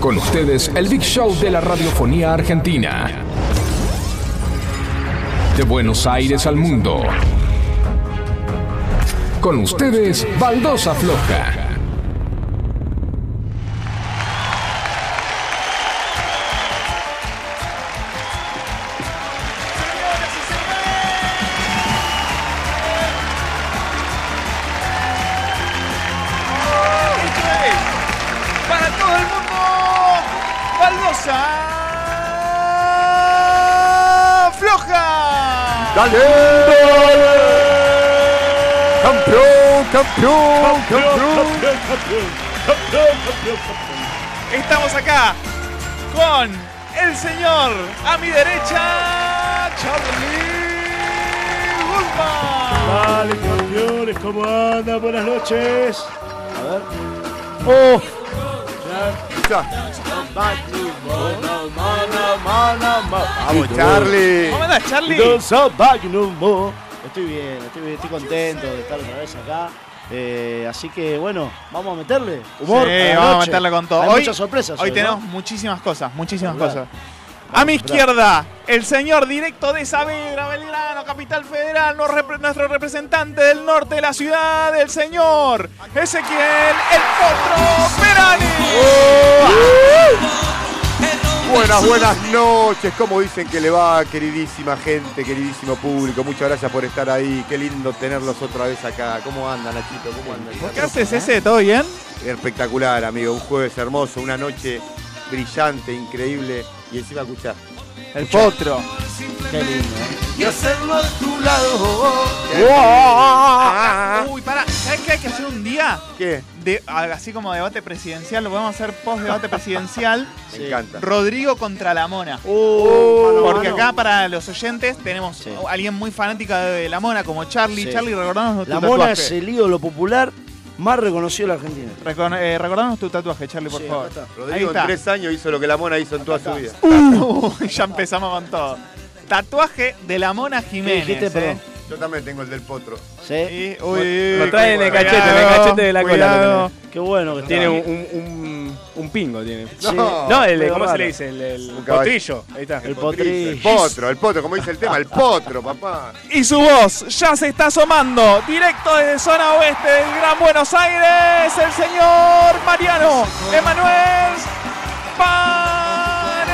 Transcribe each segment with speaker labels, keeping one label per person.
Speaker 1: Con ustedes, el Big Show de la radiofonía argentina. De Buenos Aires al mundo. Con ustedes, Baldosa Floja.
Speaker 2: Esto es para todo el mundo. Baldosa floja.
Speaker 3: ¡Dale! ¡Campeón, campeón, campeón!
Speaker 2: Estamos acá con el señor a mi derecha, Charlie Guzmán.
Speaker 4: Vale, campeones, ¿cómo anda? Buenas noches. A ver. ¡Oh!
Speaker 3: Cha- ¡Vamos, Charlie!
Speaker 2: ¿Cómo andas, Charlie?
Speaker 4: Don't stop back no more. Estoy bien, estoy bien, estoy contento de estar otra vez acá. Eh, así que bueno, vamos a meterle humor.
Speaker 2: Sí,
Speaker 4: a la
Speaker 2: vamos a
Speaker 4: noche.
Speaker 2: meterle con todo.
Speaker 4: Hay
Speaker 2: Hoy-
Speaker 4: muchas sorpresas.
Speaker 2: Hoy
Speaker 4: ¿no?
Speaker 2: tenemos muchísimas cosas, muchísimas
Speaker 4: Vamos,
Speaker 2: cosas. A mi
Speaker 4: bravo.
Speaker 2: izquierda, el señor directo de Saavedra, Belgrano, Capital Federal, no- repre- nuestro representante del norte de la ciudad, el señor Ezequiel El Potro Perani.
Speaker 4: ¡Oh!
Speaker 3: Buenas, buenas noches. ¿Cómo dicen que le va, queridísima gente, queridísimo público? Muchas gracias por estar ahí. Qué lindo tenerlos otra vez acá. ¿Cómo andan, Nachito? ¿Cómo
Speaker 2: ¿Qué
Speaker 3: andan?
Speaker 2: haces, ese? ¿Todo bien?
Speaker 3: Espectacular, amigo. Un jueves hermoso, una noche brillante, increíble. Y encima escuchar.
Speaker 2: El Potro.
Speaker 4: Qué lindo. ¿eh?
Speaker 3: Y hacerlo a tu lado.
Speaker 2: Uy, para, ¿sabes qué hay que hacer un día?
Speaker 3: ¿Qué?
Speaker 2: De, así como debate presidencial, lo podemos hacer post-debate presidencial.
Speaker 3: Me
Speaker 4: Sí.
Speaker 3: encanta. Uh,
Speaker 2: Rodrigo contra la mona.
Speaker 4: Oh,
Speaker 2: Porque
Speaker 4: mano.
Speaker 2: acá para los oyentes tenemos
Speaker 4: Sí.
Speaker 2: a alguien muy fanática de la mona como Charlie.
Speaker 4: Sí.
Speaker 2: Charlie, recordanos tu
Speaker 4: La mona es
Speaker 2: tatuaje.
Speaker 4: el ídolo popular más reconocido de la Argentina.
Speaker 2: Recor- eh, recordanos tu tatuaje, Charlie, por
Speaker 4: Sí,
Speaker 2: favor.
Speaker 4: acá está.
Speaker 2: Ahí
Speaker 3: Rodrigo
Speaker 2: está.
Speaker 3: en tres años hizo lo que la mona hizo en toda su
Speaker 4: está.
Speaker 3: vida.
Speaker 2: Uy, ya empezamos con todo. Tatuaje de la mona Jiménez.
Speaker 4: dijiste,
Speaker 2: eh.
Speaker 4: perdón?
Speaker 3: Yo también tengo el del potro.
Speaker 4: Sí.
Speaker 2: Y- uy,
Speaker 5: Lo trae en el
Speaker 2: cuidado,
Speaker 5: cachete, en el cachete de la cola
Speaker 2: cuidado.
Speaker 5: lo
Speaker 4: Qué bueno que
Speaker 5: Tiene
Speaker 4: está.
Speaker 5: un, un, un- un pingo, tiene.
Speaker 4: Sí.
Speaker 3: No.
Speaker 5: No, el,
Speaker 4: Pero
Speaker 5: ¿cómo se
Speaker 4: raro.
Speaker 5: le dice? El, el
Speaker 3: Un caballo.
Speaker 5: potrillo. Ahí está.
Speaker 4: El
Speaker 3: Potrillo, El
Speaker 4: potrillo.
Speaker 3: potro, el potro, como dice el tema, el potro, papá.
Speaker 2: Y su voz ya se está asomando, directo desde zona oeste del Gran Buenos Aires, el señor Mariano Emanuel Paredes.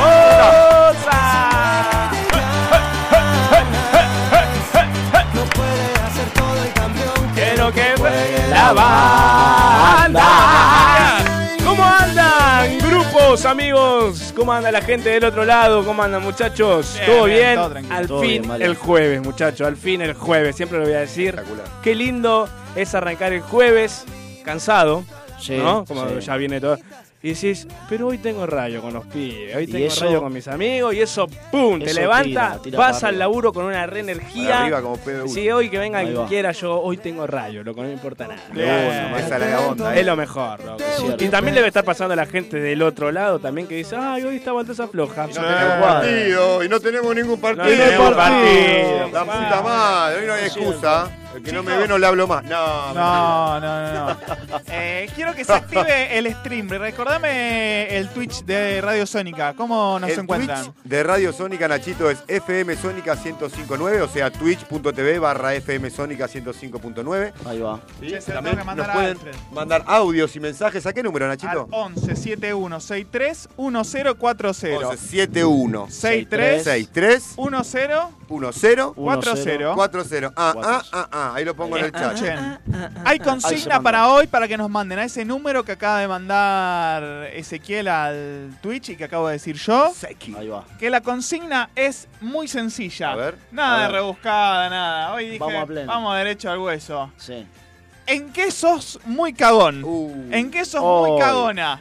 Speaker 2: ¡Otra! Quiero que juegue la banda.
Speaker 5: ¿Cómo andan, grupos, amigos? ¿Cómo anda la gente del otro lado? ¿Cómo andan, muchachos?
Speaker 2: Bien,
Speaker 5: ¿Todo
Speaker 2: bien,
Speaker 5: bien?
Speaker 2: todo tranquilo,
Speaker 5: al
Speaker 4: todo
Speaker 5: fin
Speaker 4: bien, vale.
Speaker 5: el jueves, muchachos. Al fin el jueves. Siempre lo voy a decir.
Speaker 3: Espectacular.
Speaker 5: Qué lindo es arrancar el jueves cansado,
Speaker 4: Sí,
Speaker 5: ¿no? Como
Speaker 4: sí.
Speaker 5: ya viene todo. Y decís, pero hoy tengo rayo con los pibes, hoy
Speaker 4: Y
Speaker 5: tengo
Speaker 4: eso-
Speaker 5: rayo con mis amigos, y eso, ¡pum! te
Speaker 4: Eso
Speaker 5: levanta,
Speaker 4: tira, tira
Speaker 5: vas
Speaker 4: para
Speaker 5: al
Speaker 4: arriba.
Speaker 5: laburo con una re
Speaker 3: Para
Speaker 5: energía.
Speaker 3: arriba como pedo de uno.
Speaker 5: Sí, hoy que venga
Speaker 4: Ahí
Speaker 5: quien
Speaker 4: va.
Speaker 5: quiera, yo hoy tengo rayo, loco, no me importa nada.
Speaker 3: De uno, más a la onda.
Speaker 5: Es
Speaker 3: eh.
Speaker 5: lo mejor, loco.
Speaker 4: Cierto.
Speaker 5: Y también debe estar pasando a la gente del otro lado también que dice, ay, hoy está Baldosa floja.
Speaker 3: No tenemos partido, y no tenemos ningún partido.
Speaker 5: Ah. No tenemos partido.
Speaker 3: La puta madre, hoy no hay excusa. El que no me ve no le hablo más. No,
Speaker 2: No, no, no. no. Eh, quiero que se active el stream. Recordame el Twitch de Radio Sónica. ¿Cómo nos
Speaker 3: el
Speaker 2: encuentran?
Speaker 3: Twitch de Radio Sónica Nachito es FM Sónica 105.9, o sea, twitch.tv barra FM Sónica 105.9.
Speaker 4: Ahí va.
Speaker 3: ¿Sí?
Speaker 2: Che, se lo tengo que
Speaker 3: También nos
Speaker 2: mandar a
Speaker 3: pueden
Speaker 2: Alfred.
Speaker 3: mandar audios y mensajes. ¿A qué número,
Speaker 2: Al
Speaker 3: Nachito?
Speaker 2: 11 7163 1040.
Speaker 3: 1171
Speaker 2: 63
Speaker 3: 63
Speaker 2: 10
Speaker 3: 10
Speaker 2: 40.
Speaker 3: 40. Ah, ah, ah, ah. Ahí lo pongo en el chat.
Speaker 2: Escuchen. Hay
Speaker 4: Ahí se
Speaker 2: consigna
Speaker 4: mandó.
Speaker 2: para hoy para que nos manden a ese número que acaba de mandar Ezequiel al Twitch y que acabo de decir yo.
Speaker 4: Ahí va.
Speaker 2: Que la consigna es muy sencilla.
Speaker 3: A ver.
Speaker 2: Nada
Speaker 4: A
Speaker 2: de
Speaker 4: ver.
Speaker 2: rebuscada, nada. Hoy dije,
Speaker 4: Vamos a pleno.
Speaker 2: vamos derecho al hueso.
Speaker 4: Sí.
Speaker 2: ¿En qué sos muy cagón?
Speaker 3: Uh.
Speaker 2: ¿En qué sos
Speaker 4: Oh.
Speaker 2: muy cagona?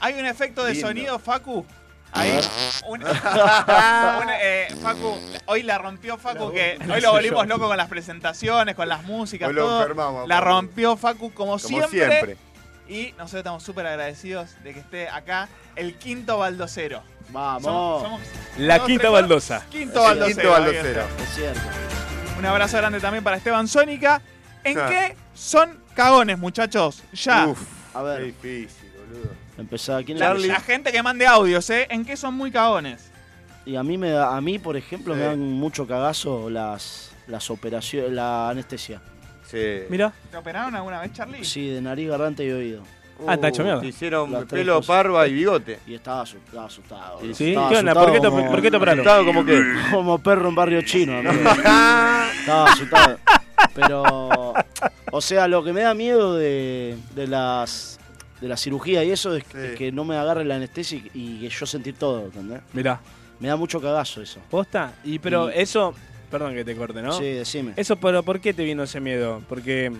Speaker 2: Hay un efecto de
Speaker 3: Lindo.
Speaker 2: sonido, Facu. Ahí. Un- un, eh, Facu, hoy la rompió Facu, que hoy lo volvimos loco con las presentaciones, con las músicas,
Speaker 3: Hoy lo
Speaker 2: todo.
Speaker 3: enfermamos,
Speaker 2: La
Speaker 3: Facu.
Speaker 2: rompió Facu como,
Speaker 3: Como
Speaker 2: siempre,
Speaker 3: siempre.
Speaker 2: Y nosotros estamos súper agradecidos de que esté acá el quinto baldocero.
Speaker 4: Vamos.
Speaker 2: Somos- somos
Speaker 5: La
Speaker 2: dos,
Speaker 5: quinta
Speaker 2: tres,
Speaker 5: baldosa.
Speaker 2: Quinto
Speaker 3: El
Speaker 2: baldocero.
Speaker 3: quinto
Speaker 2: ahí
Speaker 3: baldocero.
Speaker 2: está.
Speaker 4: Es cierto.
Speaker 2: Un abrazo grande también para Esteban Sónica. ¿En
Speaker 3: Ah.
Speaker 2: qué son cagones, muchachos? Ya.
Speaker 3: Uf.
Speaker 4: A
Speaker 3: Qué
Speaker 4: ver,
Speaker 3: difícil, boludo.
Speaker 4: empezar. ¿Quién
Speaker 2: La,
Speaker 4: la
Speaker 2: la gente que mande audios, ¿eh? ¿En qué son muy cagones?
Speaker 4: Y a mí, me da- a mí por ejemplo, me
Speaker 3: Sí.
Speaker 4: dan mucho cagazo las, las operaciones, la anestesia.
Speaker 3: Sí.
Speaker 5: Mira,
Speaker 2: ¿Te operaron alguna vez, Charlie?
Speaker 4: Sí, de nariz, garganta y oído.
Speaker 5: Ah, está hecho mierda.
Speaker 3: Uh, Te hicieron
Speaker 4: Las tres
Speaker 3: pelo,
Speaker 4: cosas.
Speaker 3: parva y bigote.
Speaker 4: Y estaba asu- estaba asustado. bro.
Speaker 5: ¿sí?
Speaker 4: Estaba
Speaker 5: ¿Qué onda? ¿Por qué te,
Speaker 4: asustado como-
Speaker 5: por qué te operaron?
Speaker 3: Estaba como que.
Speaker 4: Como perro en barrio chino, amigo. Estaba asustado. Pero, o sea, lo que me da miedo de, de las de la cirugía y eso es,
Speaker 3: Sí.
Speaker 4: es que no me agarre la anestesia y, y que yo sentir todo, ¿entendés?
Speaker 5: Mirá,
Speaker 4: Me da mucho cagazo eso.
Speaker 5: posta. Y pero
Speaker 4: Y-
Speaker 5: eso, perdón que te corte, ¿no?
Speaker 4: Sí, decime.
Speaker 5: Eso, pero ¿por qué te vino ese miedo? Porque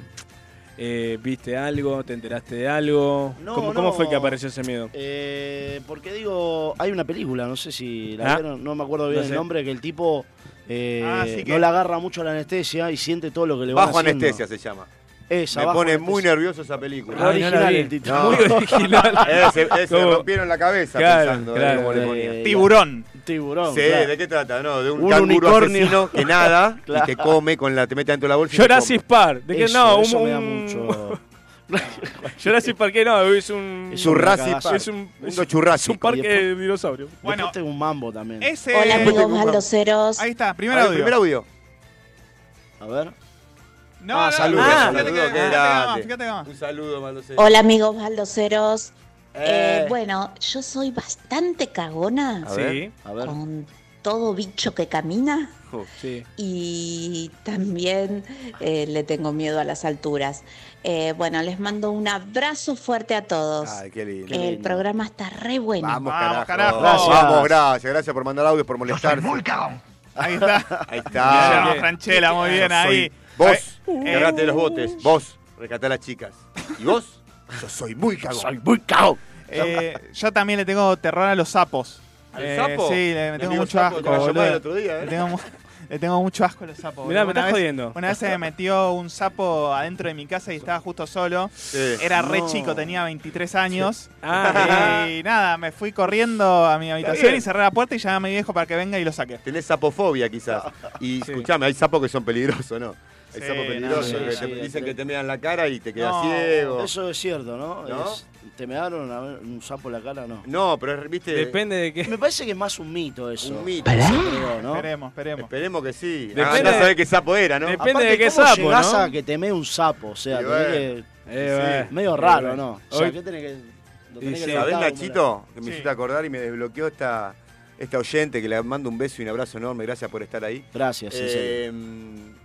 Speaker 5: eh, viste algo, te enteraste de algo.
Speaker 4: No,
Speaker 5: ¿Cómo, cómo
Speaker 4: no.
Speaker 5: fue que apareció ese miedo?
Speaker 4: Eh, porque digo, hay una película, no sé si
Speaker 5: Ah.
Speaker 4: la vieron, no me acuerdo bien
Speaker 5: No sé.
Speaker 4: el nombre, que el tipo eh,
Speaker 2: Ah, sí que-
Speaker 4: no le agarra mucho la anestesia y siente todo lo que le va
Speaker 3: Bajo anestesia se llama.
Speaker 4: Esa,
Speaker 3: Me
Speaker 4: bajo
Speaker 3: pone
Speaker 4: anestesia.
Speaker 3: muy nervioso esa
Speaker 5: Ah,
Speaker 3: película.
Speaker 5: no la
Speaker 4: original
Speaker 5: vi.
Speaker 4: el título.
Speaker 3: No.
Speaker 5: Muy original.
Speaker 3: Eh, se, eh, se
Speaker 5: Como-
Speaker 3: rompieron la cabeza
Speaker 5: Claro,
Speaker 3: pensando eh,
Speaker 5: claro.
Speaker 3: cómo le
Speaker 4: Eh,
Speaker 3: ponían.
Speaker 2: Tiburón.
Speaker 4: Tiburón.
Speaker 3: Sí,
Speaker 4: claro.
Speaker 3: ¿de qué trata? No, de un,
Speaker 4: Un
Speaker 3: canguro
Speaker 4: unicornio.
Speaker 3: asesino que nada
Speaker 4: Claro.
Speaker 3: y te come con la te mete dentro de la bolsa. y te
Speaker 5: Jurassic Park. ¿De qué
Speaker 4: Eso,
Speaker 5: no?
Speaker 4: eso
Speaker 5: un,
Speaker 4: me da
Speaker 5: un-
Speaker 4: mucho.
Speaker 5: Jurassic Park, ¿qué no? Es un.
Speaker 3: Es un Jurassic
Speaker 4: cagazo.
Speaker 3: Park.
Speaker 5: es un,
Speaker 3: Mundo
Speaker 5: es
Speaker 3: churrasco.
Speaker 5: un parque
Speaker 4: Y después-
Speaker 5: de dinosaurios.
Speaker 2: Bueno.
Speaker 4: Bueno, tengo un mambo también.
Speaker 2: Ese.
Speaker 6: Hola amigos
Speaker 3: tengo- Ah,
Speaker 6: baldoseros.
Speaker 2: Ahí está, primer
Speaker 3: Primer audio.
Speaker 2: audio.
Speaker 3: Primer audio.
Speaker 4: A ver.
Speaker 2: No,
Speaker 3: Ah,
Speaker 2: no,
Speaker 3: saludos,
Speaker 2: no,
Speaker 3: saludos,
Speaker 2: fíjate
Speaker 3: qué
Speaker 2: que- fíjate que
Speaker 3: grande.
Speaker 2: va, Fíjate que va.
Speaker 3: Un saludo, Mando C.
Speaker 6: Hola amigos baldoseros. Eh,
Speaker 3: Eh.
Speaker 6: bueno, yo soy bastante cagona
Speaker 3: A ver.
Speaker 5: Sí,
Speaker 4: A ver.
Speaker 6: con todo bicho que camina
Speaker 5: sí.
Speaker 6: y también eh, le tengo miedo a las alturas. Eh, bueno, les mando un abrazo fuerte a todos.
Speaker 3: Ay, qué lindo.
Speaker 6: El
Speaker 4: lindo.
Speaker 6: programa está re bueno.
Speaker 3: Vamos,
Speaker 2: Vamos,
Speaker 3: carajo.
Speaker 2: carajo.
Speaker 4: Gracias.
Speaker 3: Vamos, gracias. Gracias por mandar audios, por molestar.
Speaker 2: Ahí está.
Speaker 3: Ahí
Speaker 2: Bien,
Speaker 3: está.
Speaker 2: vamos, Franchella, muy bien
Speaker 3: Yo
Speaker 2: ahí. Uh.
Speaker 3: soy- Vos, cagate los botes. Vos, rescatá a las chicas. ¿Y vos? Yo soy muy cagón. Soy muy cagón.
Speaker 2: Eh, yo también le tengo terror a los sapos.
Speaker 3: ¿Al
Speaker 2: Eh,
Speaker 3: sapo?
Speaker 2: Sí, le-
Speaker 3: Mi
Speaker 2: le tengo
Speaker 3: amigo
Speaker 2: mucho
Speaker 3: sapo
Speaker 2: asco.
Speaker 3: te cayó mal el
Speaker 2: boludo.
Speaker 3: otro día, ¿eh?
Speaker 2: Le tengo, mu- le tengo mucho asco a los sapos.
Speaker 5: Mirá,
Speaker 2: boludo.
Speaker 5: me estás
Speaker 2: Una vez-
Speaker 5: jodiendo.
Speaker 2: Una vez se me metió un sapo adentro de mi casa y estaba justo solo.
Speaker 3: Sí.
Speaker 2: Era re
Speaker 4: No.
Speaker 2: chico, tenía 23 años.
Speaker 5: Ah,
Speaker 2: y nada, me fui corriendo a mi habitación
Speaker 5: bien.
Speaker 2: y cerré la puerta y llamé a mi viejo para que venga y lo saque.
Speaker 3: Tenés sapofobia quizás. Y escuchame, hay sapos que son peligrosos, ¿no? Hay
Speaker 2: Sí,
Speaker 3: sapos
Speaker 2: no,
Speaker 3: peligrosos
Speaker 4: sí,
Speaker 3: que
Speaker 4: sí,
Speaker 3: te
Speaker 4: sí.
Speaker 3: dicen que te miran la cara y te quedas
Speaker 2: No,
Speaker 3: ciego.
Speaker 4: Eso es cierto, ¿no?
Speaker 3: ¿No?
Speaker 4: Es- ¿Te me dieron a ver, un sapo en la cara no?
Speaker 3: No, pero es- viste, ah,
Speaker 5: depende de qué.
Speaker 4: Me parece que es más un mito eso.
Speaker 3: Un mito.
Speaker 4: Eso creo, ¿no?
Speaker 2: Esperemos, esperemos.
Speaker 3: esperemos que sí.
Speaker 5: Depende
Speaker 3: Ah, andá a
Speaker 5: de-
Speaker 3: saber qué sapo era, ¿no?
Speaker 5: depende-
Speaker 4: Aparte,
Speaker 5: de qué
Speaker 4: ¿cómo
Speaker 5: sapo,
Speaker 4: llegás
Speaker 5: ¿no?
Speaker 4: a que te mee un sapo? O sea,
Speaker 3: Y
Speaker 4: tenés
Speaker 3: bueno.
Speaker 5: Eh,
Speaker 4: que-
Speaker 5: bueno.
Speaker 4: medio raro, ¿no? O sea,
Speaker 5: Hoy-
Speaker 4: ¿qué tenés que...? lo tenés
Speaker 5: Y
Speaker 4: que
Speaker 5: sí.
Speaker 4: levantar
Speaker 3: ¿Sabés,
Speaker 4: como la-
Speaker 3: Nachito? Que me
Speaker 2: Sí.
Speaker 3: hiciste acordar y me desbloqueó esta, esta oyente que le mando un beso y un abrazo enorme. Gracias por estar ahí.
Speaker 4: Gracias, en serio.
Speaker 3: Eh,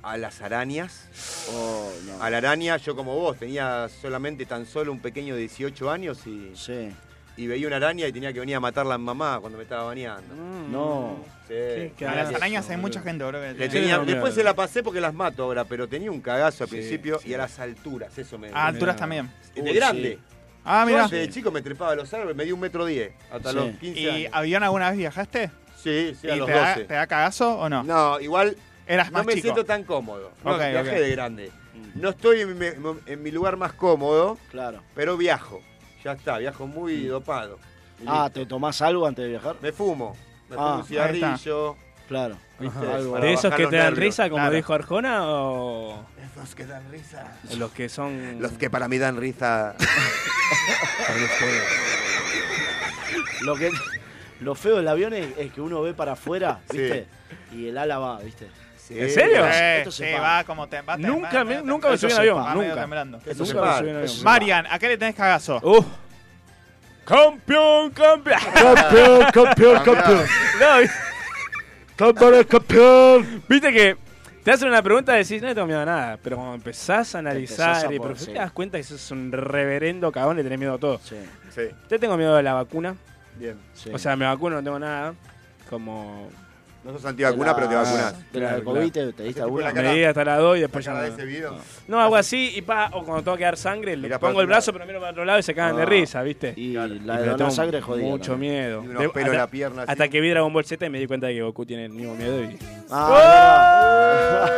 Speaker 3: a las arañas.
Speaker 4: Oh, no.
Speaker 3: A la araña, yo como vos, tenía solamente tan solo un pequeño de 18 años y,
Speaker 4: Sí.
Speaker 3: y veía una araña y tenía que venir a matarla a mi mamá cuando me estaba bañando.
Speaker 4: No.
Speaker 3: Sí.
Speaker 5: qué
Speaker 2: A
Speaker 5: carajo,
Speaker 2: las arañas hay
Speaker 5: boludo.
Speaker 2: mucha gente, bro. que
Speaker 3: Le
Speaker 2: tiene-
Speaker 5: Sí,
Speaker 3: tenía-
Speaker 5: no,
Speaker 3: después
Speaker 5: mira.
Speaker 3: se la pasé porque las mato ahora, pero tenía un cagazo al
Speaker 5: Sí,
Speaker 3: principio
Speaker 5: sí.
Speaker 3: y a las alturas, eso me.
Speaker 2: A alturas
Speaker 5: Mira.
Speaker 2: también.
Speaker 3: de
Speaker 4: Uy,
Speaker 3: grande.
Speaker 2: Ah,
Speaker 3: Yo
Speaker 2: mira.
Speaker 3: antes de chico me trepaba a los árboles, me di un metro diez, hasta
Speaker 4: Sí.
Speaker 3: los 15
Speaker 2: ¿Y
Speaker 3: años.
Speaker 2: avión alguna vez viajaste?
Speaker 3: Sí, sí, a
Speaker 2: ¿Y
Speaker 3: los
Speaker 2: te da,
Speaker 3: 12.
Speaker 2: te da cagazo o no?
Speaker 3: No, igual
Speaker 2: Eras
Speaker 3: no
Speaker 2: más
Speaker 3: me
Speaker 2: chico.
Speaker 3: siento tan cómodo. No,
Speaker 2: Ok,
Speaker 3: viajé
Speaker 2: ok.
Speaker 3: de grande. No estoy en mi, en mi lugar más cómodo,
Speaker 4: Claro.
Speaker 3: pero viajo. Ya está, viajo muy dopado. Y
Speaker 4: Ah,
Speaker 3: listo.
Speaker 4: ¿te tomás algo antes de viajar?
Speaker 3: Me fumo. Me fumo
Speaker 4: Ah,
Speaker 3: un
Speaker 4: ahí
Speaker 2: está.
Speaker 3: cigarrillo.
Speaker 4: Claro.
Speaker 3: ¿viste?
Speaker 4: Ajá. Algo.
Speaker 3: Para
Speaker 5: ¿De esos
Speaker 3: bajar
Speaker 5: que
Speaker 3: los
Speaker 5: te dan
Speaker 3: nervios.
Speaker 5: risa, como
Speaker 2: Claro.
Speaker 5: dijo Arjona, o
Speaker 3: Esos que dan risa.
Speaker 5: los que son.
Speaker 3: Los que para mí dan risa.
Speaker 4: Lo que lo feo del avión es, es que uno ve para afuera,
Speaker 3: Sí.
Speaker 4: ¿viste? Y el ala va, ¿viste?
Speaker 3: Sí.
Speaker 5: ¿En serio?
Speaker 2: Eh,
Speaker 4: Esto se
Speaker 2: sí,
Speaker 4: para.
Speaker 2: va como te va tem-
Speaker 5: Nunca
Speaker 2: va
Speaker 5: me-
Speaker 2: medio
Speaker 5: nunca me
Speaker 2: tem-
Speaker 5: subí
Speaker 4: en
Speaker 2: va
Speaker 5: avión,
Speaker 2: medio
Speaker 5: nunca.
Speaker 2: temblando.
Speaker 3: Eso se
Speaker 5: Nunca me
Speaker 3: para.
Speaker 5: subí en
Speaker 4: Eso
Speaker 5: avión.
Speaker 4: se
Speaker 2: Marian, ¿a qué le tenés cagazo?
Speaker 5: ¡Uf! ¡Campeón, campeón!
Speaker 4: Campeón, campeón,
Speaker 3: campeón.
Speaker 5: No, vi-
Speaker 4: Campeón, campeón.
Speaker 5: viste que te hacen una pregunta y decís, no le tengo miedo a nada. Pero cuando empezás a
Speaker 4: empezás
Speaker 5: analizar
Speaker 4: a
Speaker 5: y
Speaker 4: por-
Speaker 5: profundizar,
Speaker 4: sí.
Speaker 5: te das cuenta que sos un reverendo cagón le tenés miedo a todo.
Speaker 4: Sí,
Speaker 3: Sí,
Speaker 5: Yo tengo miedo a la vacuna.
Speaker 3: bien.
Speaker 4: sí.
Speaker 5: O sea, me vacuno, no tengo nada. Como
Speaker 3: No sos antivacuna, pero te vacunás.
Speaker 4: De la
Speaker 5: Claro,
Speaker 4: del COVID te- te diste
Speaker 3: Tipo la
Speaker 4: alguna.
Speaker 3: cara-
Speaker 5: me di hasta la 2 y después ya
Speaker 3: Cara de
Speaker 5: no.
Speaker 3: ese video.
Speaker 5: No, hago así y pa, o cuando tengo que dar sangre, le
Speaker 3: Mirá para
Speaker 5: pongo el
Speaker 3: otro lado.
Speaker 5: brazo, pero miro para otro lado y se cagan de
Speaker 4: Ah.
Speaker 5: risa, ¿viste?
Speaker 4: Y
Speaker 3: Claro.
Speaker 4: la de
Speaker 5: Pero
Speaker 4: donar
Speaker 5: tengo
Speaker 4: sangre es jodida.
Speaker 5: Mucho
Speaker 4: también.
Speaker 5: miedo.
Speaker 3: Y unos
Speaker 5: De-
Speaker 3: pelos en la pierna, así.
Speaker 5: Hasta que vi Dragon Ball Z y me di cuenta de que Goku tiene el mismo miedo y... ¡Oh!
Speaker 4: Ah,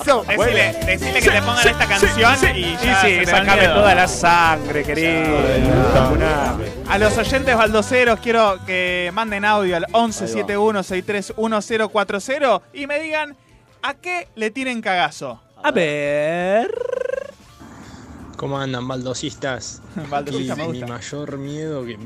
Speaker 3: Eso.
Speaker 2: Decile, decile que te pongan esta canción y
Speaker 5: Sí,
Speaker 2: ya se
Speaker 4: Ah,
Speaker 5: sí,
Speaker 2: te va el
Speaker 5: sacame
Speaker 2: miedo.
Speaker 5: toda la sangre, querido. Vacuname.
Speaker 2: A los oyentes baldoseros quiero que manden audio al
Speaker 4: Ahí
Speaker 2: 1171631040 y me digan a qué le tienen cagazo.
Speaker 5: A ver...
Speaker 7: ¿Cómo andan, baldosistas?
Speaker 2: Baldosista
Speaker 7: Y
Speaker 2: me
Speaker 7: Mi
Speaker 2: gusta.
Speaker 7: mayor miedo, que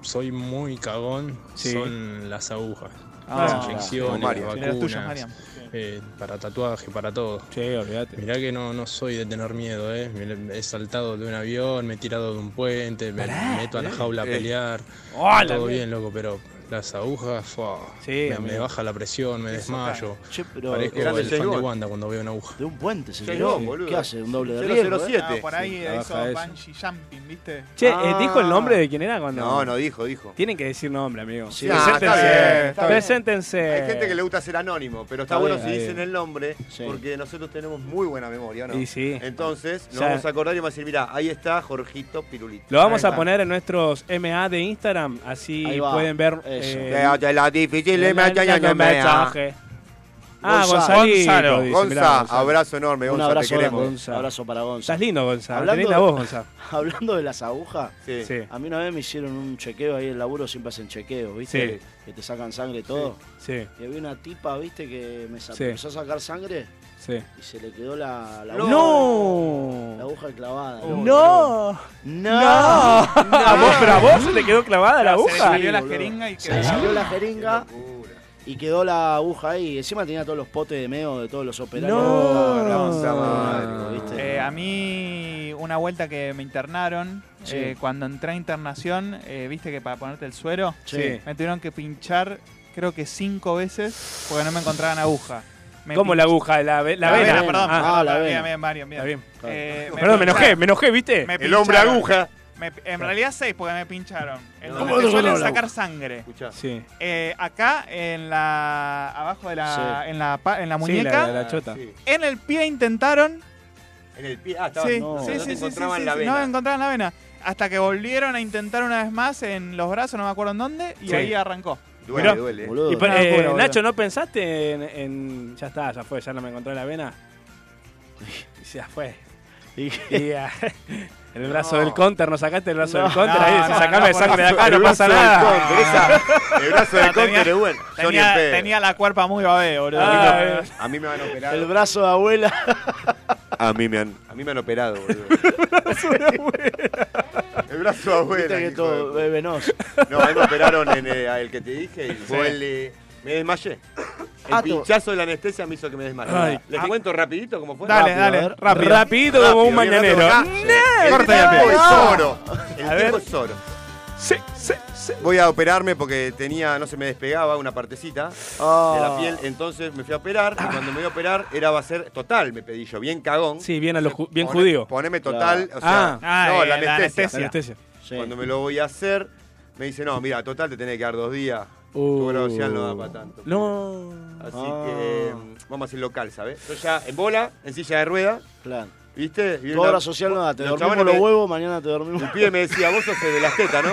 Speaker 7: soy muy cagón,
Speaker 2: Sí.
Speaker 7: son las agujas.
Speaker 2: Ah,
Speaker 7: las
Speaker 3: como
Speaker 7: inyecciones,
Speaker 3: Marian.
Speaker 7: las
Speaker 2: Mira las tuyas,
Speaker 7: vacunas,
Speaker 2: Marian.
Speaker 7: eh, para tatuaje, para todo.
Speaker 5: Sí, olvídate.
Speaker 7: Mirá que no, no soy de tener miedo, ¿eh? Me- He saltado de un avión, me he tirado de un puente, me meto a la jaula a
Speaker 3: Eh.
Speaker 7: pelear.
Speaker 5: ¡Hola!
Speaker 7: todo bien, loco, pero las agujas, fua,
Speaker 5: Sí,
Speaker 7: me,
Speaker 5: amigo.
Speaker 7: me baja la presión, me desmayo.
Speaker 4: Che, pero
Speaker 7: Parezco
Speaker 3: grande
Speaker 7: el
Speaker 3: James
Speaker 7: fan de
Speaker 3: Bond.
Speaker 7: Wanda cuando veo una aguja.
Speaker 4: de un puente se
Speaker 3: Sí,
Speaker 4: tiró.
Speaker 3: no, boludo.
Speaker 4: ¿Qué hace? ¿Un doble de riesgo? eh?
Speaker 3: 007.
Speaker 2: Ah, por ahí
Speaker 5: sí, trabaja
Speaker 2: hizo
Speaker 5: eso.
Speaker 2: bungee jumping, ¿viste?
Speaker 5: Che, eh,
Speaker 4: Ah.
Speaker 5: ¿dijo el nombre de quién era cuando.?
Speaker 3: No, no dijo, dijo.
Speaker 5: Tienen que decir nombre, amigo.
Speaker 4: Sí.
Speaker 3: Ah, está
Speaker 5: Preséntense.
Speaker 3: bien, está bien.
Speaker 5: Preséntense.
Speaker 3: Hay gente que le gusta ser anónimo, pero está,
Speaker 5: Está
Speaker 3: bueno
Speaker 5: bien,
Speaker 3: si
Speaker 5: está
Speaker 3: dicen
Speaker 5: bien.
Speaker 3: el nombre,
Speaker 4: Sí.
Speaker 3: porque nosotros tenemos muy buena memoria, ¿no?
Speaker 5: Y sí.
Speaker 3: Entonces, nos
Speaker 5: Ya.
Speaker 3: vamos a acordar y vamos a decir, mira, ahí está Jorgito Pirulito.
Speaker 5: Lo vamos
Speaker 3: Ahí
Speaker 5: a
Speaker 3: está.
Speaker 5: poner en nuestros MA de Instagram, así
Speaker 4: Ahí va,
Speaker 5: pueden ver.
Speaker 4: eso.
Speaker 3: Vea, de la
Speaker 5: el-
Speaker 3: difícil
Speaker 5: el- el-
Speaker 3: me ha-
Speaker 5: el mensaje. Ah,
Speaker 4: Gonzalo.
Speaker 5: Gonzalito,
Speaker 2: Gonzalo.
Speaker 5: dice,
Speaker 3: Gonza,
Speaker 5: mirá, Gonzalo.
Speaker 3: abrazo enorme,
Speaker 4: Un
Speaker 3: Gonza,
Speaker 4: abrazo,
Speaker 3: te queremos.
Speaker 4: grande, un abrazo para Gonza.
Speaker 5: Estás lindo, Gonzalo.
Speaker 4: Hablando-
Speaker 5: Tenés la voz, Gonzalo.
Speaker 4: Hablando de las agujas,
Speaker 3: Sí.
Speaker 5: Sí,
Speaker 4: a mí una vez me hicieron un chequeo ahí en el laburo, siempre hacen chequeos, ¿viste?
Speaker 5: Sí.
Speaker 4: Que te sacan sangre y todo.
Speaker 5: sí,
Speaker 4: Y había una tipa, ¿viste? Que me sa-
Speaker 5: Sí.
Speaker 4: empezó a sacar sangre
Speaker 5: sí.
Speaker 4: y se le quedó la, la La
Speaker 5: ¡No!
Speaker 4: aguja clavada.
Speaker 5: ¡No!
Speaker 4: ¡No!
Speaker 5: ¡No! ¿A vos, pero a vos se te quedó clavada la
Speaker 2: Se le
Speaker 5: aguja.
Speaker 2: salió la
Speaker 4: boludo.
Speaker 2: jeringa y
Speaker 4: Se le
Speaker 2: quedó.
Speaker 4: salió la jeringa
Speaker 3: Locura.
Speaker 4: y quedó la aguja ahí. Encima tenía todos los potes de meo de todos los operarios.
Speaker 5: No.
Speaker 4: La
Speaker 3: puta
Speaker 4: madre, ¿viste?
Speaker 2: Eh, a mí, una vuelta que me internaron,
Speaker 4: Sí.
Speaker 2: eh, cuando entré a internación, eh, viste que para ponerte el suero,
Speaker 5: Sí.
Speaker 2: me tuvieron que pinchar, creo que cinco veces, porque no me encontraban aguja. Me
Speaker 5: ¿Cómo
Speaker 2: pin-
Speaker 5: la aguja? La, ve- la
Speaker 4: La
Speaker 5: vena.
Speaker 4: vena,
Speaker 2: perdón.
Speaker 5: Ah,
Speaker 4: ah, la
Speaker 2: perdón,
Speaker 4: vena.
Speaker 2: Bien, bien, Mario, bien.
Speaker 5: está bien.
Speaker 2: Eh,
Speaker 5: Perdón, me enojé, me enojé, ¿viste?
Speaker 2: me
Speaker 3: El hombre
Speaker 2: pincharon.
Speaker 3: aguja.
Speaker 2: Me- en realidad seis, porque me pincharon. En
Speaker 3: No.
Speaker 2: donde
Speaker 3: ¿Cómo
Speaker 2: te
Speaker 4: no
Speaker 2: suelen
Speaker 4: sonó la
Speaker 2: sacar sangre.
Speaker 3: Escuchá.
Speaker 5: Sí.
Speaker 2: Eh, acá, en la. abajo de la.
Speaker 4: Sí.
Speaker 2: En, la pa- en la muñeca.
Speaker 5: Sí, la, la- la chota.
Speaker 3: Sí.
Speaker 2: En el pie intentaron.
Speaker 3: En el pie. Ah, estaba.
Speaker 2: Sí,
Speaker 4: no,
Speaker 2: sí,
Speaker 4: no
Speaker 2: sí,
Speaker 3: te
Speaker 2: sí,
Speaker 3: encontraban
Speaker 2: sí,
Speaker 3: la
Speaker 2: sí,
Speaker 3: vena.
Speaker 2: no me encontraban la vena. Hasta que volvieron a intentar una vez más en los brazos, no me acuerdo en dónde, y
Speaker 5: Sí.
Speaker 2: ahí arrancó.
Speaker 3: Duele,
Speaker 5: Mirá.
Speaker 3: duele.
Speaker 4: Boludo.
Speaker 5: Y, pero,
Speaker 2: Una
Speaker 5: eh,
Speaker 2: locura, boludo.
Speaker 5: Nacho, ¿no pensaste en, en- Ya está, ya fue, ya no me encontró la vena? Y Ya fue. Y, ah, el brazo
Speaker 3: No.
Speaker 5: del counter, ¿no sacaste el brazo
Speaker 4: No.
Speaker 5: del counter?
Speaker 2: No,
Speaker 5: ahí, si
Speaker 2: no,
Speaker 5: sacame
Speaker 2: no,
Speaker 5: sangre de acá,
Speaker 3: El
Speaker 5: no
Speaker 3: brazo
Speaker 5: pasa
Speaker 3: del
Speaker 5: nada.
Speaker 3: Conter, esa- el brazo del
Speaker 2: No, tenía-
Speaker 3: Conter es bueno. Yo ni
Speaker 2: Tenía,
Speaker 3: en pedo.
Speaker 2: tenía la cuerpa muy babe, boludo.
Speaker 5: Ah, eh.
Speaker 3: A mí me han operado.
Speaker 4: El brazo de abuela.
Speaker 3: A mí me han, a mí me han operado, boludo. El brazo de abuela.
Speaker 4: Viste que
Speaker 3: hijo
Speaker 4: todo
Speaker 3: de
Speaker 4: es venoso.
Speaker 3: puta. No, a mí me operaron en eh, a el que te dije y duele. Me desmayé. El
Speaker 4: Ah, tú-
Speaker 3: pinchazo de la anestesia me hizo que me desmayara.
Speaker 5: Ay. Ah.
Speaker 3: ¿Les cuento rapidito cómo fue?
Speaker 2: dale,
Speaker 4: rápido,
Speaker 2: dale,
Speaker 4: a ver.
Speaker 2: rápido.
Speaker 5: Rapidito como un
Speaker 3: Rápido, bien,
Speaker 5: mañanero.
Speaker 3: rápido, acá.
Speaker 5: ¡Nee!
Speaker 3: El
Speaker 2: Corta y
Speaker 3: tiempo
Speaker 2: pega.
Speaker 3: es oro.
Speaker 5: A
Speaker 3: El
Speaker 5: ver.
Speaker 3: tiempo es oro.
Speaker 5: Sí, sí, sí.
Speaker 3: Voy a operarme porque tenía, no se me despegaba una partecita
Speaker 4: Ah,
Speaker 3: de la piel.
Speaker 5: Oh.
Speaker 3: Entonces me fui a operar y cuando me voy a operar era va a ser total, me pedí yo, bien cagón.
Speaker 5: Sí, bien, a los ju- bien
Speaker 3: Pone-
Speaker 5: judío.
Speaker 3: Poneme total, o sea,
Speaker 5: Ah.
Speaker 2: Ah,
Speaker 3: no,
Speaker 2: eh,
Speaker 3: la
Speaker 2: la
Speaker 3: anestesia.
Speaker 5: La anestesia.
Speaker 4: Sí.
Speaker 3: Cuando me lo voy a hacer, me dice, no, mira, total te tenés que dar dos días. Tu
Speaker 5: Uh.
Speaker 3: grado social no da para tanto.
Speaker 5: No.
Speaker 3: Así
Speaker 4: Ah.
Speaker 3: que mm, vamos a hacer local, ¿sabes? Yo ya en bola, en silla de rueda,
Speaker 4: Claro.
Speaker 3: ¿viste? Y
Speaker 4: Tu
Speaker 3: una-
Speaker 4: obra social no da. Te
Speaker 3: los
Speaker 4: dormimos
Speaker 3: chabones
Speaker 4: los
Speaker 3: me-
Speaker 4: huevos, mañana te dormimos.
Speaker 3: El pibe me decía, vos sos el de las tetas, ¿no?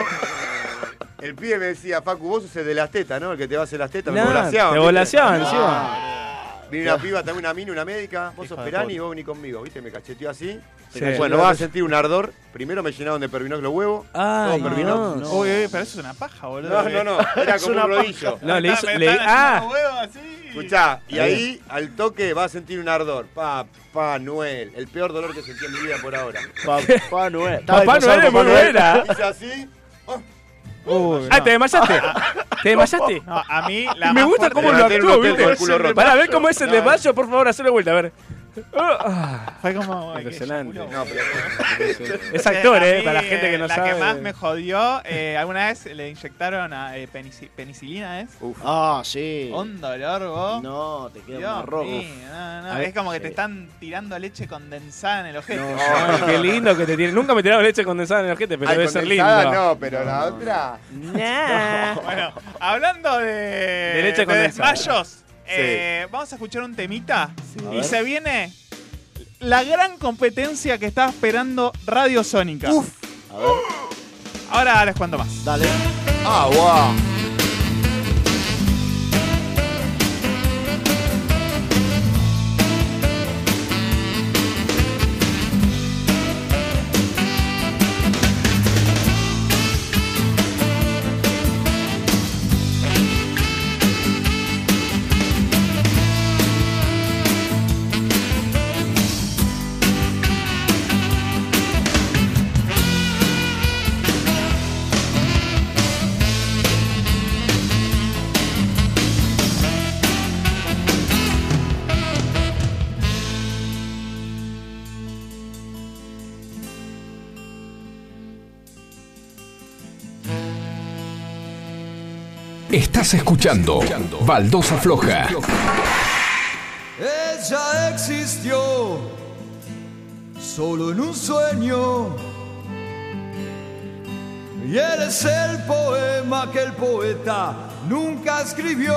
Speaker 3: El pibe me decía, Facu, vos sos el de las tetas, ¿no? El que te va a hacer las tetas.
Speaker 5: Nah,
Speaker 3: me volaseaban.
Speaker 5: te
Speaker 3: ¿viste?
Speaker 5: volaseaban,
Speaker 3: Nah.
Speaker 5: encima.
Speaker 3: Vine una piba, también una mina, una médica. Vos
Speaker 4: Hijo
Speaker 3: sos
Speaker 4: de
Speaker 3: Perani y
Speaker 4: puta.
Speaker 3: vos venís conmigo, ¿viste? Me cacheteó así.
Speaker 5: Sí.
Speaker 3: Bueno, vas a sentir un ardor. Primero me llenaron de pervinox los huevos. Todo
Speaker 5: Ay, no.
Speaker 3: Pervinox.
Speaker 5: No,
Speaker 2: Uy, uy, pero eso es una paja, boludo.
Speaker 3: No, no, no. Era como un rodillo.
Speaker 5: le hizo.
Speaker 2: Me
Speaker 5: le-
Speaker 2: están haciendo
Speaker 5: ah,
Speaker 2: huevo así.
Speaker 3: Escuchá, y ahí al toque vas a sentir un ardor. Papá Noel, el peor dolor que sentí en mi vida por ahora.
Speaker 4: Papá Noel. Estaba
Speaker 5: Papá
Speaker 4: disfrazado
Speaker 5: Noel es
Speaker 4: de
Speaker 5: muy buena.
Speaker 3: Hice así. oh,
Speaker 2: Uy,
Speaker 5: Ah,
Speaker 2: no.
Speaker 5: te desmayaste. ¿Te desmayaste?
Speaker 2: No, a mí la
Speaker 5: Me
Speaker 2: más
Speaker 5: gusta
Speaker 2: fuerte-
Speaker 5: cómo lo
Speaker 3: Levanté en un
Speaker 5: actuó,
Speaker 3: hotel con el culo
Speaker 5: ¿viste?
Speaker 3: roto.
Speaker 5: Para ver cómo es el desmayo, por favor, hazlo de vuelta, a ver. Ah,
Speaker 2: Fue como. ay, qué
Speaker 5: Impresionante.
Speaker 2: culo.
Speaker 3: No, pero
Speaker 5: es actor,
Speaker 2: A
Speaker 5: ¿eh?
Speaker 2: mí,
Speaker 5: Para la gente que no
Speaker 2: la
Speaker 5: sabe.
Speaker 2: que más me jodió, eh, alguna vez le inyectaron a, eh, penici- penicilina, ¿es?
Speaker 3: uf,
Speaker 4: Ah, sí.
Speaker 2: Un dolor, vos.
Speaker 4: No, te
Speaker 2: Dios
Speaker 4: queda un rojo.
Speaker 2: mío, no, no,
Speaker 5: A ver,
Speaker 2: Es como que
Speaker 4: sí.
Speaker 2: te están tirando leche condensada en el ojete.
Speaker 5: Ay, qué lindo que te tiene. Nunca me tiraron leche condensada en el ojete, pero
Speaker 3: ay,
Speaker 5: debe ser
Speaker 3: condensada
Speaker 5: lindo.
Speaker 3: No, pero la otra.
Speaker 2: Bueno, hablando de, de
Speaker 5: leche condensada.
Speaker 2: desmayos, eh, vamos a escuchar un temita.
Speaker 4: A
Speaker 2: Y
Speaker 4: ver.
Speaker 2: se viene la gran competencia que está esperando Radio Sónica.
Speaker 4: A ver,
Speaker 2: Ahora les cuento más.
Speaker 4: dale.
Speaker 3: Ah, wow.
Speaker 8: Thank
Speaker 1: Estás escuchando Baldosa Floja.
Speaker 8: Ella existió solo en un sueño. Y eres el poema que el poeta nunca escribió.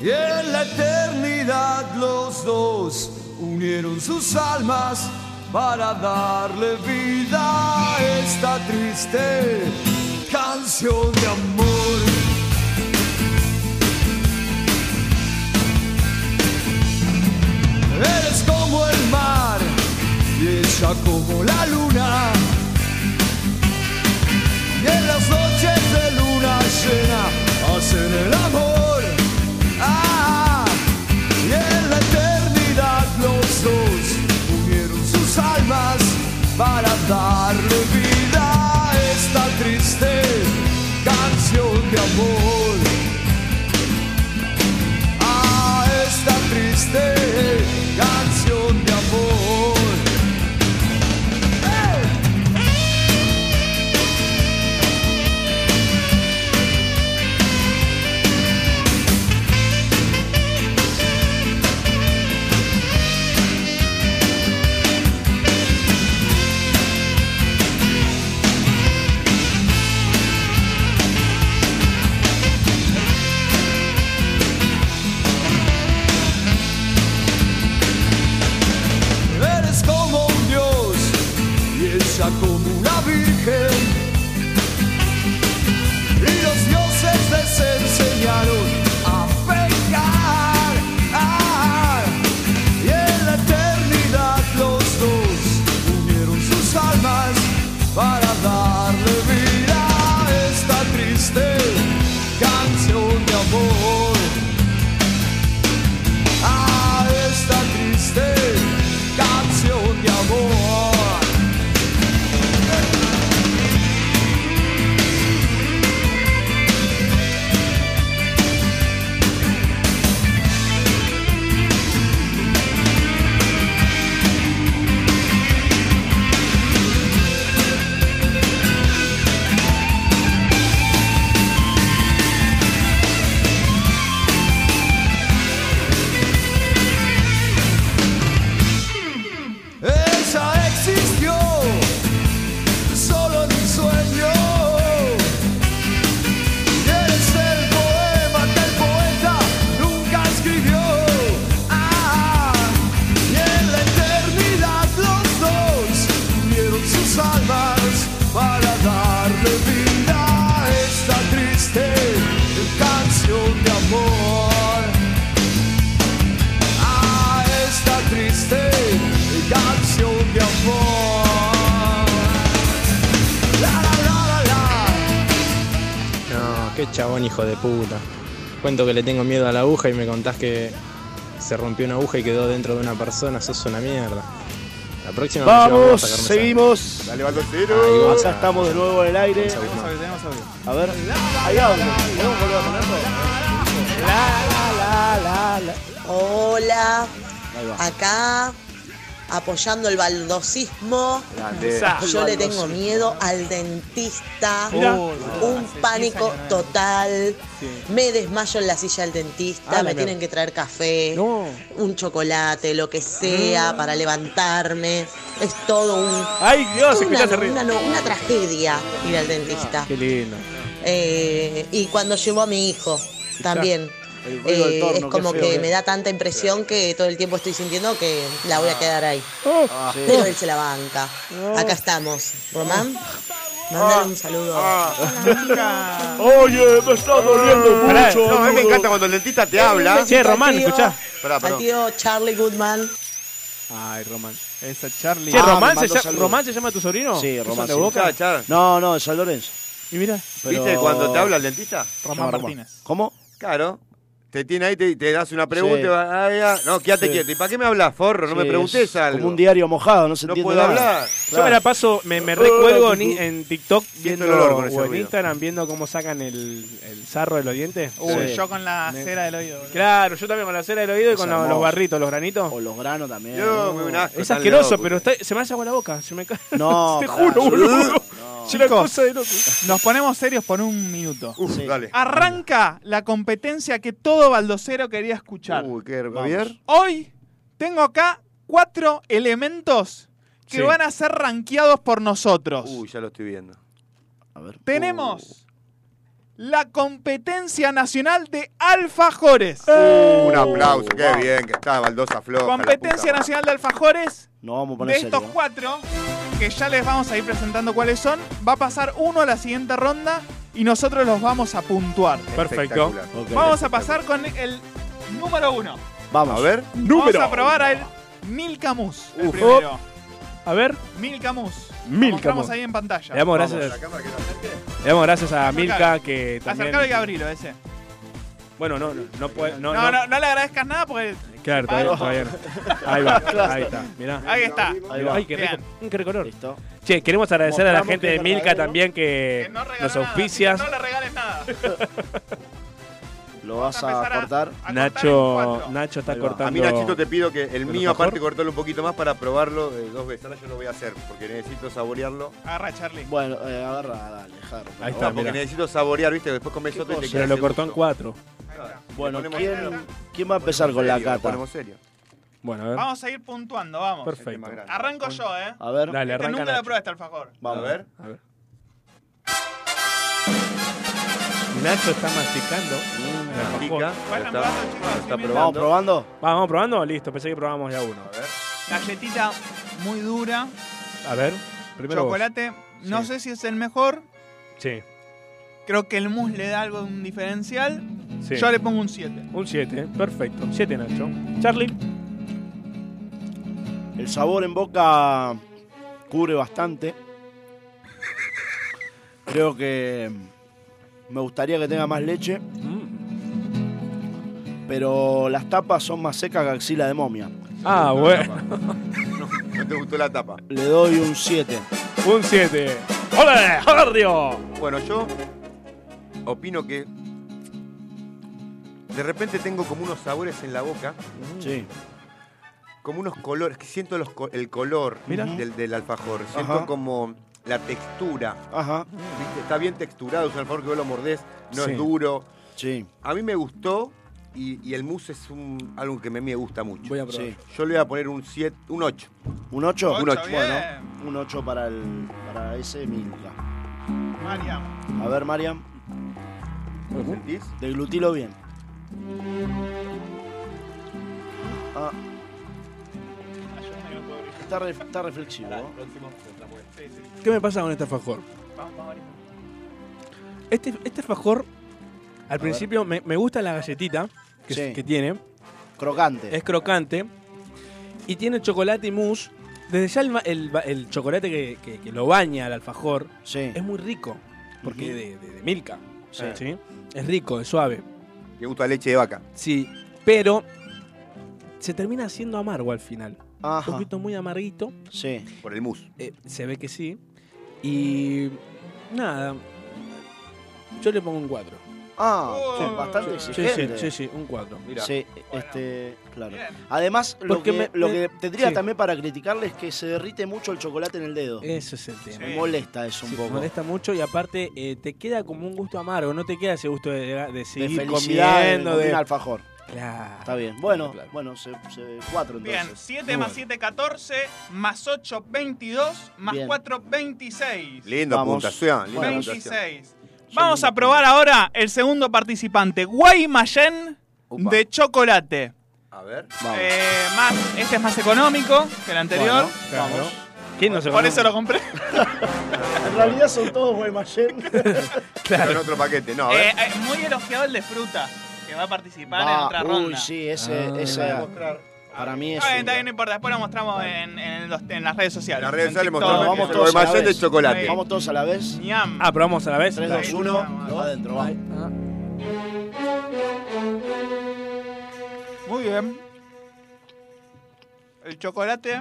Speaker 8: Y en la eternidad los dos unieron sus almas para darle vida a esta triste canción de amor. Eres como el mar y ella como la luna. Y en las noches de luna llena hacen el amor. Ah, y en la eternidad los dos unieron sus almas para darle vida a esta triste canción de amor a Ah, esta triste canción de amor. Eres como un dios y ella como una virgen. Y los dioses les enseñaron a pecar. Ah, y en la eternidad los dos unieron sus almas para darle vida a esta triste canción de amor a esta triste canción de amor. Ella existió solo en un sueño. Y eres el poema que el poeta nunca escribió. Ah, y en la eternidad los dos unieron sus almas para darle vida a esta triste canción de amor a esta triste canción de amor. La, la, la, la, la.
Speaker 7: No, qué chabón hijo de puta. Cuento que le tengo miedo a la aguja y me contás que se rompió una aguja y quedó dentro de una persona, sos una mierda. La próxima me llevo a
Speaker 4: Vamos,
Speaker 7: sacarme
Speaker 4: seguimos.
Speaker 3: Dale, Baldocero.
Speaker 7: Ahí va.
Speaker 4: Acá estamos de nuevo en el aire.
Speaker 7: esa-
Speaker 2: Vamos a ver, tenemos audio.
Speaker 4: A ver, ahí vamos. ¿Podemos volver a ponerlo?
Speaker 9: Hola,
Speaker 4: Ahí va.
Speaker 9: Ah, acá apoyando el baldosismo.
Speaker 3: Grande.
Speaker 2: Sa-
Speaker 9: Yo le tengo miedo al dentista,
Speaker 2: Mira.
Speaker 9: un pánico total. Me desmayo en la silla del
Speaker 4: Ah,
Speaker 9: dentista,
Speaker 4: la
Speaker 9: me tienen
Speaker 4: mierda.
Speaker 9: que traer café,
Speaker 4: No.
Speaker 9: un chocolate, lo que sea para levantarme. Es todo un
Speaker 5: ¡Ay, Dios!
Speaker 9: una,
Speaker 5: Escuchaste
Speaker 9: una- no, una tragedia ir al dentista.
Speaker 10: Ah,
Speaker 5: Qué lindo.
Speaker 9: Eh, y cuando llevo a mi hijo también.
Speaker 4: El ruido del
Speaker 9: Eh,
Speaker 4: torno,
Speaker 9: es
Speaker 4: qué
Speaker 9: como
Speaker 4: feo,
Speaker 9: que
Speaker 4: eh.
Speaker 9: me da tanta impresión que todo el tiempo estoy sintiendo que la voy a quedar ahí.
Speaker 4: Ah.
Speaker 3: Oh. Ah.
Speaker 4: Sí.
Speaker 9: Pero él se la banca. Acá estamos. Román,
Speaker 4: Ah.
Speaker 9: mandale un saludo.
Speaker 4: Oye, me está doliendo
Speaker 3: Pará,
Speaker 4: mucho.
Speaker 3: no, a mí me encanta cuando el dentista te habla.
Speaker 5: Che, Román,
Speaker 9: Al tío-
Speaker 5: escuchá.
Speaker 3: Pará, pará.
Speaker 9: Al tío Charlie Goodman.
Speaker 5: Ay, Román.
Speaker 2: Esa Charlie.
Speaker 5: Che,
Speaker 4: Ah, me
Speaker 5: Román,
Speaker 4: mandó
Speaker 5: se llama,
Speaker 4: saludos.
Speaker 5: ¿Román se llama tu sobrino?
Speaker 4: Sí,
Speaker 5: ¿Es
Speaker 4: Román,
Speaker 5: de
Speaker 4: sí. Ah,
Speaker 5: Boca?
Speaker 3: Chá, chá.
Speaker 4: No, no, de San Lorenzo.
Speaker 5: Y mira,
Speaker 4: Pero-
Speaker 3: ¿Viste cuando te habla el dentista?
Speaker 2: Román
Speaker 4: Llama Román.
Speaker 2: Martínez.
Speaker 4: ¿Cómo?
Speaker 3: Claro. Te tiene ahí, te, te das una pregunta.
Speaker 4: Sí.
Speaker 3: y va, ah, ya. No, quédate
Speaker 4: Sí.
Speaker 3: quieto. ¿Y para qué me hablas, forro? No me
Speaker 4: Sí,
Speaker 3: preguntes
Speaker 4: es
Speaker 3: algo.
Speaker 4: Como un diario mojado, no se
Speaker 3: no
Speaker 4: entiende
Speaker 3: puedo
Speaker 4: nada.
Speaker 3: hablar.
Speaker 5: Yo me la paso, me, me recuelgo en, en TikTok viendo
Speaker 3: el olor con ese
Speaker 5: o en
Speaker 3: ruido.
Speaker 5: Instagram viendo cómo sacan el, el zarro de los dientes.
Speaker 2: Uy,
Speaker 4: Sí.
Speaker 2: yo con la cera del oído. boludo.
Speaker 5: Claro, yo también con la cera del oído y
Speaker 4: Es
Speaker 5: con la- los
Speaker 4: hermoso.
Speaker 5: barritos, los granitos.
Speaker 4: O los granos también.
Speaker 3: Yo, me un asco,
Speaker 5: Es
Speaker 3: tan
Speaker 5: asqueroso,
Speaker 3: loco.
Speaker 5: pero está- se me hace agua la boca. Se me cae.
Speaker 4: No,
Speaker 5: te
Speaker 4: pará,
Speaker 5: juro,
Speaker 4: yo-
Speaker 5: boludo.
Speaker 4: No.
Speaker 2: Chicos, nos ponemos serios por un minuto.
Speaker 3: Uf, dale.
Speaker 2: Arranca la competencia que todo baldocero quería escuchar.
Speaker 3: Uy, qué Javier.
Speaker 2: Hoy tengo acá cuatro elementos que
Speaker 5: Sí.
Speaker 2: van a ser rankeados por nosotros.
Speaker 3: Uy, ya lo estoy viendo.
Speaker 2: Tenemos
Speaker 3: Uh.
Speaker 2: la competencia nacional de alfajores.
Speaker 3: Uh, Un aplauso, qué bien que está Baldosa Floja. la
Speaker 2: competencia
Speaker 3: puta madre.
Speaker 2: nacional de alfajores.
Speaker 4: No vamos a
Speaker 2: De
Speaker 4: poner
Speaker 2: estos
Speaker 4: serio. ¿eh?
Speaker 2: cuatro, que ya les vamos a ir presentando cuáles son, va a pasar uno a la siguiente ronda y nosotros los vamos a puntuar.
Speaker 5: Perfecto.
Speaker 3: Espectacular.
Speaker 4: Ok.
Speaker 2: Vamos a pasar con el número uno.
Speaker 4: Vamos.
Speaker 3: A ver,
Speaker 2: Vamos a probar al Mil Camus, el
Speaker 5: Uf.
Speaker 2: primero.
Speaker 5: A ver,
Speaker 2: Mil Camus.
Speaker 5: Milka
Speaker 2: Lo mostramos
Speaker 5: Mus.
Speaker 2: ahí en pantalla.
Speaker 5: le damos
Speaker 3: vamos,
Speaker 5: gracias,
Speaker 3: la cámara que nos acerque.
Speaker 5: le damos gracias a
Speaker 2: Acercalo.
Speaker 5: Milka que también.
Speaker 2: Acercalo y abrilo ese.
Speaker 5: Bueno, no, no, no puede. No,
Speaker 2: No,
Speaker 5: no,
Speaker 2: no, no le agradezcas nada porque.
Speaker 5: Claro, todavía, todavía no. Ahí va, ahí está. Mirá.
Speaker 2: Ahí está.
Speaker 4: Ahí va.
Speaker 5: Ay, qué rico.
Speaker 2: Bien.
Speaker 5: Mm, qué rico olor.
Speaker 4: Listo.
Speaker 5: Che, queremos agradecer a la
Speaker 4: Mostramos
Speaker 5: gente
Speaker 4: que
Speaker 5: de
Speaker 4: es
Speaker 5: Milka
Speaker 4: verdadero.
Speaker 5: también que,
Speaker 2: Que no regala
Speaker 5: nos
Speaker 2: nada,
Speaker 5: auspicias.
Speaker 2: que no le regales nada.
Speaker 4: Lo vas
Speaker 2: Vamos a
Speaker 4: a
Speaker 2: empezar a-
Speaker 4: cortar.
Speaker 2: a cortar en
Speaker 5: Nacho,
Speaker 2: cuatro.
Speaker 5: Nacho está
Speaker 4: Ahí va.
Speaker 5: cortando.
Speaker 3: A mí, Nachito, te pido que el
Speaker 5: ¿Pero
Speaker 3: mío,
Speaker 5: mejor?
Speaker 3: aparte, cortarlo un poquito más para probarlo eh, dos veces. Ahora yo lo voy a hacer porque necesito saborearlo.
Speaker 2: Agarra, Charlie.
Speaker 4: Bueno, eh, agarra, dale, Jaro.
Speaker 5: Ahí
Speaker 3: No,
Speaker 5: está,
Speaker 3: porque
Speaker 5: mirá.
Speaker 3: necesito saborear, ¿viste? Después comes
Speaker 4: ¿Qué
Speaker 3: otro y te
Speaker 4: cosa?
Speaker 5: Pero
Speaker 3: queda
Speaker 5: lo
Speaker 3: ese
Speaker 5: cortó en
Speaker 3: gusto.
Speaker 5: cuatro.
Speaker 4: Bueno,
Speaker 3: ponemos
Speaker 4: ¿quién,
Speaker 3: serio.
Speaker 4: ¿quién va a empezar con la
Speaker 3: Serio, lo
Speaker 4: cata?
Speaker 3: ponemos serio.
Speaker 5: Bueno, a ver.
Speaker 2: Vamos a ir puntuando, vamos.
Speaker 5: Perfecto.
Speaker 3: Tema grande.
Speaker 2: Arranco yo, eh.
Speaker 4: A ver,
Speaker 5: Dale,
Speaker 2: Este
Speaker 5: arranca
Speaker 2: nunca la
Speaker 5: Nacho.
Speaker 2: prueba este alfajor.
Speaker 3: A
Speaker 4: vamos.
Speaker 3: ver.
Speaker 5: A ver. Nacho está masticando.
Speaker 3: Mastica.
Speaker 2: Vayan
Speaker 3: Lo está,
Speaker 2: probando, chicos,
Speaker 3: lo
Speaker 2: así
Speaker 3: está
Speaker 2: mientras-
Speaker 4: Vamos
Speaker 3: probando.
Speaker 4: probando.
Speaker 5: Vamos probando. Listo, pensé que probábamos ya uno.
Speaker 3: A ver.
Speaker 2: Galletita muy dura.
Speaker 5: A ver. Primero vos.
Speaker 2: chocolate. No
Speaker 5: Sí.
Speaker 2: sé si es el mejor.
Speaker 5: Sí,
Speaker 2: Creo que el mousse le da algo de un diferencial.
Speaker 5: sí.
Speaker 2: Yo le pongo un 7.
Speaker 5: Un 7, perfecto. 7 Nacho. Charlie.
Speaker 4: El sabor en boca cubre bastante. Creo que me gustaría que tenga más leche, pero las tapas son más secas que axila de momia.
Speaker 5: Ah, bueno.
Speaker 3: No te gustó la tapa.
Speaker 4: Le doy un 7.
Speaker 5: Un 7. ¡Hola, Jardio!
Speaker 3: Bueno, yo opino que de repente tengo como unos sabores en la boca,
Speaker 4: Sí.
Speaker 3: como unos colores, que siento los co- el color
Speaker 4: Mira.
Speaker 3: del, del alfajor, siento
Speaker 4: Ajá.
Speaker 3: como la textura,
Speaker 4: Ajá.
Speaker 3: ¿viste? está bien texturado, es un alfajor que vos lo mordés, no
Speaker 5: Sí.
Speaker 3: es duro.
Speaker 4: Sí.
Speaker 3: A mí me gustó y, y el mousse es un, algo que a mí me gusta mucho.
Speaker 5: Voy a probar.
Speaker 4: sí.
Speaker 3: Yo le voy a poner un 7, un 8.
Speaker 4: ¿Un 8?
Speaker 2: Ocho, bien.
Speaker 4: Bueno, un 8 para, el, para ese Milka.
Speaker 2: Mariam.
Speaker 4: A ver, Mariam,
Speaker 3: ¿Lo sentís?
Speaker 4: deglutilo bien. Ah, está, re- está reflexivo. ¿no?
Speaker 5: ¿Qué me pasa con este alfajor? Este, este alfajor, al principio me, me gusta la galletita que,
Speaker 4: Sí.
Speaker 5: que tiene.
Speaker 4: Crocante.
Speaker 5: Es crocante. Y tiene chocolate y mousse. Desde ya el, ma- el ba- el chocolate que, que- que lo baña al alfajor
Speaker 4: Sí.
Speaker 5: es muy rico. Porque
Speaker 4: Ujú.
Speaker 5: de, de- de Milka.
Speaker 4: Sí.
Speaker 5: ¿sí? Es rico, es suave.
Speaker 3: Me gusta leche de vaca.
Speaker 5: Sí, pero se termina haciendo amargo al final.
Speaker 4: Ajá.
Speaker 5: Un poquito muy amarguito.
Speaker 4: Sí.
Speaker 3: Por el mousse.
Speaker 5: eh, se ve que sí. Y nada. Yo le pongo un 4.
Speaker 4: Ah,
Speaker 2: Oh,
Speaker 4: sí, bastante
Speaker 2: sí,
Speaker 5: Sí, sí,
Speaker 4: exigente.
Speaker 5: sí, sí, un 4.
Speaker 3: Mira.
Speaker 4: Sí, este, claro.
Speaker 2: Bien.
Speaker 4: Además, lo
Speaker 5: Porque
Speaker 4: que,
Speaker 5: me-
Speaker 4: lo
Speaker 5: me-
Speaker 4: que tendría
Speaker 5: sí.
Speaker 4: también para criticarle es que se derrite mucho el chocolate en el dedo.
Speaker 5: Ese es el tema.
Speaker 4: Me molesta eso un
Speaker 5: Sí,
Speaker 4: poco.
Speaker 5: molesta mucho y aparte eh, te queda como un gusto amargo, no te queda ese gusto de, de
Speaker 4: De
Speaker 5: seguir
Speaker 4: felicidad, de
Speaker 5: comiendo.
Speaker 4: comer
Speaker 5: De...
Speaker 4: alfajor.
Speaker 5: Claro.
Speaker 4: Está bien. Bueno,
Speaker 5: Claro.
Speaker 4: bueno, se, se- cuatro
Speaker 2: Bien,
Speaker 4: entonces.
Speaker 2: 7 más 7, 14, más 8, 22, más
Speaker 4: Bien.
Speaker 2: 4, 26.
Speaker 3: Linda
Speaker 4: Vamos.
Speaker 3: puntuación, linda
Speaker 4: Bueno,
Speaker 2: 26. Vamos a probar ahora el segundo participante, Guaymallén
Speaker 3: Upa.
Speaker 2: de chocolate.
Speaker 3: puntuación. A ver.
Speaker 4: Vamos.
Speaker 2: Eh, más, este es más económico que el anterior.
Speaker 4: Bueno, vamos.
Speaker 5: ¿Quién no se
Speaker 2: Por eso lo compré.
Speaker 4: En realidad son todos Guaymallén.
Speaker 3: Con otro paquete. No, a
Speaker 2: Eh,
Speaker 3: ver.
Speaker 2: eh, muy elogiado el de fruta, que va a participar en
Speaker 4: Ah,
Speaker 2: otra
Speaker 4: uy,
Speaker 2: ronda.
Speaker 4: sí, ese,
Speaker 5: Ah.
Speaker 4: ese para mí es.
Speaker 2: Está bien,
Speaker 4: un-
Speaker 2: está bien, no importa. Después lo mostramos en, en los- en las redes sociales.
Speaker 3: En las redes
Speaker 2: En TikTok.
Speaker 3: sociales mostramos
Speaker 4: Bueno, vamos
Speaker 3: Porque
Speaker 4: todos a la
Speaker 3: Guaymallén
Speaker 4: vez.
Speaker 3: de chocolate.
Speaker 4: Vamos todos a la vez.
Speaker 2: Ñam.
Speaker 5: Ah, probamos a la vez.
Speaker 4: 3, 2, 1,
Speaker 2: Ahí.
Speaker 4: adentro, va.
Speaker 5: ah.
Speaker 2: Muy bien. El chocolate.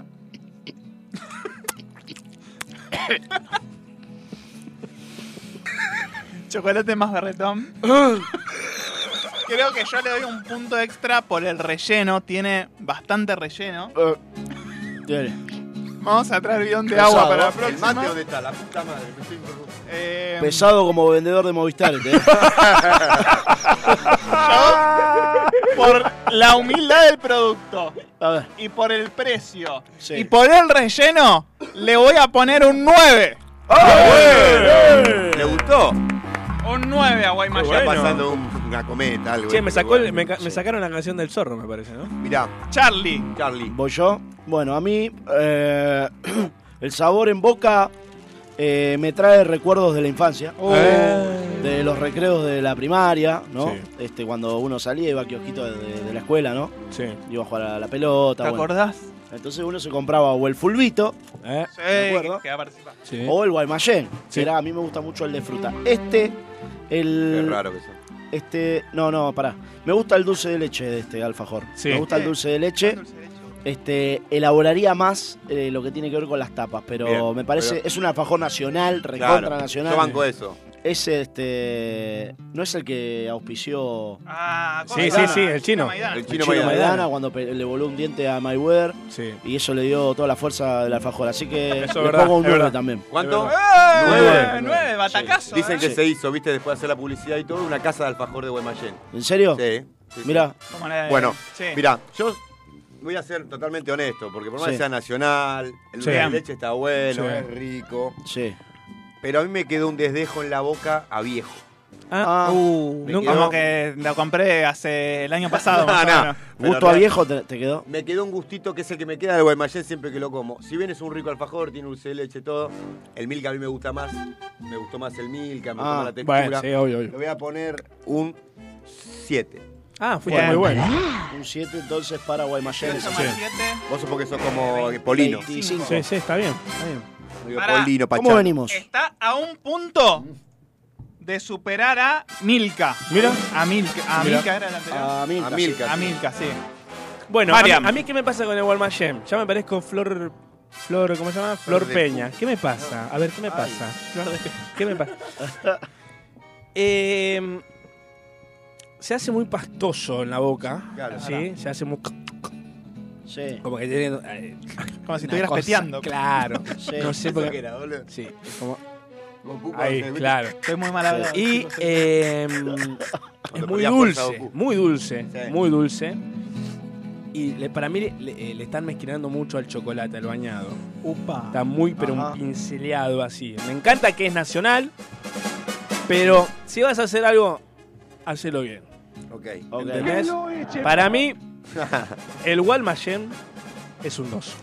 Speaker 2: chocolate más berretón. Creo que yo le doy un punto extra por el relleno. Tiene bastante relleno.
Speaker 4: Tiene.
Speaker 2: Vamos a traer bidón de
Speaker 3: Pesado,
Speaker 2: agua para la
Speaker 3: ¿eh? ¿El
Speaker 2: próxima.
Speaker 3: mate dónde está? La puta madre, me estoy interrumpiendo.
Speaker 2: Eh,
Speaker 4: Pesado como vendedor de Movistar. este, ¿eh?
Speaker 2: por la humildad del producto
Speaker 4: A ver.
Speaker 2: y por el precio
Speaker 4: Sí.
Speaker 2: y por el relleno, le voy a poner un 9.
Speaker 3: ¡Eh! ¿Le gustó?
Speaker 2: Un 9 a Guaymallén.
Speaker 3: Está pasando un- una cometa, algo.
Speaker 5: Che, me, sacó el- me, ca-
Speaker 3: Mira,
Speaker 5: me sacaron la canción del zorro, me parece, ¿no?
Speaker 3: Mirá,
Speaker 2: Charlie.
Speaker 3: Charlie.
Speaker 4: ¿Voy yo? Bueno, a mí eh, el sabor en boca eh, me trae recuerdos de la infancia. De los recreos de la primaria, ¿no?
Speaker 5: Sí.
Speaker 4: Este, cuando uno salía iba a kiosquito de, de- de la escuela, ¿no?
Speaker 5: Sí.
Speaker 4: Iba a jugar a la pelota.
Speaker 2: ¿Te
Speaker 4: bueno.
Speaker 2: acordás?
Speaker 4: Entonces uno se compraba o el fulbito
Speaker 5: ¿Eh?
Speaker 2: Sí,
Speaker 4: acuerdo.
Speaker 2: que va a participar.
Speaker 5: Sí.
Speaker 4: o el guaymallén.
Speaker 5: Sí.
Speaker 4: que era- a mí me gusta mucho el de fruta. Este,
Speaker 3: Qué
Speaker 4: el,
Speaker 3: raro que sea.
Speaker 4: Este, no, no, pará. Me gusta el dulce de leche de este alfajor.
Speaker 5: Sí.
Speaker 4: Me gusta el dulce de leche. Este, elaboraría más eh, lo que tiene que ver con las tapas, pero
Speaker 3: Bien,
Speaker 4: me parece
Speaker 3: pero-
Speaker 4: es un alfajor nacional, recontra
Speaker 3: Claro.
Speaker 4: nacional.
Speaker 3: Yo banco eso.
Speaker 4: Es este, no es el que auspició
Speaker 2: Ah, ¿cómo
Speaker 5: Sí,
Speaker 2: se llama?
Speaker 5: sí, sí, el chino.
Speaker 2: Maidana.
Speaker 3: El
Speaker 4: Chino
Speaker 3: chino Maidana.
Speaker 4: Maidana cuando pe- le voló un diente a Mayweather
Speaker 5: Sí.
Speaker 4: y eso le dio toda la fuerza del alfajor, así que
Speaker 5: Eso es
Speaker 4: le
Speaker 5: verdad,
Speaker 4: pongo un
Speaker 5: es
Speaker 4: 9
Speaker 5: verdad.
Speaker 4: también.
Speaker 3: ¿Cuánto?
Speaker 2: ¡Eh!
Speaker 3: Nueve.
Speaker 2: Nueve, batacazo.
Speaker 3: Dicen que
Speaker 2: ¿eh?
Speaker 3: se hizo, viste, después de hacer la publicidad y todo, una casa de alfajor de Guaymallén.
Speaker 4: ¿En serio?
Speaker 3: Sí. sí, sí.
Speaker 4: Mira,
Speaker 2: Como la de-
Speaker 3: Bueno,
Speaker 2: sí.
Speaker 3: Mirá, yo voy a ser totalmente honesto, porque por más
Speaker 4: Sí.
Speaker 3: que sea nacional, el
Speaker 5: Sí.
Speaker 3: dulce de leche está bueno,
Speaker 5: Sí.
Speaker 3: es rico,
Speaker 4: sí.
Speaker 3: pero a mí me quedó un desdejo en la boca a viejo.
Speaker 5: Ah,
Speaker 2: Uh,
Speaker 3: me
Speaker 2: nunca-
Speaker 3: quedo-
Speaker 2: como que lo compré hace el año pasado.
Speaker 3: No,
Speaker 2: más o
Speaker 3: no.
Speaker 2: menos.
Speaker 3: Pero
Speaker 4: Gusto a
Speaker 3: re-
Speaker 4: viejo te, te quedó.
Speaker 3: Me quedó un gustito que es el que me queda de Guaymallén siempre que lo como. Si bien es un rico alfajor, tiene dulce de leche, todo, el milka a mí me gusta más. Me gustó más el milka, me gustó
Speaker 4: Ah,
Speaker 3: más la textura.
Speaker 5: bueno, sí, obvio,
Speaker 3: Le
Speaker 5: obvio.
Speaker 3: voy a poner un 7.
Speaker 5: Ah, fuiste
Speaker 2: Bien.
Speaker 5: muy bueno.
Speaker 4: Un 7 entonces para Guaymallén.
Speaker 2: Ocho más siete.
Speaker 3: Vos sos porque sos como Polino.
Speaker 4: 25.
Speaker 5: Sí, sí, está bien. Está bien.
Speaker 3: Digo,
Speaker 2: Pará.
Speaker 3: Polino, Pachá.
Speaker 4: ¿Cómo venimos?
Speaker 2: Está a un punto de superar a Milka.
Speaker 5: Mira.
Speaker 2: A Milka. A
Speaker 5: Mira.
Speaker 2: Milka era el anterior.
Speaker 4: A mí,
Speaker 3: A
Speaker 4: sí.
Speaker 3: Milka.
Speaker 2: A Milka, sí.
Speaker 5: Bueno, a mí,
Speaker 2: Mariam.
Speaker 5: a mí, ¿qué me pasa con el Walmart Ya me parezco Flor. Flor, ¿cómo se llama? Flor,
Speaker 3: Flor de
Speaker 5: Peña. ¿Qué me pasa? A ver, ¿qué me pasa? ¿Qué me pasa? Eh, se hace muy pastoso en la boca.
Speaker 3: Claro.
Speaker 5: ¿sí? Se hace muy.
Speaker 4: Sí,
Speaker 5: Como que tiene. eh,
Speaker 2: Como si
Speaker 5: una
Speaker 2: estuvieras
Speaker 5: cosa-
Speaker 2: peteando.
Speaker 5: Claro.
Speaker 4: sí.
Speaker 5: No sé
Speaker 3: ¿Eso
Speaker 5: por
Speaker 3: qué
Speaker 5: qué.
Speaker 3: era, boludo?
Speaker 5: Sí, como.
Speaker 3: Goku cuando
Speaker 5: Ahí,
Speaker 3: se-
Speaker 5: claro.
Speaker 2: Estoy muy mal hablado.
Speaker 5: Y
Speaker 2: chicos.
Speaker 5: eh, es
Speaker 3: Cuando
Speaker 5: muy
Speaker 3: podía forzar
Speaker 5: dulce,
Speaker 3: Goku.
Speaker 5: muy dulce,
Speaker 3: Sí.
Speaker 5: muy dulce. Y le- para mí le, le- le están mezclando mucho al chocolate, al bañado.
Speaker 2: Upa.
Speaker 5: Está muy, pero
Speaker 4: Ajá.
Speaker 5: un pinceleado así. Me encanta que es nacional, pero si vas a hacer algo, hacelo bien.
Speaker 3: Ok.
Speaker 4: Ok.
Speaker 5: ¿Entendés? Para mí, el Walmayem es un 2.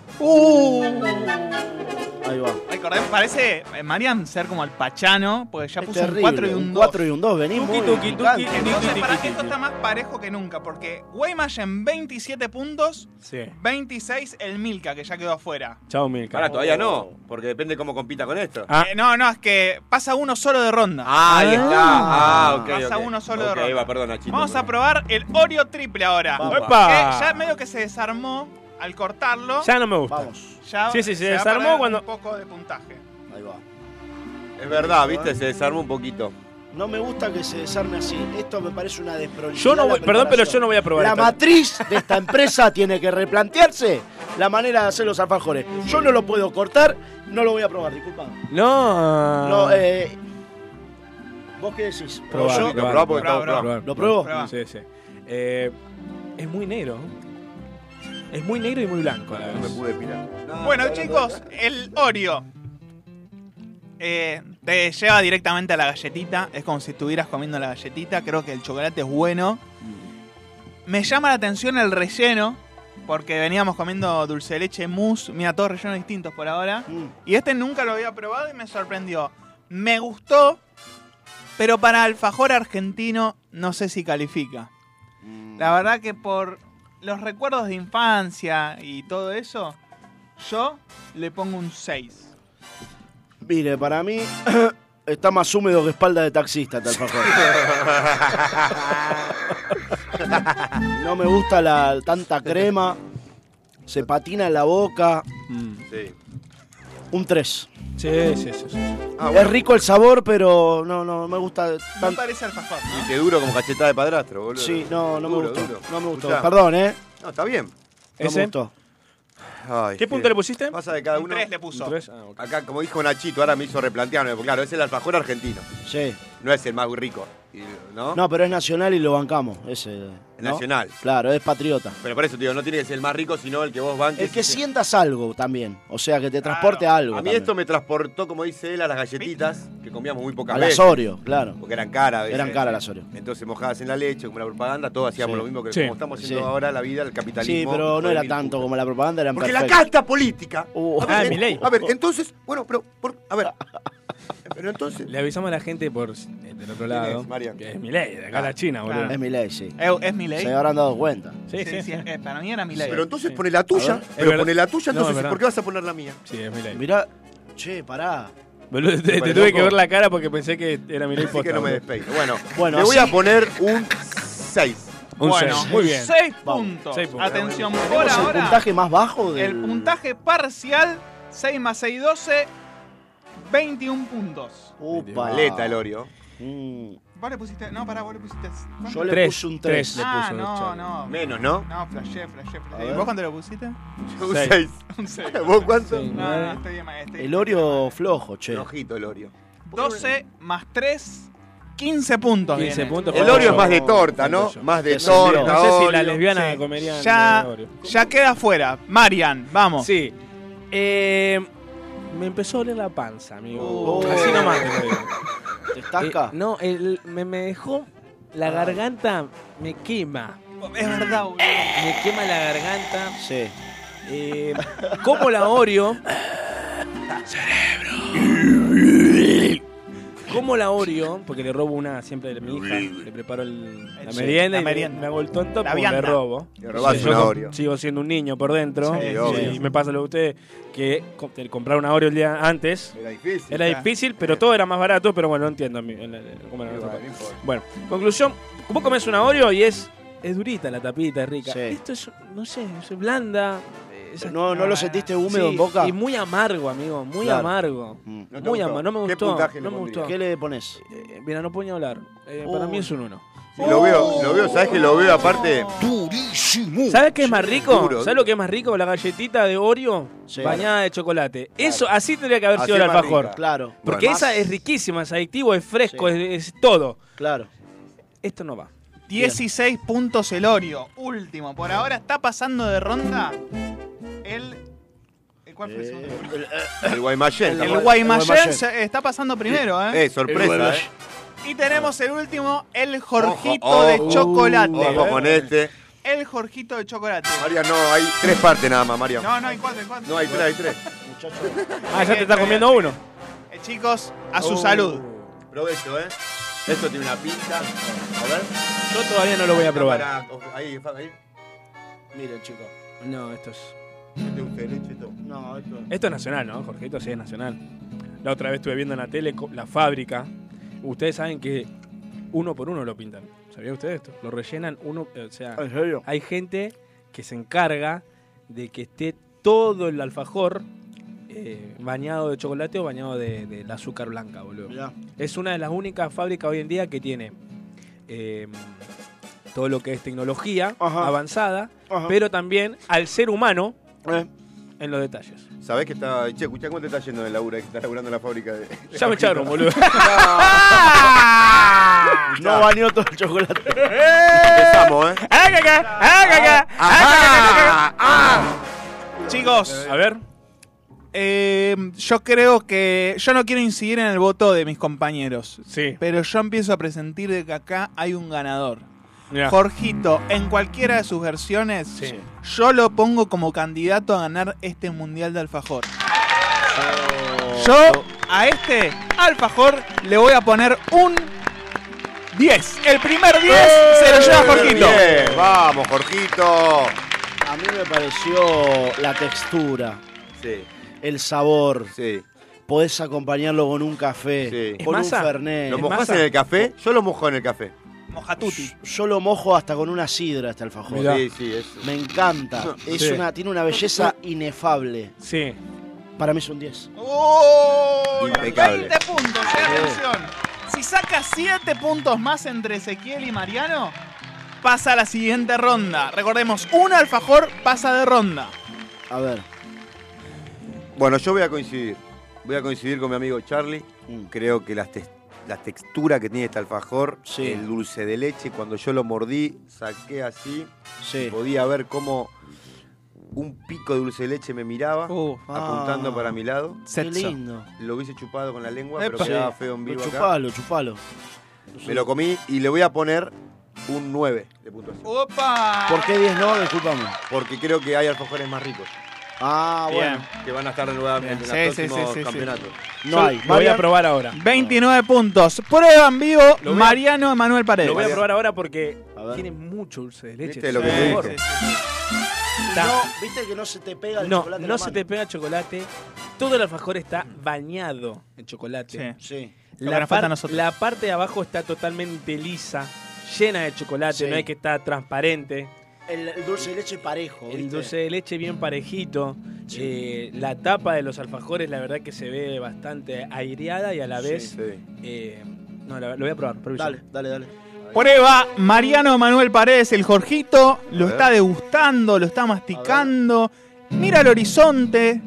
Speaker 4: Ahí va.
Speaker 2: Recordemos, parece, eh, Mariam, ser como el Pachano, porque ya
Speaker 4: Es
Speaker 2: puso un
Speaker 4: terrible,
Speaker 2: 4 y un 2.
Speaker 4: 4 y un 2, venimos.
Speaker 5: Tuki, tuki, tuki.
Speaker 2: Entonces, para que esto está más parejo que nunca, porque Guaymallén 27 puntos,
Speaker 5: Sí.
Speaker 2: 26 el Milka, que ya quedó afuera.
Speaker 5: Chao, Milka.
Speaker 3: Pará, todavía no, porque depende cómo compita con esto.
Speaker 5: oh. Ah.
Speaker 2: Eh, no, no, es que pasa uno solo de ronda.
Speaker 3: Ah, ahí está. Ah, ok.
Speaker 2: Pasa
Speaker 3: ok.
Speaker 2: uno solo de
Speaker 3: Ok,
Speaker 2: ronda.
Speaker 3: ahí va, perdón, Nachito.
Speaker 2: Vamos a probar el Oreo triple ahora.
Speaker 4: Vamos.
Speaker 5: ¡Epa!
Speaker 2: Que ya medio que se desarmó al cortarlo.
Speaker 5: Ya no me gusta.
Speaker 4: Vamos,
Speaker 2: ya
Speaker 5: Sí, sí, se
Speaker 2: va a
Speaker 5: desarmó
Speaker 2: perder
Speaker 5: cuando-
Speaker 2: Un poco de puntaje.
Speaker 4: ahí va.
Speaker 3: Es verdad, viste, se desarmó un poquito.
Speaker 4: No me gusta que se desarme así. Esto me parece una desprolijidad.
Speaker 5: Yo no
Speaker 4: la
Speaker 5: voy- perdón, pero yo no voy a probar
Speaker 4: La
Speaker 5: esto.
Speaker 4: matriz de esta empresa tiene que replantearse la manera de hacer los alfajores. Yo no lo puedo cortar, no lo voy a probar, disculpa.
Speaker 5: No.
Speaker 4: No, eh, ¿Vos qué decís?
Speaker 5: Probá,
Speaker 4: Yo-
Speaker 3: Lo
Speaker 5: probá,
Speaker 3: probá porque
Speaker 2: probá,
Speaker 3: estamos probando.
Speaker 5: probá.
Speaker 4: ¿Lo pruebo?
Speaker 2: Probá.
Speaker 5: Sí, sí. Eh, es muy negro. Es muy negro y muy blanco a la
Speaker 3: No me
Speaker 5: vez.
Speaker 3: pude pirar.
Speaker 2: Bueno, chicos, el Oreo. eh, te lleva directamente a la galletita. Es como si estuvieras comiendo la galletita. Creo que el chocolate es bueno. Me llama la atención el relleno. Porque veníamos comiendo dulce de leche, mousse. Mira, todos rellenos distintos por ahora.
Speaker 4: Mm.
Speaker 2: Y este nunca lo había probado y me sorprendió. Me gustó. Pero para alfajor argentino no sé si califica. La verdad que por los recuerdos de infancia y todo eso, yo le pongo un 6.
Speaker 4: Mire, para mí está más húmedo que espalda de taxista este alfajor. No me gusta la tanta crema. Se patina en la boca.
Speaker 3: Sí.
Speaker 4: Un 3.
Speaker 5: Mm. Sí, sí, sí. sí.
Speaker 3: Ah,
Speaker 4: Es
Speaker 3: bueno.
Speaker 4: rico el sabor, pero no, no me gusta
Speaker 2: No
Speaker 4: tan...
Speaker 2: parece alfajor.
Speaker 3: Y te duro como cachetada de padrastro, boludo.
Speaker 4: Sí, no, no me
Speaker 3: Duro,
Speaker 4: gustó.
Speaker 3: duro.
Speaker 4: No me gustó.
Speaker 3: Escuchá.
Speaker 4: Perdón, eh.
Speaker 3: No, está bien.
Speaker 4: No
Speaker 5: ¿Ese?
Speaker 4: me gustó.
Speaker 3: Ay,
Speaker 5: ¿Qué punto le pusiste?
Speaker 3: Pasa de cada
Speaker 2: Un
Speaker 3: uno.
Speaker 2: tres le puso.
Speaker 5: Un tres, ah, ok.
Speaker 3: Acá, como dijo Nachito, ahora me hizo replantearme, porque claro, es el alfajor argentino,
Speaker 4: Sí.
Speaker 3: no es el más rico, y- ¿no?
Speaker 4: No, pero es nacional y lo bancamos. Ese, ¿no?
Speaker 3: Nacional.
Speaker 4: Claro, es patriota.
Speaker 3: Pero por eso, tío, no tiene que ser el más rico, sino el que vos banques.
Speaker 4: El que
Speaker 3: y que-
Speaker 4: sientas algo también. O sea, que te transporte a algo.
Speaker 3: A mí
Speaker 4: también.
Speaker 3: esto me transportó, como dice él, a las galletitas, que comíamos muy pocas
Speaker 4: Al
Speaker 3: veces.
Speaker 4: Asorio, claro.
Speaker 3: Porque eran caras. a veces.
Speaker 4: Eran caras las Oreo.
Speaker 3: Entonces mojadas en la leche, como la propaganda, todos hacíamos
Speaker 4: Sí.
Speaker 3: lo mismo que
Speaker 5: Sí.
Speaker 3: como estamos haciendo
Speaker 4: Sí.
Speaker 3: ahora la vida, el
Speaker 4: Sí,
Speaker 3: capitalismo.
Speaker 4: pero no
Speaker 3: fue
Speaker 4: era
Speaker 3: mil
Speaker 4: tanto
Speaker 3: putas.
Speaker 4: como la propaganda, eran
Speaker 3: Porque
Speaker 4: perfectos.
Speaker 3: la casta política.
Speaker 4: Uh. Ah,
Speaker 3: a, ver,
Speaker 5: Ah,
Speaker 3: en-
Speaker 5: Milei.
Speaker 3: a ver, entonces, bueno, pero, por- a ver. Pero entonces.
Speaker 5: Le avisamos a la gente por eh, del otro
Speaker 3: es,
Speaker 5: lado.
Speaker 3: Marian? Ah,
Speaker 5: que es mi ley, de acá a la China, boludo.
Speaker 4: Es mi ley, sí.
Speaker 2: Eh, es mi ley.
Speaker 4: Se habrán dado cuenta.
Speaker 5: Sí, sí, sí.
Speaker 2: sí, eh, Para mí era mi ley.
Speaker 3: Pero entonces pone la tuya,
Speaker 5: Es
Speaker 3: pero
Speaker 5: verdad.
Speaker 3: pone la tuya,
Speaker 5: No,
Speaker 3: entonces,
Speaker 5: es verdad.
Speaker 3: ¿por qué vas a poner la mía?
Speaker 5: Sí, es mi ley.
Speaker 4: Mirá, che, pará.
Speaker 5: Boludo, te, te
Speaker 3: Bueno,
Speaker 5: tuve
Speaker 3: loco.
Speaker 5: que ver la cara porque pensé que era mi ley
Speaker 3: Así
Speaker 5: posta.
Speaker 3: que no me
Speaker 5: boludo.
Speaker 3: despeino. Bueno,
Speaker 4: Bueno,
Speaker 3: le voy
Speaker 4: así-
Speaker 3: a poner un 6.
Speaker 5: Un
Speaker 2: bueno,
Speaker 5: seis, Muy bien.
Speaker 2: Seis
Speaker 4: Vamos,
Speaker 2: puntos.
Speaker 5: seis puntos.
Speaker 2: Atención, por
Speaker 4: ¿Tenemos el
Speaker 2: ahora.
Speaker 4: puntaje más bajo del...
Speaker 2: El puntaje parcial, 6 más 6, 12, 21 puntos.
Speaker 4: Upa.
Speaker 3: Maleta el Oreo.
Speaker 4: Mm,
Speaker 2: Vos le pusiste. No, pará, vos le pusiste. ¿cuánto?
Speaker 4: Yo le
Speaker 5: Tres,
Speaker 4: puse un
Speaker 5: tres.
Speaker 4: 3.
Speaker 5: le
Speaker 2: ah,
Speaker 5: puso
Speaker 2: no,
Speaker 5: Charlie.
Speaker 2: no.
Speaker 3: Menos, ¿no?
Speaker 2: No, flashé, flashé, flashé.
Speaker 4: A ver.
Speaker 2: ¿Vos cuánto le pusiste?
Speaker 3: Un
Speaker 5: Seis.
Speaker 3: 6.
Speaker 2: Un 6.
Speaker 3: ¿Vos cuánto?
Speaker 5: Sí.
Speaker 2: No, no, estoy bien, estoy bien.
Speaker 4: El Oreo flojo, che.
Speaker 3: Enojito el Oreo.
Speaker 2: 12 más 3, 15 puntos.
Speaker 5: 15
Speaker 2: vienen.
Speaker 5: puntos.
Speaker 3: El
Speaker 5: Por
Speaker 3: Oreo es
Speaker 5: favor.
Speaker 3: más de torta, ¿no?
Speaker 5: Por
Speaker 3: Más de
Speaker 4: Eso es
Speaker 3: torta.
Speaker 5: No
Speaker 4: mío.
Speaker 5: sé si la
Speaker 3: Oreo.
Speaker 5: lesbiana
Speaker 2: Sí.
Speaker 5: comería
Speaker 2: Ya,
Speaker 5: nada de Oreo.
Speaker 2: ya queda fuera. Marian, vamos.
Speaker 5: Sí. Eh, me empezó a oler la panza, amigo.
Speaker 4: Oh.
Speaker 5: Así nomás te lo digo.
Speaker 4: ¿Te estaca?
Speaker 5: Eh, no, el- me, me dejó.
Speaker 3: Ah.
Speaker 5: La garganta me quema.
Speaker 2: Es verdad, boludo.
Speaker 5: Me quema la garganta.
Speaker 4: Sí.
Speaker 5: Eh, como la Oreo. Como la Oreo, porque le robo una siempre a mi hija, le preparo el- la
Speaker 2: Sí,
Speaker 5: merienda
Speaker 2: la
Speaker 5: y
Speaker 2: merienda.
Speaker 5: me- me hago el tonto
Speaker 2: La
Speaker 5: porque
Speaker 2: vianda.
Speaker 5: le robo.
Speaker 3: Le robás
Speaker 5: Entonces,
Speaker 3: una
Speaker 5: yo
Speaker 3: Oreo.
Speaker 5: Sigo siendo un niño por dentro.
Speaker 2: Sí,
Speaker 3: obvio.
Speaker 5: y me pasa lo de ustedes, que co- el comprar una Oreo el día antes
Speaker 3: Era difícil.
Speaker 5: era
Speaker 2: está.
Speaker 5: difícil, pero todo era más barato, pero bueno, no entiendo. mi- el- el- cómo era
Speaker 3: Pero
Speaker 5: nuestra
Speaker 3: bueno,
Speaker 5: parte.
Speaker 3: no importa.
Speaker 5: Bueno, conclusión, vos comés una Oreo y es, es durita la tapita, es rica.
Speaker 4: Sí.
Speaker 5: Esto es, no sé, es blanda. eh, es-
Speaker 4: ¿No, ¿No lo sentiste húmedo
Speaker 5: Sí,
Speaker 4: en boca?
Speaker 5: Y muy amargo, amigo, muy
Speaker 4: Claro.
Speaker 5: amargo.
Speaker 4: Mm.
Speaker 3: No te
Speaker 5: muy
Speaker 3: gustó.
Speaker 5: amargo, no me
Speaker 3: ¿Qué
Speaker 5: gustó.
Speaker 3: puntaje le
Speaker 5: no me
Speaker 3: pondrías?
Speaker 5: gustó.
Speaker 4: ¿Qué le pones?
Speaker 5: Eh, mira, no puedo ni hablar. Eh, Para
Speaker 4: Oh.
Speaker 5: mí es un uno.
Speaker 3: Sí, lo veo, lo veo, ¿sabes que lo veo aparte?
Speaker 5: ¿Sabes qué es más rico?
Speaker 3: Duro,
Speaker 5: ¿Sabes lo que es más rico? La galletita de Oreo
Speaker 4: Sí.
Speaker 5: bañada de chocolate. Eso, así tendría que haber
Speaker 3: Así
Speaker 5: sido el
Speaker 3: es más
Speaker 5: alfajor.
Speaker 3: rica.
Speaker 4: Claro.
Speaker 5: Porque
Speaker 3: Bueno.
Speaker 5: esa es riquísima, es adictivo, es fresco,
Speaker 4: Sí.
Speaker 5: es- es todo.
Speaker 4: Claro.
Speaker 5: Esto no va.
Speaker 2: 16 puntos el Oreo. Último. Por ahora está pasando de ronda el. ¿el ¿Cuál fue Eh, el segundo?
Speaker 3: El Guaymallén.
Speaker 2: El
Speaker 3: tampoco-
Speaker 2: Guaymallén se- está pasando primero, ¿eh?
Speaker 3: Eh, sorpresa, eh.
Speaker 2: Y tenemos el último, el Jorgito
Speaker 3: Ojo,
Speaker 2: de
Speaker 3: ojo.
Speaker 2: Chocolate.
Speaker 3: Ojo con este.
Speaker 2: El Jorgito de Chocolate.
Speaker 3: María, no, hay tres partes nada más, María.
Speaker 2: No, no, hay cuatro, hay cuatro.
Speaker 3: No, hay tres, hay tres.
Speaker 5: Ah, ya te está comiendo uno.
Speaker 2: Eh, chicos,
Speaker 3: Oh.
Speaker 2: a su salud.
Speaker 3: Provecho, ¿eh? Esto tiene una pinta. A ver.
Speaker 5: Yo todavía no lo voy a probar.
Speaker 3: Para- Ahí, Fab, ahí.
Speaker 5: Miren, chicos. No, esto es.
Speaker 4: Este
Speaker 3: Mete un derecho y todo.
Speaker 4: No, esto...
Speaker 5: Esto es nacional, ¿no? Jorgito, sí, es nacional. La otra vez estuve viendo en la tele co- la fábrica. Ustedes saben que uno por uno lo pintan. ¿Sabía usted esto? Lo rellenan uno. O sea,
Speaker 4: Ah, ¿En serio?
Speaker 5: hay gente que se encarga de que esté todo el alfajor eh, bañado de chocolate o bañado de, de la azúcar blanca, boludo.
Speaker 4: Mirá.
Speaker 5: Es una de las únicas fábricas hoy en día que tiene eh, todo lo que es tecnología
Speaker 4: Ajá.
Speaker 5: avanzada,
Speaker 4: Ajá.
Speaker 5: pero también al ser humano
Speaker 4: Eh,
Speaker 5: en los detalles.
Speaker 3: ¿Sabés que está. Che, escuchá cómo te está yendo de labura, que estás laburando en la fábrica de.
Speaker 5: Ya me echaron, boludo.
Speaker 3: Ah.
Speaker 4: No bañó todo el chocolate.
Speaker 3: Empezamos, ¿eh?
Speaker 5: Ah,
Speaker 3: ¡Ajá!
Speaker 2: Chicos,
Speaker 5: A ver.
Speaker 2: eh, yo creo que. Yo no quiero incidir en el voto de mis compañeros.
Speaker 5: Sí.
Speaker 2: Pero yo empiezo a presentir de que acá hay un ganador.
Speaker 5: mirá.
Speaker 2: Jorgito, en cualquiera de sus versiones,
Speaker 5: Sí.
Speaker 2: yo lo pongo como candidato a ganar este Mundial de Alfajor.
Speaker 5: Oh.
Speaker 2: Yo a este Alfajor le voy a poner un 10. El primer 10 se lo lleva Jorgito.
Speaker 3: Bien, vamos, Jorgito.
Speaker 4: A mí me pareció la textura,
Speaker 3: Sí,
Speaker 4: el sabor.
Speaker 3: sí.
Speaker 4: Podés acompañarlo con un café,
Speaker 3: Sí.
Speaker 4: con
Speaker 5: ¿Es
Speaker 4: un
Speaker 5: masa?
Speaker 4: fernet.
Speaker 3: ¿Lo
Speaker 5: Es
Speaker 3: mojás
Speaker 5: masa.
Speaker 3: en el café? Yo lo mojo en el café.
Speaker 2: Mojatuti.
Speaker 4: Yo lo mojo hasta con una sidra este alfajor.
Speaker 5: Mirá.
Speaker 3: Sí, sí, eso.
Speaker 4: Me encanta. Es
Speaker 5: Sí.
Speaker 4: una, tiene una belleza inefable.
Speaker 5: Sí.
Speaker 4: Para mí es un 10.
Speaker 2: ¡Oh!
Speaker 3: Impecable.
Speaker 2: 20 puntos, eh, atención. Si saca 7 puntos más entre Ezequiel y Mariano, pasa a la siguiente ronda. Recordemos, un alfajor pasa de ronda.
Speaker 4: A ver.
Speaker 3: Bueno, yo voy a coincidir. Voy a coincidir con mi amigo Charlie.
Speaker 4: Mm.
Speaker 3: Creo que las tes- la textura que tiene este alfajor,
Speaker 4: Sí.
Speaker 3: el dulce de leche, cuando yo lo mordí, saqué así,
Speaker 4: Sí.
Speaker 3: podía ver cómo un pico de dulce de leche me miraba,
Speaker 2: Uh,
Speaker 3: apuntando
Speaker 4: ah.
Speaker 3: para mi lado.
Speaker 4: Qué
Speaker 2: Setzo.
Speaker 4: lindo.
Speaker 3: Lo hubiese chupado con la lengua,
Speaker 2: Epa.
Speaker 3: pero quedaba
Speaker 4: Sí.
Speaker 3: feo en
Speaker 4: Lo
Speaker 3: vivo acá.
Speaker 4: chupalo, chupalo.
Speaker 3: Me lo comí y le voy a poner un 9 de puntuación.
Speaker 2: ¡Opa!
Speaker 4: ¿Por qué 10 no? Disculpame.
Speaker 3: Porque creo que hay alfajores más ricos
Speaker 4: Ah,
Speaker 2: Bien.
Speaker 4: bueno.
Speaker 3: que van a estar nuevamente
Speaker 2: Bien.
Speaker 3: en los
Speaker 2: Sí, sí, sí,
Speaker 3: próximos
Speaker 2: sí, sí.
Speaker 3: campeonatos.
Speaker 4: No hay.
Speaker 5: Lo voy a
Speaker 4: Marian-
Speaker 5: probar ahora.
Speaker 2: 29 puntos. Prueba en vivo
Speaker 5: Lo voy a-
Speaker 2: Mariano Emanuel Paredes.
Speaker 5: Lo voy a probar ahora porque
Speaker 4: A ver.
Speaker 5: tiene mucho dulce de leche.
Speaker 3: ¿Viste lo que
Speaker 5: Sí,
Speaker 3: te
Speaker 5: por
Speaker 3: dije?
Speaker 5: favor.
Speaker 4: No, viste que no se te pega el
Speaker 5: No,
Speaker 4: chocolate. en
Speaker 5: no
Speaker 4: la
Speaker 5: se
Speaker 4: mano.
Speaker 5: te pega chocolate. Todo el alfajor está bañado en chocolate.
Speaker 2: Mm. Sí.
Speaker 4: Sí.
Speaker 2: Lo que nos falta a nosotros.
Speaker 5: la parte de abajo está totalmente lisa, llena de chocolate,
Speaker 4: Sí.
Speaker 5: no es que está transparente.
Speaker 4: El, el dulce de leche parejo.
Speaker 5: El
Speaker 4: ¿viste?
Speaker 5: dulce de leche bien parejito. Eh, la tapa de los alfajores, la verdad que se ve bastante aireada y a la
Speaker 4: Sí.
Speaker 5: vez.
Speaker 3: Sí.
Speaker 5: eh, no, la- lo voy a probar. permiso.
Speaker 4: Dale, dale, dale.
Speaker 2: Prueba Mariano Manuel Paredes, el Jorgito. Lo
Speaker 3: A ver.
Speaker 2: está degustando, lo está masticando. Mira el horizonte.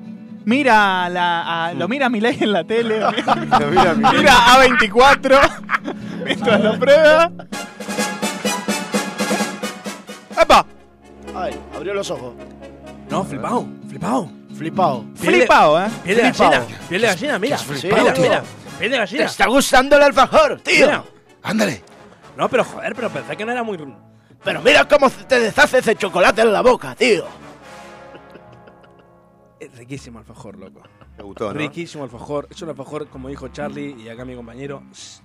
Speaker 2: Mira a la. a- lo mira Milei en la tele.
Speaker 3: Mira, mira.
Speaker 2: mira A24. Mientras lo prueba. ¡Epa!
Speaker 4: Ay, abrió los ojos.
Speaker 5: No, flipado, flipado.
Speaker 4: Flipado.
Speaker 2: Flipado, ¿eh?
Speaker 5: Piel de
Speaker 4: Flipao.
Speaker 5: gallina, piel de gallina, mira.
Speaker 4: Sí,
Speaker 5: Mira,
Speaker 4: boludo.
Speaker 5: mira, piel de gallina.
Speaker 4: gustando el alfajor,
Speaker 5: Mira.
Speaker 4: Ándale.
Speaker 5: No, pero joder, pero pensé que no era muy.
Speaker 4: Pero mira cómo te deshaces ese chocolate en la boca, tío.
Speaker 5: Es riquísimo alfajor, loco.
Speaker 3: Me gustó, ¿no?
Speaker 5: Riquísimo alfajor. Es un alfajor, como dijo Charlie y acá mi compañero, s-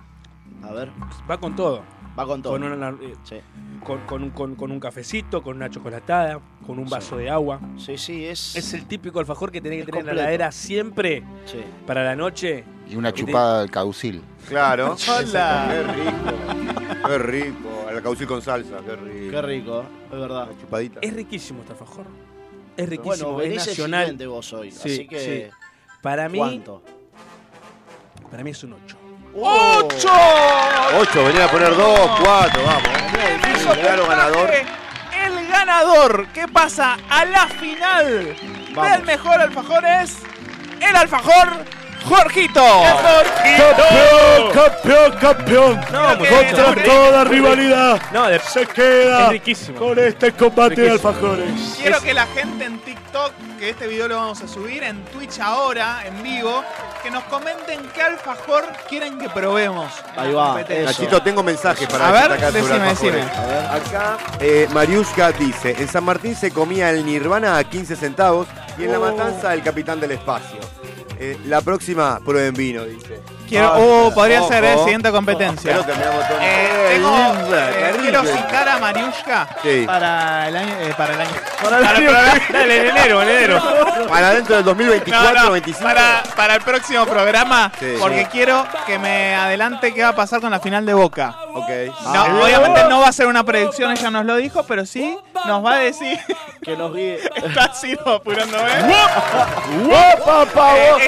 Speaker 4: A ver,
Speaker 5: va con todo.
Speaker 4: va con todo.
Speaker 5: Con, una- eh,
Speaker 4: Sí.
Speaker 5: con, con un- con- con un cafecito, con una chocolatada, con un
Speaker 4: Sí.
Speaker 5: vaso de agua.
Speaker 4: sí, sí, es.
Speaker 5: Es el típico alfajor que tenés que
Speaker 4: Es
Speaker 5: tener en
Speaker 4: completo.
Speaker 5: la heladera siempre
Speaker 4: sí.
Speaker 5: para la noche.
Speaker 10: Y una
Speaker 5: Porque te-
Speaker 10: chupada al caducil.
Speaker 3: Claro.
Speaker 2: Hola.
Speaker 3: Qué rico. Qué rico. El caucí con salsa, qué rico.
Speaker 4: Qué rico, ¿eh? es verdad.
Speaker 3: Una chupadita.
Speaker 5: Es riquísimo este alfajor. Es riquísimo,
Speaker 4: Bueno,
Speaker 5: es
Speaker 4: venís el
Speaker 5: nacional.
Speaker 4: siguiente vos hoy,
Speaker 5: Sí,
Speaker 4: así que.
Speaker 5: Para mí,
Speaker 4: ¿Cuánto?
Speaker 5: para mí es un 8.
Speaker 2: ¡Ocho!
Speaker 3: Ocho, venía a poner dos, cuatro, vamos.
Speaker 2: Eso
Speaker 3: Claro, ganador.
Speaker 2: El ganador que pasa a la final
Speaker 4: Vamos.
Speaker 2: del mejor alfajor es el alfajor Jorgito.
Speaker 4: ¡Campeón, campeón!
Speaker 5: No,
Speaker 2: Contra
Speaker 4: toda rivalidad
Speaker 5: No, de-
Speaker 4: se queda
Speaker 5: es riquísimo.
Speaker 4: este combate
Speaker 5: de
Speaker 4: alfajores.
Speaker 2: Quiero que la gente en TikTok, que este video lo vamos a subir en Twitch ahora, en vivo, que nos comenten qué alfajor quieren que probemos. en
Speaker 4: Ahí
Speaker 2: la
Speaker 4: va,
Speaker 2: competencia.
Speaker 4: eso.
Speaker 3: Nachito, tengo mensajes para
Speaker 2: A ver,
Speaker 3: destacar sobre
Speaker 2: decime,
Speaker 3: alfajores.
Speaker 2: decime.
Speaker 4: A ver,
Speaker 3: Acá, eh, Mariuska dice, en San Martín se comía el Nirvana a 15 centavos y en La
Speaker 2: Oh.
Speaker 3: Matanza el Capitán del Espacio. Eh, la próxima, prueben vino, dice.
Speaker 2: Quiero,
Speaker 3: Ah,
Speaker 2: oh, podría
Speaker 3: ojo.
Speaker 2: ser eh, siguiente
Speaker 3: Pero
Speaker 2: competencia.
Speaker 3: terminamos todo.
Speaker 2: Eh,
Speaker 3: Eh,
Speaker 2: tengo,
Speaker 3: linda,
Speaker 2: eh,
Speaker 3: qué
Speaker 2: quiero
Speaker 3: rico.
Speaker 2: citar a Mariushka
Speaker 3: Sí.
Speaker 2: para el año. eh, para el año. Para
Speaker 5: Dale, en enero, en enero.
Speaker 3: Para dentro del 2024,
Speaker 2: No, no,
Speaker 3: 25.
Speaker 2: Para, para el próximo programa,
Speaker 3: Sí.
Speaker 2: porque
Speaker 3: Sí.
Speaker 2: quiero que me adelante qué va a pasar con la final de Boca.
Speaker 3: Ok. Ah,
Speaker 2: No,
Speaker 4: Ah,
Speaker 2: obviamente no va a ser una predicción, ella nos lo dijo, pero sí nos va a decir.
Speaker 4: que nos guíe.
Speaker 2: Está así apurándome. Eh, ella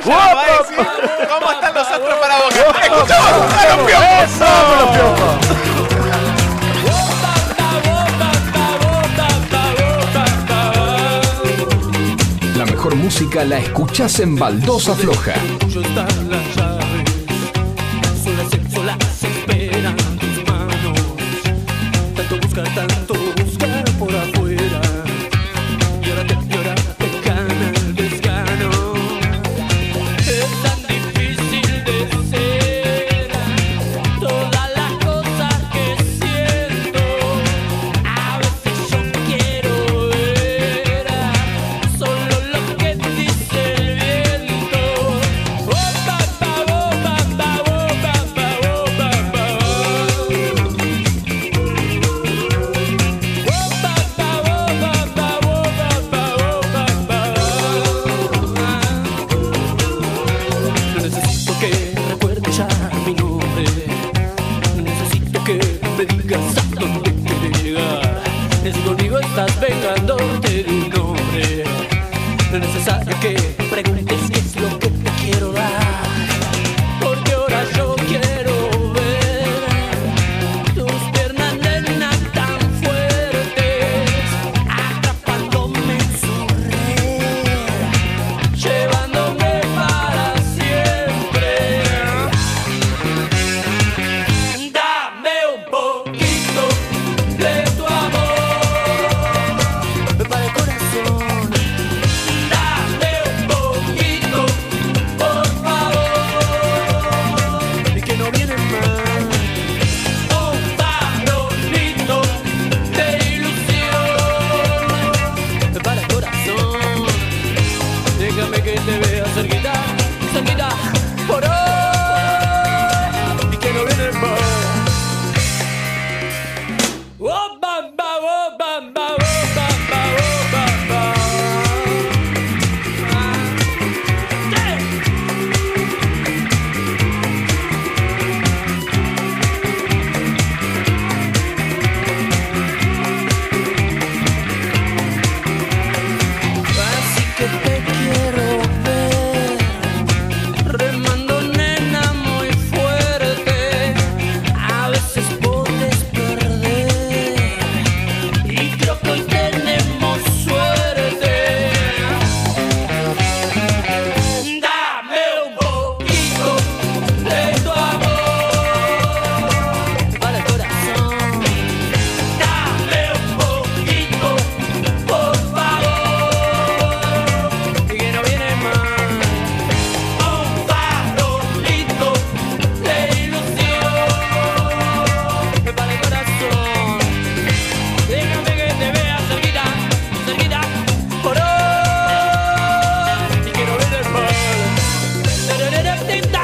Speaker 2: nos va a decir cómo están los astros para Boca. ¡Escuchamos a los piojos!
Speaker 1: La mejor música la escuchás en Baldosa Floja.
Speaker 8: Oh,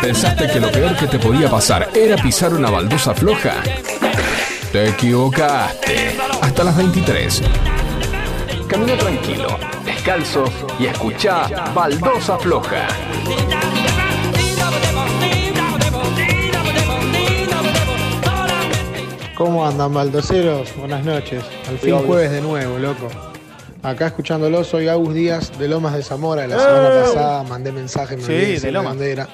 Speaker 1: ¿Pensaste que lo peor que te podía pasar era pisar una baldosa floja? Te equivocaste. Hasta las 23. Camina tranquilo, descalzo y escucha Baldosa Floja.
Speaker 10: ¿Cómo andan, baldoseros? Buenas noches. Al fin
Speaker 4: Hola.
Speaker 10: jueves de nuevo, loco. Acá escuchándolo, soy Agus Díaz de Lomas de Zamora. La semana
Speaker 2: ¡Eh!
Speaker 10: pasada mandé mensaje, me
Speaker 2: Sí,
Speaker 10: olvidé
Speaker 2: de
Speaker 10: decir la
Speaker 2: Lomas.
Speaker 10: bandera.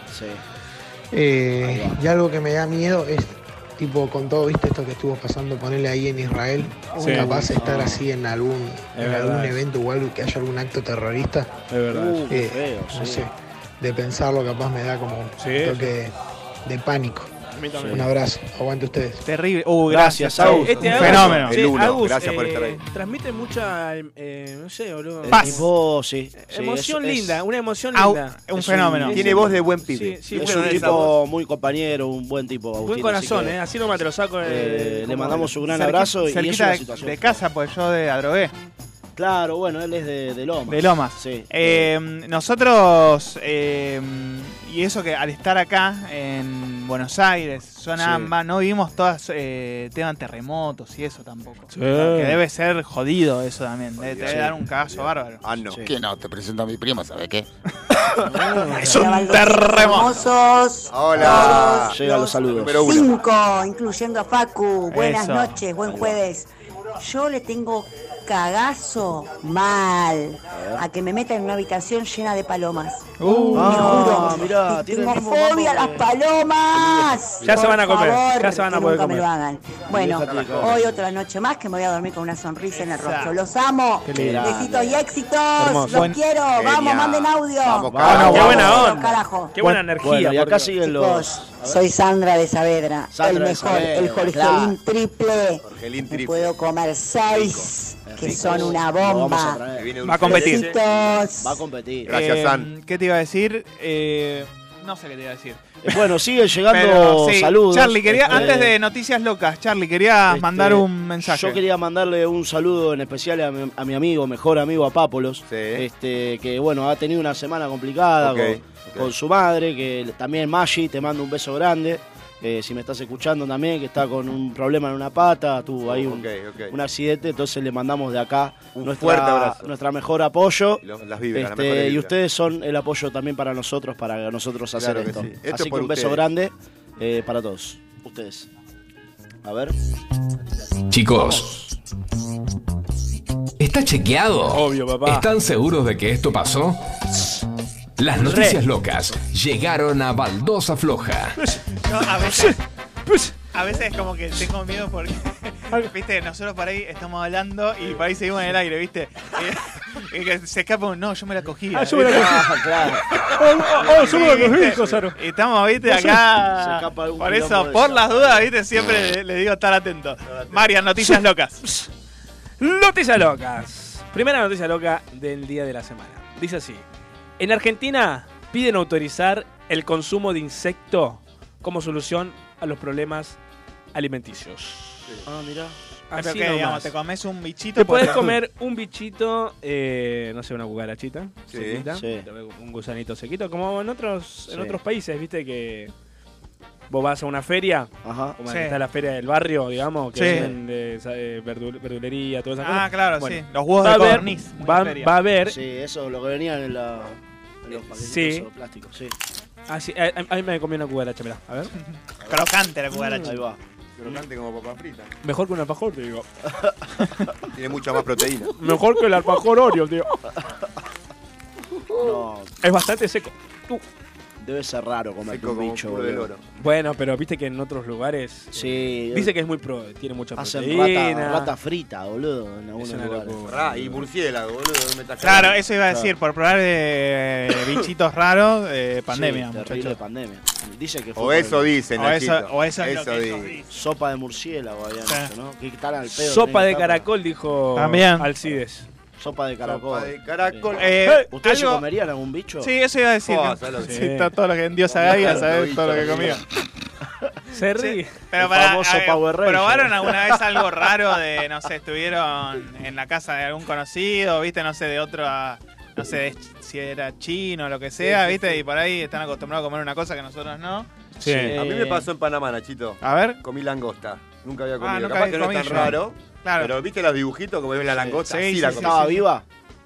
Speaker 10: Eh, y algo que me da miedo es, tipo, con todo, viste, esto que estuvo pasando, ponerle ahí en Israel,
Speaker 2: Sí.
Speaker 10: capaz de estar así en algún,
Speaker 2: Es
Speaker 10: en algún
Speaker 2: verdad.
Speaker 10: evento o algo, que haya algún acto terrorista.
Speaker 2: Es verdad.
Speaker 10: Eh, no sé, de pensarlo capaz me da como un
Speaker 2: Sí.
Speaker 10: toque de pánico.
Speaker 2: también.
Speaker 10: Un abrazo, aguante ustedes.
Speaker 2: Terrible. Uh,
Speaker 10: Gracias,
Speaker 2: gracias, Agus.
Speaker 10: Agus.
Speaker 2: Este
Speaker 10: Un
Speaker 2: Agus-
Speaker 10: fenómeno.
Speaker 2: Sí,
Speaker 3: El uno,
Speaker 2: Agus,
Speaker 3: gracias por
Speaker 2: eh,
Speaker 3: estar ahí.
Speaker 5: Transmite mucha, eh, no sé, boludo.
Speaker 4: El
Speaker 2: Paz.
Speaker 4: tipo, sí. sí,
Speaker 5: Emoción
Speaker 4: es- es-
Speaker 5: linda, una emoción
Speaker 2: Au,
Speaker 5: linda.
Speaker 2: un
Speaker 4: Es
Speaker 2: fenómeno.
Speaker 4: un-
Speaker 3: Tiene voz de buen pibe.
Speaker 5: Sí, sí,
Speaker 4: es
Speaker 5: bueno,
Speaker 4: un
Speaker 5: esa
Speaker 4: tipo muy compañero, un buen tipo.
Speaker 5: Buen
Speaker 4: Agustín,
Speaker 5: corazón,
Speaker 4: así que,
Speaker 5: eh. Así nomás te lo saco.
Speaker 4: eh,
Speaker 5: eh,
Speaker 4: le
Speaker 5: como-
Speaker 4: mandamos un gran
Speaker 2: Cerqui-
Speaker 4: abrazo y es
Speaker 2: cerquita
Speaker 4: una
Speaker 2: de-
Speaker 4: situación.
Speaker 2: de, casa, pues yo de Adrogué,
Speaker 4: Claro, bueno, él es de, de Lomas.
Speaker 2: de Lomas.
Speaker 4: Sí.
Speaker 2: Eh, nosotros, eh, y eso que al estar acá en Buenos Aires, zona
Speaker 4: Sí.
Speaker 2: AMBA, no vivimos todas eh, temas terremotos y eso tampoco.
Speaker 5: Sí.
Speaker 2: Que debe ser jodido eso también, debe, debe
Speaker 4: Sí.
Speaker 2: dar un cagazo bárbaro.
Speaker 3: Ah, no.
Speaker 4: Sí.
Speaker 11: Que no, te presento a mi prima, ¿sabes qué?
Speaker 2: Es un terremoto.
Speaker 9: Hermosos.
Speaker 3: Hola.
Speaker 4: Llega los saludos.
Speaker 3: Número uno.
Speaker 9: Cinco, incluyendo a Facu. Buenas
Speaker 2: Eso.
Speaker 9: noches, buen jueves. Yo le tengo cagazo mal a que me meta en una habitación llena de palomas.
Speaker 2: Uh,
Speaker 4: Ah,
Speaker 9: Juro.
Speaker 4: mirá,
Speaker 9: Le
Speaker 4: tiene
Speaker 9: tengo
Speaker 4: el mismo
Speaker 9: fobia a las
Speaker 4: mambo que-
Speaker 9: palomas.
Speaker 5: Ya se
Speaker 9: Por
Speaker 5: van a comer,
Speaker 9: favor,
Speaker 5: ya se van a
Speaker 9: que
Speaker 5: poder
Speaker 9: nunca
Speaker 5: comer.
Speaker 9: me lo hagan. Bueno,
Speaker 4: Déjate de comer.
Speaker 9: hoy otra noche más que me voy a dormir con una sonrisa en el
Speaker 2: Esa.
Speaker 9: rostro. Los amo.
Speaker 4: Qué grande.
Speaker 9: Besitos y éxitos. Los
Speaker 2: Buen-
Speaker 9: quiero. Vamos,
Speaker 3: Genial.
Speaker 9: manden audio.
Speaker 3: Vamos,
Speaker 4: Vamos,
Speaker 3: carajo.
Speaker 5: Qué buena
Speaker 9: Vamos,
Speaker 5: onda.
Speaker 9: carajo.
Speaker 5: Qué buena
Speaker 4: Bueno,
Speaker 5: energía.
Speaker 4: Bueno, y
Speaker 5: por
Speaker 4: acá
Speaker 5: Dios.
Speaker 4: siguen los.
Speaker 9: Chicos, soy Sandra de Saavedra,
Speaker 4: Sandra
Speaker 9: el
Speaker 4: de
Speaker 9: mejor,
Speaker 4: Saavedra,
Speaker 9: el Jorgelín
Speaker 4: claro.
Speaker 9: triple.
Speaker 3: Jorgelín
Speaker 9: Me
Speaker 3: triple.
Speaker 9: puedo comer seis, que son una
Speaker 4: Lo vamos a
Speaker 9: bomba.
Speaker 4: traer.
Speaker 3: Me viene
Speaker 2: Va a
Speaker 3: dulce.
Speaker 2: competir.
Speaker 9: Besitos.
Speaker 4: Va a competir.
Speaker 3: Gracias,
Speaker 2: eh,
Speaker 3: San.
Speaker 2: ¿Qué te iba a decir? Eh, no sé qué te iba a decir.
Speaker 4: Eh, Bueno, siguen llegando
Speaker 2: Pero sí,
Speaker 4: saludos.
Speaker 2: Charlie, quería,
Speaker 4: Este,
Speaker 2: antes de noticias locas, Charlie, querías
Speaker 4: este,
Speaker 2: mandar un mensaje.
Speaker 4: Yo quería mandarle un saludo en especial a mi, a mi amigo, mejor amigo, a Pápolos.
Speaker 3: Sí.
Speaker 4: Este, que bueno, ha tenido una semana complicada
Speaker 3: Ok,
Speaker 4: con,
Speaker 3: ok.
Speaker 4: con su madre, que le- también Maggi, te mando un beso grande. Eh, si me estás escuchando también, que está con un problema en una pata, tuvo ahí un,
Speaker 3: Ok, ok.
Speaker 4: un accidente, entonces le mandamos de acá
Speaker 3: Un
Speaker 4: nuestra,
Speaker 3: fuerte abrazo.
Speaker 4: nuestra mejor apoyo.
Speaker 3: Y lo- Las vibras, las
Speaker 4: Este,
Speaker 3: mejores
Speaker 4: y
Speaker 3: vibras.
Speaker 4: ustedes son el apoyo también para nosotros, para nosotros hacer
Speaker 3: Claro que
Speaker 4: esto.
Speaker 3: sí. Esto es
Speaker 4: Así que
Speaker 3: por
Speaker 4: un beso
Speaker 3: ustedes.
Speaker 4: grande eh, para todos. Ustedes. A ver.
Speaker 1: Chicos, ¿está chequeado?
Speaker 5: Obvio, papá.
Speaker 1: ¿Están seguros de que esto pasó? Las noticias locas llegaron a Baldosa Floja.
Speaker 5: Pues,
Speaker 2: No, a veces. A veces como que tengo miedo porque, viste, nosotros por ahí estamos hablando y por ahí seguimos en el aire, viste. Y, y que se escapa un, no, yo me la cogí.
Speaker 5: Ah, yo me la
Speaker 2: ¿viste?
Speaker 4: Ah, claro.
Speaker 5: Oh, oh, oh, somos los
Speaker 2: ¿Viste?
Speaker 5: hijos, Aro.
Speaker 2: Y estamos, viste,
Speaker 4: Vos sos- se
Speaker 2: acá.
Speaker 4: escapa algún
Speaker 2: Por
Speaker 4: quilombo
Speaker 2: eso,
Speaker 4: de
Speaker 2: por
Speaker 4: esa.
Speaker 2: las dudas, viste, siempre le, le digo estar atento. Marian, noticias locas.
Speaker 5: Noticias locas. Primera noticia loca del día de la semana. Dice así. En Argentina piden autorizar el consumo de insecto como solución a los problemas alimenticios.
Speaker 4: Ah, mirá.
Speaker 5: Así
Speaker 2: Pero que, digamos,
Speaker 5: nomás.
Speaker 2: te comes un bichito.
Speaker 5: Te puedes
Speaker 2: por-
Speaker 5: comer un bichito, eh, no sé, una cucarachita,
Speaker 3: Sí.
Speaker 5: sequita,
Speaker 4: Sí.
Speaker 5: un gusanito sequito, como en otros, en
Speaker 4: Sí.
Speaker 5: otros países, viste que vos vas a una feria,
Speaker 4: Ajá.
Speaker 5: como
Speaker 2: Sí.
Speaker 5: está la feria del barrio, digamos, que
Speaker 2: Sí.
Speaker 5: venden de, sa- eh, verdu- verdulería, todas esas
Speaker 2: Ah,
Speaker 5: cosas.
Speaker 2: claro,
Speaker 5: Bueno,
Speaker 2: sí. Los huevos
Speaker 5: va a
Speaker 2: de
Speaker 5: haber-
Speaker 2: codorniz. muy
Speaker 5: va,
Speaker 2: feria.
Speaker 5: va a haber,
Speaker 4: Sí, eso es lo que venían en, la, en los paquetitos
Speaker 5: Sí.
Speaker 4: esos de plástico. Sí.
Speaker 5: ah, sí, a, a- a mí me comí una cucaracha, mirá, a ver,
Speaker 2: Crocante la cucaracha.
Speaker 4: Ahí va.
Speaker 3: Crocante como papa frita.
Speaker 5: mejor que un alfajor, te digo,
Speaker 3: Tiene mucha más proteína.
Speaker 5: mejor que el alfajor Oreo, tío,
Speaker 4: No,
Speaker 5: es bastante seco. Uh,
Speaker 4: debe ser raro comer
Speaker 3: Seco
Speaker 4: un
Speaker 3: como
Speaker 4: bicho.
Speaker 3: culo del
Speaker 4: boludo.
Speaker 3: oro.
Speaker 5: Bueno, pero viste que en otros lugares eh,
Speaker 4: Sí. eh,
Speaker 5: dice que es muy pro, tiene mucha
Speaker 4: hacen
Speaker 5: proteína.
Speaker 4: rata, rata frita, boludo, en
Speaker 5: Es
Speaker 4: algunos
Speaker 5: una
Speaker 4: lugares.
Speaker 5: locura.
Speaker 3: Ah, y murciélago, boludo. no me
Speaker 2: Claro,
Speaker 3: estás cagando.
Speaker 2: eso iba a decir, por probar eh, bichitos raros, eh, pandemia,
Speaker 4: Sí, terrible
Speaker 2: muchachos.
Speaker 4: pandemia. Dice que fue
Speaker 3: O
Speaker 4: por
Speaker 3: eso
Speaker 4: el-
Speaker 3: dicen,
Speaker 2: O eso,
Speaker 3: Nachito.
Speaker 2: o eso es lo que
Speaker 3: di.
Speaker 2: ellos dicen.
Speaker 4: Sopa de murciélago habían
Speaker 2: Sí.
Speaker 4: hecho, ¿no? Que tal al pedo.
Speaker 5: Sopa
Speaker 4: tenés
Speaker 5: de
Speaker 4: que estar,
Speaker 5: caracol, dijo
Speaker 2: También.
Speaker 5: Alcides.
Speaker 4: pero- Sopa de caracol.
Speaker 3: Sopa de caracol.
Speaker 2: Eh,
Speaker 4: ¿Ustedes se
Speaker 2: algo-
Speaker 4: comerían algún bicho?
Speaker 2: Sí, eso iba a decir.
Speaker 3: Oh,
Speaker 2: que-
Speaker 3: sabés lo que-
Speaker 2: sí, está todo lo que en Dios sabía, sabes todo lo que comía.
Speaker 5: Se ríe.
Speaker 2: Pero
Speaker 4: El
Speaker 2: para,
Speaker 4: famoso Power Ranger.
Speaker 2: ¿probaron alguna vez algo raro de, no sé, estuvieron en la casa de algún conocido, viste, no sé, de otra no sé es- si era chino o lo que sea,
Speaker 3: Sí, sí,
Speaker 2: ¿viste? Y por ahí están acostumbrados a comer una cosa que nosotros no.
Speaker 3: Sí. A mí me
Speaker 2: Eh,
Speaker 3: pasó en Panamá, Nachito.
Speaker 2: A ver.
Speaker 3: Comí langosta. Nunca había
Speaker 2: Ah,
Speaker 3: comido.
Speaker 2: nunca
Speaker 3: Capaz
Speaker 2: había
Speaker 3: que no es tan
Speaker 2: comido yo.
Speaker 3: raro. Pero viste los dibujitos como ves la langosta.
Speaker 4: Sí,
Speaker 3: Sí,
Speaker 4: sí,
Speaker 3: la
Speaker 4: sí,
Speaker 3: comí.
Speaker 4: ¿Estaba viva?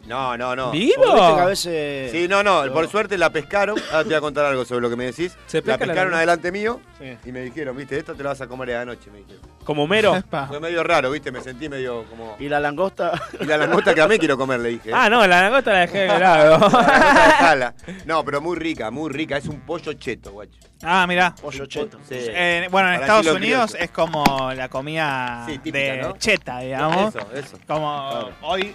Speaker 3: No, no, no.
Speaker 4: ¿Vivo? Porque viste que a veces-
Speaker 3: Sí, no, no. Por suerte la pescaron. Ahora te voy a contar algo sobre lo que me decís. la
Speaker 5: pesca la
Speaker 3: pescaron
Speaker 5: langosta?
Speaker 3: adelante mío
Speaker 5: Sí.
Speaker 3: y me dijeron, viste, esto te lo vas a comer de noche, me dijeron.
Speaker 5: Como mero.
Speaker 3: Fue medio raro, viste, me sentí medio como.
Speaker 4: ¿Y la langosta?
Speaker 3: Y la langosta que a mí quiero comer, le dije. ¿eh?
Speaker 5: Ah, no, la langosta la dejé de lado.
Speaker 3: La langosta de Jala. No, pero muy rica, muy rica. Es un pollo cheto, guacho.
Speaker 2: Ah, mirá.
Speaker 4: Pollo cheto.
Speaker 2: Eh, bueno, en
Speaker 3: Para
Speaker 2: Estados
Speaker 3: decirlo en
Speaker 2: Unidos
Speaker 3: criollo.
Speaker 2: es como la comida
Speaker 3: Sí, típica,
Speaker 2: de
Speaker 3: ¿no?
Speaker 2: cheta, digamos.
Speaker 3: Eso, eso.
Speaker 2: Como
Speaker 3: Claro.
Speaker 2: hoy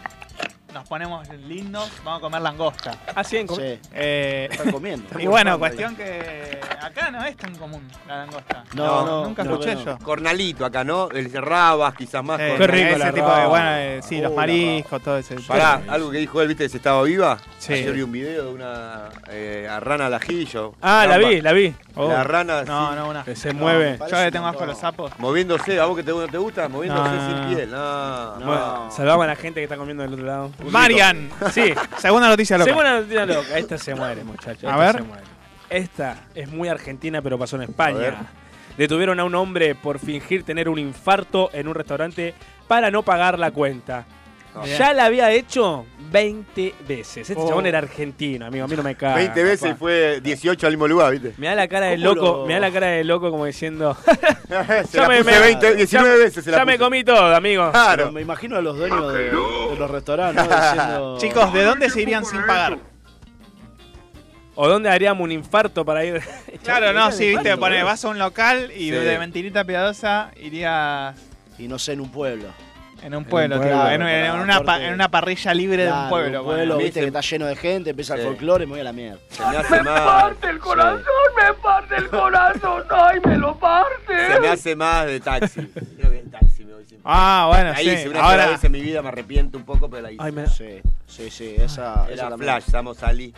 Speaker 2: nos ponemos lindos, vamos a comer langosta.
Speaker 5: Ah, sí, en com-
Speaker 4: Sí.
Speaker 2: Eh,
Speaker 4: Están comiendo.
Speaker 2: Y bueno, cuestión que acá no es tan común la langosta. nunca escuché yo.
Speaker 3: Cornalito acá, ¿no? El rabas, quizás más.
Speaker 2: Eh,
Speaker 3: cornal.
Speaker 2: ese tipo de, bueno, eh, sí, los mariscos, todo ese.
Speaker 3: Pará, algo que dijo él, ¿viste? que ¿Se estaba viva?
Speaker 2: Sí.
Speaker 3: Ayer vi un video de una eh, a rana al ajillo.
Speaker 5: Ah, la
Speaker 3: Gamba.
Speaker 5: vi, la vi.
Speaker 3: La rana
Speaker 2: No,
Speaker 3: así,
Speaker 2: no, una.
Speaker 5: Que se
Speaker 2: No,
Speaker 5: mueve.
Speaker 2: Yo le tengo asco a los sapos.
Speaker 3: moviéndose. ¿A vos que te, no te gusta? Moviéndose
Speaker 5: No, no, no.
Speaker 3: sin piel. No,
Speaker 5: Bueno, salvamos a la gente que está comiendo del otro lado.
Speaker 2: Marian.
Speaker 5: Sí.
Speaker 2: Segunda noticia loca.
Speaker 5: Segunda noticia loca. Esta se muere, muchachos.
Speaker 2: A
Speaker 5: Esta
Speaker 2: ver.
Speaker 5: se muere. Esta es muy argentina, pero pasó en
Speaker 3: A ver.
Speaker 5: España. Detuvieron a un hombre por fingir tener un infarto en un restaurante para no pagar la cuenta.
Speaker 3: Ah.
Speaker 5: Ya la había hecho 20 veces. Este
Speaker 2: Oh.
Speaker 5: chabón era argentino, amigo. A mí no me cae.
Speaker 3: 20 veces y fue 18 al mismo lugar, ¿viste?
Speaker 5: Me da la cara de
Speaker 4: ¿Cómo
Speaker 5: loco,
Speaker 4: lo-
Speaker 5: me da la cara de loco como diciendo,
Speaker 3: se
Speaker 5: Ya
Speaker 3: la
Speaker 5: me-
Speaker 3: puse
Speaker 5: me-
Speaker 3: 20, 19
Speaker 5: ya-
Speaker 3: veces se la
Speaker 5: ya me
Speaker 3: puse.
Speaker 5: comí todo, amigo.
Speaker 4: Pero
Speaker 3: Claro.
Speaker 4: me imagino a los dueños de, de los restaurantes ¿no? diciendo.
Speaker 2: Chicos, ¿de dónde se irían sin pagar?
Speaker 5: ¿O dónde haríamos un infarto para ir?
Speaker 2: Claro, no, sí,
Speaker 4: ¿de
Speaker 2: viste,
Speaker 4: cuándo,
Speaker 2: pone,
Speaker 4: boludo?
Speaker 2: vas a un local y
Speaker 3: Sí.
Speaker 2: de mentirita piadosa irías
Speaker 4: Y no sé, en un pueblo.
Speaker 2: en un pueblo,
Speaker 4: pueblo,
Speaker 2: tipo, en,
Speaker 4: claro,
Speaker 2: en
Speaker 4: claro,
Speaker 2: una, pa-
Speaker 4: aparte-
Speaker 2: en una parrilla libre de un
Speaker 4: Claro,
Speaker 2: pueblo.
Speaker 4: Un pueblo,
Speaker 2: bueno.
Speaker 4: viste, que está lleno de gente, empieza el
Speaker 3: Sí.
Speaker 4: folclore y me voy a la mierda.
Speaker 3: Se me hace mal.
Speaker 8: el corazón, me parte el corazón, ay, me lo parte.
Speaker 3: Se me hace más de taxi. Creo que el taxi me voy sin
Speaker 2: Ah, bueno,
Speaker 3: La hice
Speaker 2: sí.
Speaker 3: una sola
Speaker 2: Ahora,
Speaker 3: vez en mi vida, me arrepiento un poco, pero la hice.
Speaker 5: Ay, me-
Speaker 4: Sí, sí, sí, esa. esa
Speaker 3: Era
Speaker 4: también.
Speaker 3: flash, Samo salí.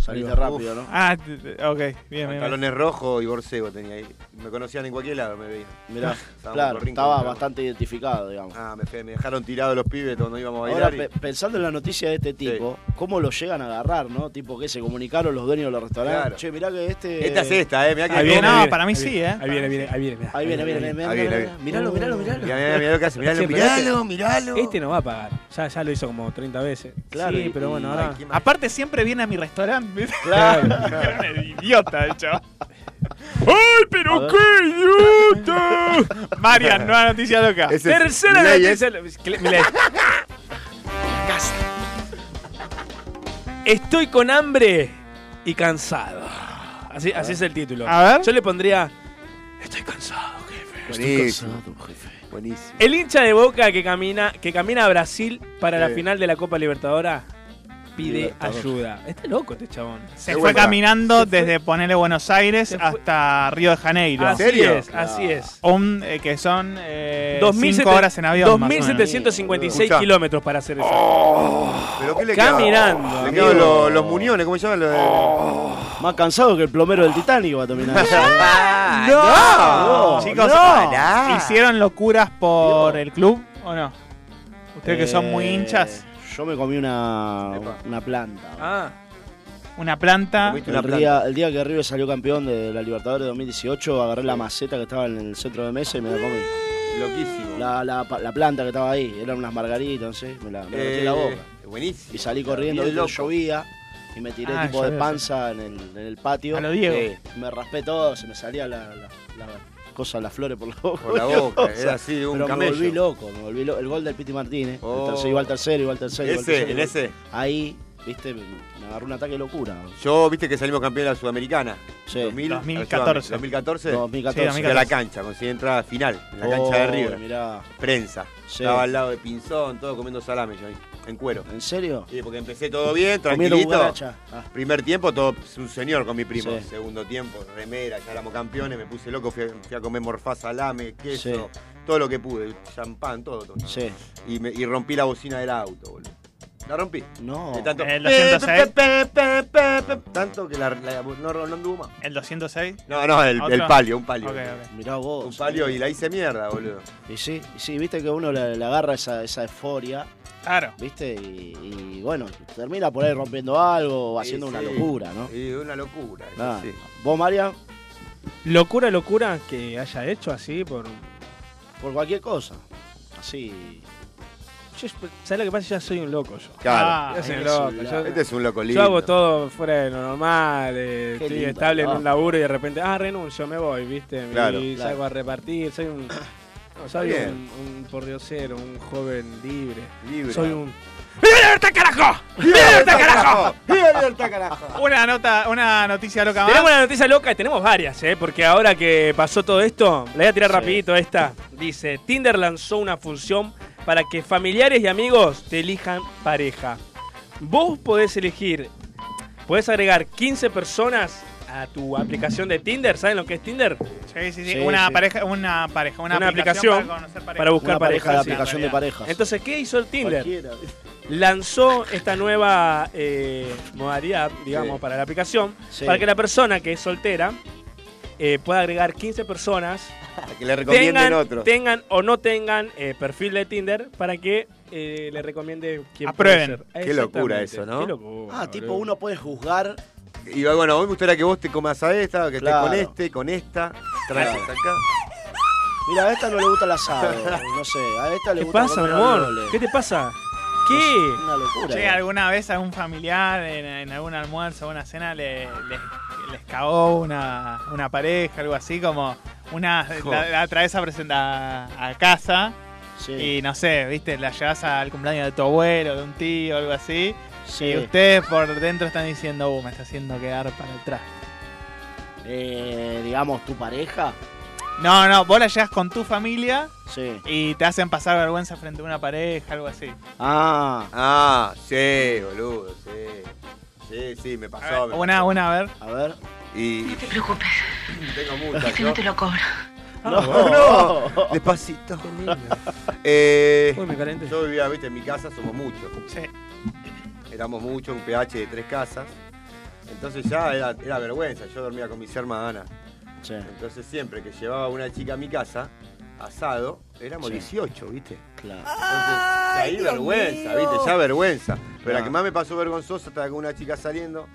Speaker 4: Saliste rápido, ¿no?
Speaker 2: ah, t- t- ok, bien, bien, bien.
Speaker 3: Pantalones rojos y borcego tenía ahí. Me conocían en cualquier lado, me veían.
Speaker 4: Mirá,
Speaker 3: Estábamos
Speaker 4: claro,
Speaker 3: por rincón,
Speaker 4: estaba
Speaker 3: estábamos.
Speaker 4: bastante identificado, digamos.
Speaker 3: Ah, me, fe- me dejaron tirados los pibes cuando íbamos a
Speaker 4: Ahora,
Speaker 3: bailar. y-
Speaker 4: pe- pensando en la noticia de este tipo, ¿cómo lo llegan a agarrar, no? Tipo que se comunicaron los dueños de los restaurantes.
Speaker 3: Claro.
Speaker 4: Che, mirá que este.
Speaker 3: Esta es esta, eh. Mirá que
Speaker 5: Ahí
Speaker 2: bien, no,
Speaker 5: viene, ahí viene,
Speaker 2: para mí
Speaker 5: ahí
Speaker 2: sí, ¿eh?
Speaker 5: viene, Ahí viene, ahí viene, ahí viene. mirá,
Speaker 4: Ahí viene, viene, viene,
Speaker 3: Ahí viene, ahí viene.
Speaker 4: Miralo, miralo, miralo.
Speaker 3: Mirá, mirá, mirá lo que hace, mirá, lo-
Speaker 5: Sí, pero
Speaker 3: miralo, miralo.
Speaker 5: Este no va a pagar. Ya, ya lo hizo como 30 veces.
Speaker 4: Claro,
Speaker 5: Sí,
Speaker 4: y-
Speaker 5: pero bueno,
Speaker 3: Ay,
Speaker 5: ahora.
Speaker 3: qué mal.
Speaker 2: Aparte siempre viene a mi restaurante. ¿viste?
Speaker 4: Claro.
Speaker 2: Era un idiota Uh. el chaval.
Speaker 5: ¡Ay, pero qué idiota!
Speaker 2: Marian, nueva noticia loca.
Speaker 3: Ese es
Speaker 5: Tercera
Speaker 3: Milei,
Speaker 5: noticia.
Speaker 3: ¿eh?
Speaker 5: Cl- Milei. Estoy con hambre y cansado. Así, así es el título.
Speaker 2: A ver.
Speaker 5: Yo le pondría. Estoy cansado, jefe.
Speaker 3: Buenísimo. Buenísimo.
Speaker 5: El hincha de Boca que camina, que camina a Brasil para la
Speaker 3: Sí.
Speaker 5: final de la Copa Libertadora pide ayuda. Está loco este chabón.
Speaker 2: Se
Speaker 3: De
Speaker 2: fue
Speaker 3: vuelta.
Speaker 2: caminando desde Ponele Buenos Aires
Speaker 5: Se fue.
Speaker 2: hasta Río de Janeiro.
Speaker 5: Así
Speaker 3: serio? Ah.
Speaker 5: es, así es.
Speaker 2: Un, eh, que son 5
Speaker 5: 2700
Speaker 2: Eh, horas en avión. más o menos.
Speaker 5: 2756
Speaker 3: Escuchá. Oh.
Speaker 5: kilómetros para hacer eso.
Speaker 3: ¿Pero qué le quedaba?
Speaker 5: Caminando,
Speaker 3: Le quedaban
Speaker 4: amigo.
Speaker 3: los, los muñones, ¿cómo se llaman? Los de-
Speaker 4: Oh. Más cansado que el plomero del Titanic va a terminar.
Speaker 3: Ah,
Speaker 2: No,
Speaker 3: no.
Speaker 2: chicos,
Speaker 3: Pará.
Speaker 2: ¿hicieron locuras por el club o no? Ustedes que son muy
Speaker 4: Eh,
Speaker 2: hinchas,
Speaker 4: Yo me comí una,
Speaker 3: Epa.
Speaker 4: una planta.
Speaker 5: Ah,
Speaker 2: una planta.
Speaker 3: Comiste una
Speaker 4: El
Speaker 3: planta.
Speaker 4: día, el día que River salió campeón de la Libertadores 2018, agarré la maceta que estaba en el centro de mesa y me la comí.
Speaker 3: Loquísimo.
Speaker 4: La, la, pa- la planta que estaba ahí, eran unas margaritas, no sé, me la, me la metí en la
Speaker 3: Eh,
Speaker 4: boca.
Speaker 3: Buenísimo.
Speaker 4: Y salí corriendo,
Speaker 3: Bien
Speaker 4: viste,
Speaker 3: loco.
Speaker 4: llovía y me tiré
Speaker 2: Ah,
Speaker 4: tipo de
Speaker 2: llovió,
Speaker 4: panza en el, en el patio.
Speaker 2: A lo Diego.
Speaker 3: Sí,
Speaker 4: Me raspé todo, se me salía la, la, la cosa, las flores por la boca.
Speaker 3: Por la boca, era así, un
Speaker 4: Pero me
Speaker 3: camello.
Speaker 4: volví loco, me volví loco. El gol del Piti Martínez,
Speaker 3: Oh.
Speaker 4: el tercero, igual tercero, igual tercero. igual
Speaker 3: Ese,
Speaker 4: tercero,
Speaker 3: en
Speaker 4: igual-
Speaker 3: ese.
Speaker 4: Ahí, viste, me agarró un ataque de locura.
Speaker 3: Yo, viste que salimos campeón de la Sudamericana.
Speaker 4: Sí.
Speaker 3: 2000,
Speaker 2: 2014.
Speaker 3: 2014.
Speaker 4: 2014.
Speaker 3: Fui a la cancha, conseguí entrada final, en la cancha de
Speaker 4: Oh,
Speaker 3: River.
Speaker 4: mirá.
Speaker 3: Prensa.
Speaker 4: Sí.
Speaker 3: Estaba al lado de Pinzón, todo comiendo salame yo ahí, en cuero.
Speaker 4: ¿En serio?
Speaker 3: Y porque empecé todo bien,
Speaker 4: Comiendo
Speaker 3: tranquilito.
Speaker 4: cucaracha. Ah,
Speaker 3: Primer tiempo, todo un señor con mi primo.
Speaker 4: Sí.
Speaker 3: Segundo tiempo, remera, ya éramos campeones, me puse loco, fui a, fui a comer morfá, salame, queso,
Speaker 4: Sí.
Speaker 3: todo lo que pude, champán, todo. todo.
Speaker 4: sí.
Speaker 3: Y, me- y rompí la bocina del auto, boludo. La rompí.
Speaker 4: No.
Speaker 3: De
Speaker 2: Eh,
Speaker 3: tanto, Eh,
Speaker 12: El 206.
Speaker 3: Pe, pe, pe, pe, pe, tanto que la, la- no, no anduvo más.
Speaker 2: ¿El 206?
Speaker 3: No, no, el,
Speaker 4: ¿Otro?
Speaker 3: el palio, un palio.
Speaker 4: Ok, ok. Mirá vos.
Speaker 3: Un palio y la hice mierda, boludo.
Speaker 4: Y sí, y sí, viste que uno le, le agarra esa, esa euforia.
Speaker 2: Claro.
Speaker 4: ¿Viste? Y, y bueno, termina por ahí rompiendo algo o
Speaker 3: Sí,
Speaker 4: haciendo una
Speaker 3: sí.
Speaker 4: locura, ¿no?
Speaker 3: Sí, una locura. eso
Speaker 4: Nada.
Speaker 3: sí.
Speaker 4: ¿Vos, María?
Speaker 5: Locura, locura que haya hecho así por.
Speaker 4: Por cualquier cosa. Así.
Speaker 5: Yo, ¿Sabes lo que pasa? Ya soy un loco yo.
Speaker 3: Claro.
Speaker 5: Ah, yo soy un loco. Yo,
Speaker 3: Este es un loco
Speaker 5: yo
Speaker 3: lindo.
Speaker 5: hago todo fuera de lo normal. eh,
Speaker 4: Qué
Speaker 5: estoy
Speaker 4: lindo,
Speaker 5: estable
Speaker 4: ¿no?
Speaker 5: en un laburo y de repente, ah, renuncio, me voy, ¿viste?
Speaker 3: Claro,
Speaker 5: y
Speaker 3: claro.
Speaker 5: salgo a repartir. Soy un.
Speaker 3: No, está
Speaker 5: soy
Speaker 3: bien.
Speaker 5: un, un pordiosero, un joven libre.
Speaker 3: Libre.
Speaker 5: Soy un.
Speaker 2: Una nota, una noticia loca más.
Speaker 5: Tenemos una noticia loca, tenemos varias, ¿eh? porque ahora que pasó todo esto, la voy a tirar rapidito esta. Dice, Tinder lanzó una función para que familiares y amigos te elijan pareja. Vos podés elegir, podés agregar 15 personas a tu aplicación de Tinder, ¿saben lo que es Tinder?
Speaker 2: Sí, sí, sí.
Speaker 5: Sí,
Speaker 2: una
Speaker 5: sí.
Speaker 2: pareja, una pareja, una,
Speaker 5: Una aplicación
Speaker 2: para conocer pareja.
Speaker 5: para buscar
Speaker 4: Una pareja
Speaker 5: pareja,
Speaker 4: de
Speaker 5: sí, en
Speaker 4: aplicación de
Speaker 5: realidad.
Speaker 4: parejas.
Speaker 5: Entonces, ¿qué hizo el Tinder?
Speaker 4: Cualquiera.
Speaker 5: lanzó esta nueva eh, modalidad, digamos,
Speaker 4: Sí.
Speaker 5: para la aplicación,
Speaker 4: Sí.
Speaker 5: para que la persona que es soltera eh, pueda agregar 15 personas,
Speaker 3: Que le recomienden
Speaker 5: tengan,
Speaker 3: otro.
Speaker 5: tengan o no tengan eh, perfil de Tinder, para que eh, le recomiende quién
Speaker 3: Aprueben.
Speaker 5: puede ser.
Speaker 3: Qué locura eso,
Speaker 5: Exactamente.
Speaker 3: ¿no?
Speaker 5: Qué locura,
Speaker 4: Ah, tipo
Speaker 5: boludo.
Speaker 4: uno puede juzgar.
Speaker 3: Y bueno, hoy me gustaría que vos te comas a esta, que
Speaker 4: Claro.
Speaker 3: estés con este, con esta. Traes
Speaker 4: Claro.
Speaker 3: acá.
Speaker 4: Mira, a esta no le gusta el asado. no sé, a esta le
Speaker 5: ¿Qué
Speaker 4: gusta
Speaker 5: pasa, mi
Speaker 4: comer
Speaker 5: amor?
Speaker 4: ravioles.
Speaker 5: ¿Qué te pasa? ¿Qué?
Speaker 4: Una locura.
Speaker 2: Che, alguna vez algún familiar en, en algún almuerzo o una cena le, le- les cagó una, una pareja, algo así, como una la, la traes a presentar a, a casa
Speaker 4: Sí.
Speaker 2: y no sé, viste, la llevas al cumpleaños de tu abuelo, de un tío, algo así.
Speaker 4: Sí.
Speaker 2: Y ustedes por dentro están diciendo, uh, me está haciendo quedar para atrás.
Speaker 4: Eh, digamos, tu pareja.
Speaker 2: No, no, vos la llevas con tu familia
Speaker 4: Sí.
Speaker 2: y te hacen pasar vergüenza frente a una pareja, algo así.
Speaker 4: Ah.
Speaker 3: Ah, sí, boludo, sí. Sí, sí, me pasó. me
Speaker 2: Una,
Speaker 3: pasó.
Speaker 2: una, a ver.
Speaker 4: A ver.
Speaker 3: Y. No te preocupes. Tengo muchas.
Speaker 2: Que
Speaker 3: ¿no?
Speaker 2: cobro.
Speaker 3: No, no. Despacito, niño. Eh,
Speaker 5: Uy, me calenté.
Speaker 3: yo vivía, viste, en mi casa somos muchos.
Speaker 2: Sí.
Speaker 3: Éramos muchos, un PH de tres casas. Entonces ya era, era vergüenza, yo dormía con mis hermanas.
Speaker 4: Sí.
Speaker 3: Entonces siempre que llevaba una chica a mi casa, asado, éramos
Speaker 4: Sí.
Speaker 3: 18, viste.
Speaker 4: Claro.
Speaker 3: Entonces, ahí
Speaker 8: Dios
Speaker 3: vergüenza,
Speaker 8: mío.
Speaker 3: viste, ya vergüenza. Pero la
Speaker 4: Claro.
Speaker 3: que más me pasó vergonzosa estaba con una chica saliendo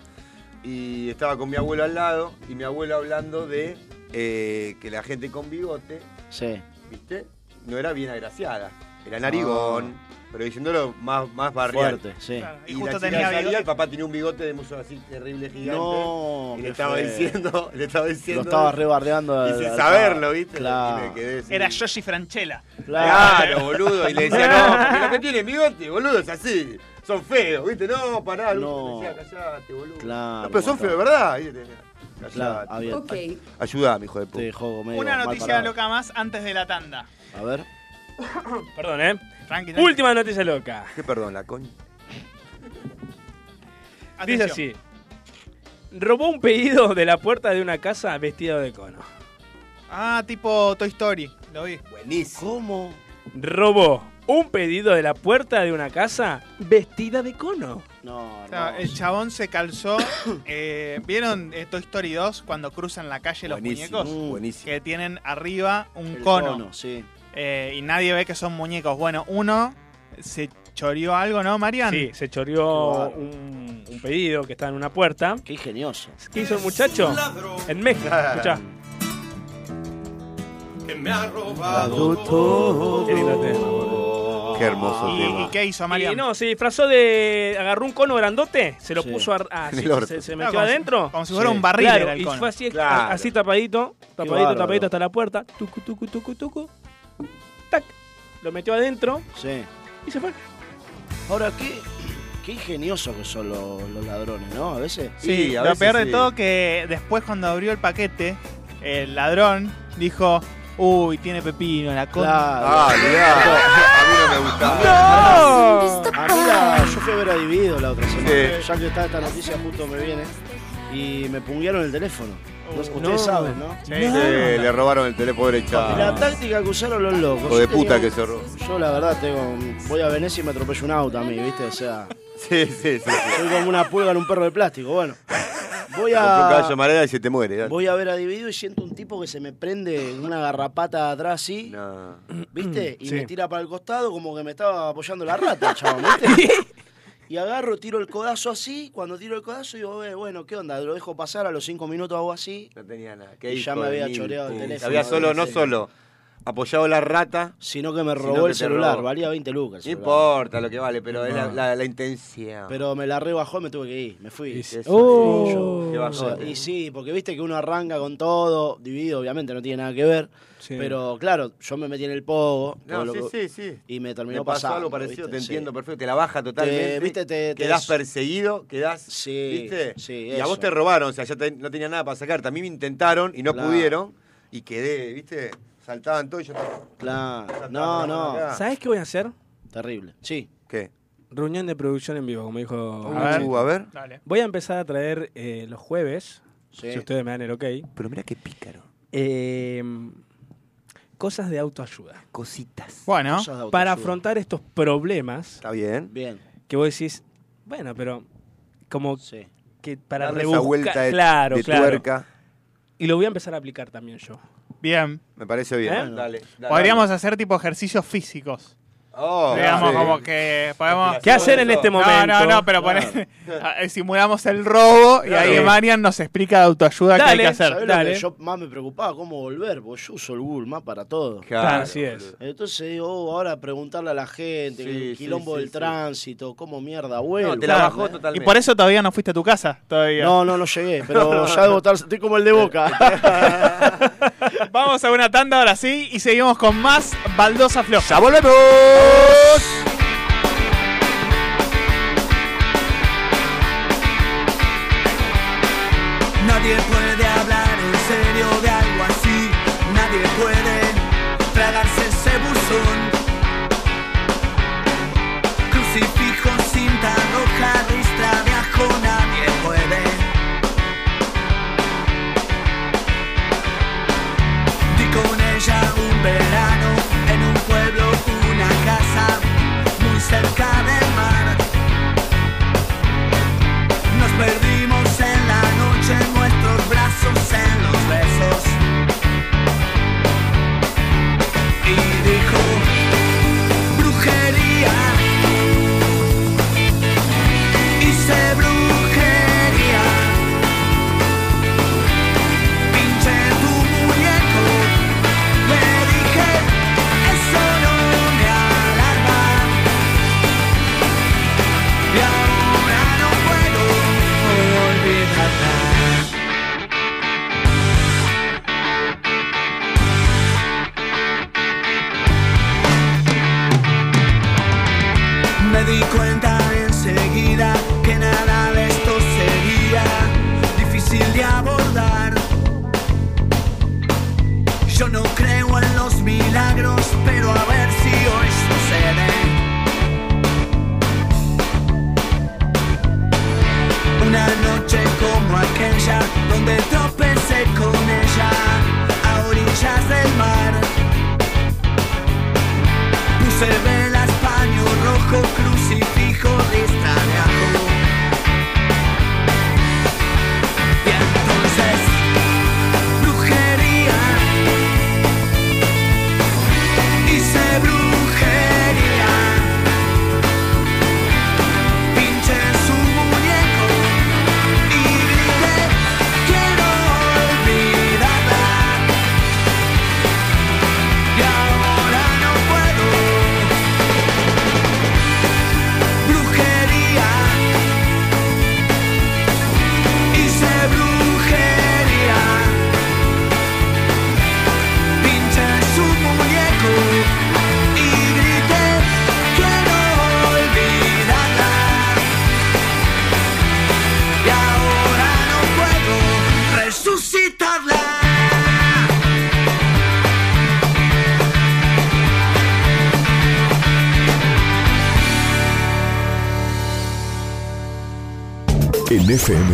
Speaker 3: y estaba con mi abuelo al lado y mi abuelo hablando de eh, que la gente con bigote
Speaker 4: Sí. Ah.
Speaker 3: ¿viste? No era bien agraciada. Era narigón, pero diciéndolo más, más barrial.
Speaker 4: Fuerte, sí.
Speaker 3: Y,
Speaker 2: Y
Speaker 3: la
Speaker 2: justo
Speaker 3: chica
Speaker 2: tenía
Speaker 3: salía,
Speaker 2: bigote.
Speaker 3: el papá tenía un bigote de muso así terrible, gigante.
Speaker 4: No,
Speaker 3: y
Speaker 4: qué
Speaker 3: le estaba
Speaker 4: feo.
Speaker 3: diciendo, le estaba
Speaker 4: Lo
Speaker 3: diciendo.
Speaker 4: estabas rebardeando.
Speaker 3: Y
Speaker 4: al-
Speaker 3: sin
Speaker 4: al-
Speaker 3: saberlo, ¿viste? Y
Speaker 4: Claro.
Speaker 3: me quedé sin-
Speaker 2: Era Yoshi Franchella.
Speaker 3: Claro, boludo. Y le decía, no, porque los que tienen bigote, boludo, es así. Son feos, ¿viste? No, pará, no.
Speaker 4: No.
Speaker 3: decía, callate, boludo.
Speaker 4: Claro.
Speaker 3: No, pero son feos, de ¿verdad? Y te- Callate.
Speaker 4: Claro, había.
Speaker 3: Ayudame, hijo de puta.
Speaker 4: Te dejó medio
Speaker 2: Una
Speaker 4: mal
Speaker 2: noticia
Speaker 4: parado.
Speaker 2: loca más antes de la tanda.
Speaker 4: A ver.
Speaker 5: Perdón, ¿eh?
Speaker 2: Tranqui, tranqui.
Speaker 5: Última noticia loca.
Speaker 3: ¿Qué perdón, la coña?
Speaker 5: Dice
Speaker 2: Atención.
Speaker 5: así. Robó un pedido de la puerta de una casa vestido de cono.
Speaker 2: Ah, tipo Toy Story, lo vi.
Speaker 3: Buenísimo.
Speaker 4: ¿Cómo?
Speaker 5: Robó un pedido de la puerta de una casa vestida de cono.
Speaker 4: No,
Speaker 2: O sea, el
Speaker 4: hermoso.
Speaker 2: chabón se calzó. eh, ¿Vieron eh, Toy Story 2 cuando cruzan la calle los
Speaker 3: Buenísimo,
Speaker 2: muñecos?
Speaker 3: buenísimo.
Speaker 2: Que tienen arriba un
Speaker 4: uh, El
Speaker 2: cono.
Speaker 4: sí.
Speaker 2: eh, y nadie ve que son muñecos. Bueno, uno se choreó algo, ¿no, Marian?
Speaker 5: Sí, se
Speaker 4: Qué
Speaker 5: choreó
Speaker 4: bárbaro.
Speaker 5: un, un pedido que está en una puerta.
Speaker 4: Qué ingenioso.
Speaker 5: ¿Qué hizo el muchacho? En México, escuchá.
Speaker 8: Que me ha robado
Speaker 5: Qué lindo tema, boludo.
Speaker 3: Qué hermoso
Speaker 2: ¿Y,
Speaker 3: tema.
Speaker 2: y qué hizo
Speaker 5: Y
Speaker 2: Marian?
Speaker 5: no, se disfrazó de. agarró un cono grandote, se lo
Speaker 4: Sí.
Speaker 5: puso ar- ah,
Speaker 3: En el
Speaker 5: sí,
Speaker 3: orto.
Speaker 5: se, se
Speaker 2: Claro,
Speaker 5: metió
Speaker 2: como si-
Speaker 5: adentro.
Speaker 2: Como si fuera
Speaker 4: Sí.
Speaker 2: un barril
Speaker 5: Claro,
Speaker 2: era el
Speaker 5: y
Speaker 2: cono.
Speaker 5: fue así,
Speaker 3: Claro.
Speaker 5: así tapadito, tapadito,
Speaker 4: bárbaro.
Speaker 5: tapadito hasta la puerta. Tucu, tucu, tucu, tucu. Tac. Lo metió adentro
Speaker 4: Sí.
Speaker 5: y se fue.
Speaker 4: Ahora, qué, qué ingenioso que son los, los ladrones, ¿no? A veces.
Speaker 2: Sí,
Speaker 3: Sí, a
Speaker 2: lo
Speaker 3: veces
Speaker 2: peor de
Speaker 3: sí.
Speaker 2: todo que después cuando abrió el paquete, el ladrón dijo, uy, tiene pepino, la concha.
Speaker 4: Claro.
Speaker 3: Ah, mirá. A mí no me gustaba.
Speaker 4: A mí la- Ah, yo fui a ver a Divido la otra semana.
Speaker 3: Sí.
Speaker 4: Ya que está esta noticia, justo me viene. Y me punguearon el teléfono. No sé, Ustedes saben, ¿no?
Speaker 3: Oh, Sí, le robaron el teléfono
Speaker 4: La
Speaker 3: derecho.
Speaker 4: táctica que usaron los locos.
Speaker 3: Hijo de
Speaker 4: Yo tenía-
Speaker 3: puta que se robó.
Speaker 4: Yo la verdad tengo, un- voy a Venecia y me atropello un auto a mí, ¿viste? O sea,
Speaker 3: Sí, sí, sí.
Speaker 4: soy como una pulga en un perro de plástico. Bueno, voy
Speaker 3: Compró un caballo
Speaker 4: a
Speaker 3: amarela y se te muere. dale.
Speaker 4: voy a ver a Dividido y siento un tipo que se me prende una garrapata atrás así, ¿viste? Y
Speaker 3: Sí.
Speaker 4: me tira para el costado como que me estaba apoyando la rata, chaval, ¿viste? Y agarro, tiro el codazo así, cuando tiro el codazo digo, "Eh, bueno, ¿qué onda? Lo dejo pasar, a los cinco minutos hago así.
Speaker 3: No tenía nada.
Speaker 4: Y ya
Speaker 3: hijo
Speaker 4: me
Speaker 3: de
Speaker 4: había
Speaker 3: mil
Speaker 4: choreado el
Speaker 3: putas.
Speaker 4: teléfono.
Speaker 3: Había solo, no
Speaker 4: Sí.
Speaker 3: solo apoyado la rata,
Speaker 4: sino que me
Speaker 3: Sino
Speaker 4: robó
Speaker 3: que
Speaker 4: el
Speaker 3: te
Speaker 4: celular,
Speaker 3: robó.
Speaker 4: valía 20 lucas.
Speaker 3: No
Speaker 4: el celular.
Speaker 3: importa lo que vale, pero es la,
Speaker 4: No.
Speaker 3: la- la intención.
Speaker 4: Pero me la rebajó y me tuve que ir, me fui.
Speaker 3: sí,
Speaker 4: Oh.
Speaker 3: sí, yo- qué bajón.
Speaker 4: O sea, y sí, porque viste que uno arranca con todo, dividido, obviamente no tiene nada que ver. Pero claro, yo me metí en el pogo.
Speaker 3: No,
Speaker 4: todo lo
Speaker 3: sí, sí,
Speaker 4: que-
Speaker 3: sí.
Speaker 4: Y me
Speaker 3: Me
Speaker 4: terminó
Speaker 3: pasó
Speaker 4: pasando.
Speaker 3: algo parecido,
Speaker 4: ¿viste?
Speaker 3: te
Speaker 4: Sí.
Speaker 3: entiendo perfecto. Te la baja totalmente.
Speaker 4: Te- viste, te- te
Speaker 3: quedás
Speaker 4: des-
Speaker 3: perseguido, quedás.
Speaker 4: Sí,
Speaker 3: ¿Viste?
Speaker 4: sí,
Speaker 3: y a
Speaker 4: eso.
Speaker 3: vos te robaron, o sea, ya te- no tenía nada para sacarte. A mí me intentaron y no
Speaker 4: Claro.
Speaker 3: pudieron. Y quedé, ¿viste? Saltaban todo y yo.
Speaker 4: Claro. No, no.
Speaker 5: ¿Sabes qué voy a hacer?
Speaker 4: Terrible. Sí.
Speaker 3: ¿Qué?
Speaker 5: Reunión de producción en vivo, como dijo.
Speaker 3: Uh, a ver. a ver.
Speaker 2: Dale.
Speaker 5: Voy a empezar a traer eh, los jueves,
Speaker 4: Sí.
Speaker 5: si ustedes me dan el ok,
Speaker 3: Pero mira qué pícaro.
Speaker 5: eh, cosas de autoayuda.
Speaker 3: Cositas.
Speaker 2: Bueno,
Speaker 4: Cosas de autoayuda.
Speaker 5: para afrontar estos problemas
Speaker 3: Está bien.
Speaker 4: Bien.
Speaker 5: que vos decís, bueno, pero como
Speaker 4: Sí.
Speaker 5: que para
Speaker 3: Darle
Speaker 5: rebuscar.
Speaker 3: esa vuelta de,
Speaker 5: claro,
Speaker 3: de
Speaker 5: claro.
Speaker 3: tuerca.
Speaker 5: Y lo voy a empezar a aplicar también yo.
Speaker 2: Bien.
Speaker 3: Me parece bien.
Speaker 5: ¿Eh?
Speaker 3: Dale, dale.
Speaker 2: Podríamos hacer tipo ejercicios físicos.
Speaker 3: Oh,
Speaker 2: Digamos,
Speaker 3: sí.
Speaker 2: como que podemos.
Speaker 5: ¿Qué hacer en este momento?
Speaker 2: No, no, no, pero poner, simulamos el robo y ahí
Speaker 5: Claro.
Speaker 2: Marian nos explica de autoayuda qué hay
Speaker 5: Dale,
Speaker 2: que hacer.
Speaker 5: ¿sabés?
Speaker 4: ¿Sabés lo
Speaker 5: Dale.
Speaker 4: que yo más me preocupaba? ¿Cómo volver? Porque yo uso el Google Maps para todo.
Speaker 3: Claro,
Speaker 5: Así es.
Speaker 4: Entonces digo, oh, ahora preguntarle a la gente,
Speaker 3: Sí,
Speaker 4: el
Speaker 3: sí,
Speaker 4: quilombo
Speaker 3: sí,
Speaker 4: del
Speaker 3: sí.
Speaker 4: tránsito, cómo mierda vuelvo.
Speaker 3: No, te la bajó
Speaker 2: Y
Speaker 3: totalmente.
Speaker 2: por eso todavía no fuiste a tu casa. Todavía.
Speaker 4: No, no, no llegué, pero ya debo estar, estoy como el de Boca.
Speaker 2: Vamos a una tanda ahora sí y seguimos con más baldosa floja.
Speaker 3: ¡Ya volvemos!
Speaker 13: Nadie puede hablar en serio de algo así. Nadie puede tragarse ese buzón. Crucifijo, cinta roja, ristra de ajo. Nadie puede. Di con ella un verano en un pueblo, una casa muy cerca del mar. Nos perdimos en la noche, nuestros brazos en los besos. Y dijo, brujería. Hice brujería. Pinché tu muñeco. Le dije, eso no me alarma. Y ahora no puedo olvidarla Me di cuenta enseguida que nada de esto sería difícil de abordar Yo no creo en los milagros, pero a ver si hoy sucede Una noche como aquella donde tropecé con ella a orillas del mar. Puse velas, paño rojo, crucifijo, lista de ajo. Y entonces, brujería. Hice brujería. Pinche su muñeco y grité quiero
Speaker 12: En FM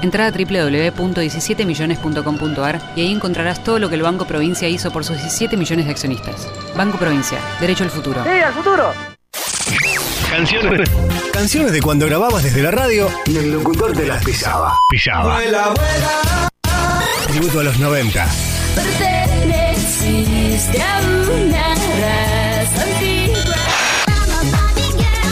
Speaker 14: Entra a www.17millones.com.ar y ahí encontrarás todo lo que el Banco Provincia hizo por sus 17 millones de accionistas. Banco Provincia, derecho al futuro.
Speaker 15: al futuro!
Speaker 16: Canciones. Canciones de cuando grababas desde la radio y el locutor te las pisaba. Pisaba. Tributo a los 90.
Speaker 13: Perteneciste a una raza antigua.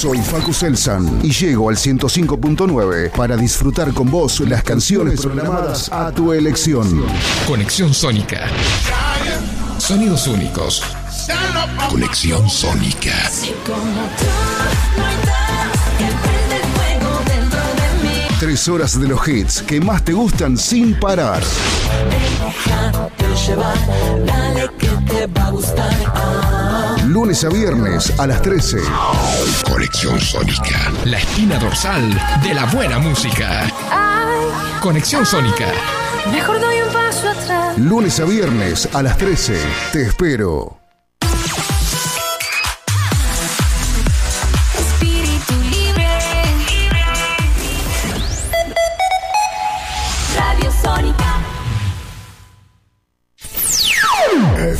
Speaker 17: Soy Facu Selsan y llego al 105.9 para disfrutar con vos las canciones programadas a tu elección.
Speaker 1: Conexión Sónica. Sonidos únicos. Conexión Sónica.
Speaker 17: Tres horas de los hits que más te gustan sin parar. Lunes a viernes a las 13.
Speaker 1: Conexión Sónica. La esquina dorsal de la buena música. Conexión Sónica.
Speaker 13: Mejor doy un paso atrás.
Speaker 17: Lunes a viernes a las 13. Te espero.
Speaker 13: Espíritu libre. Radio Sónica.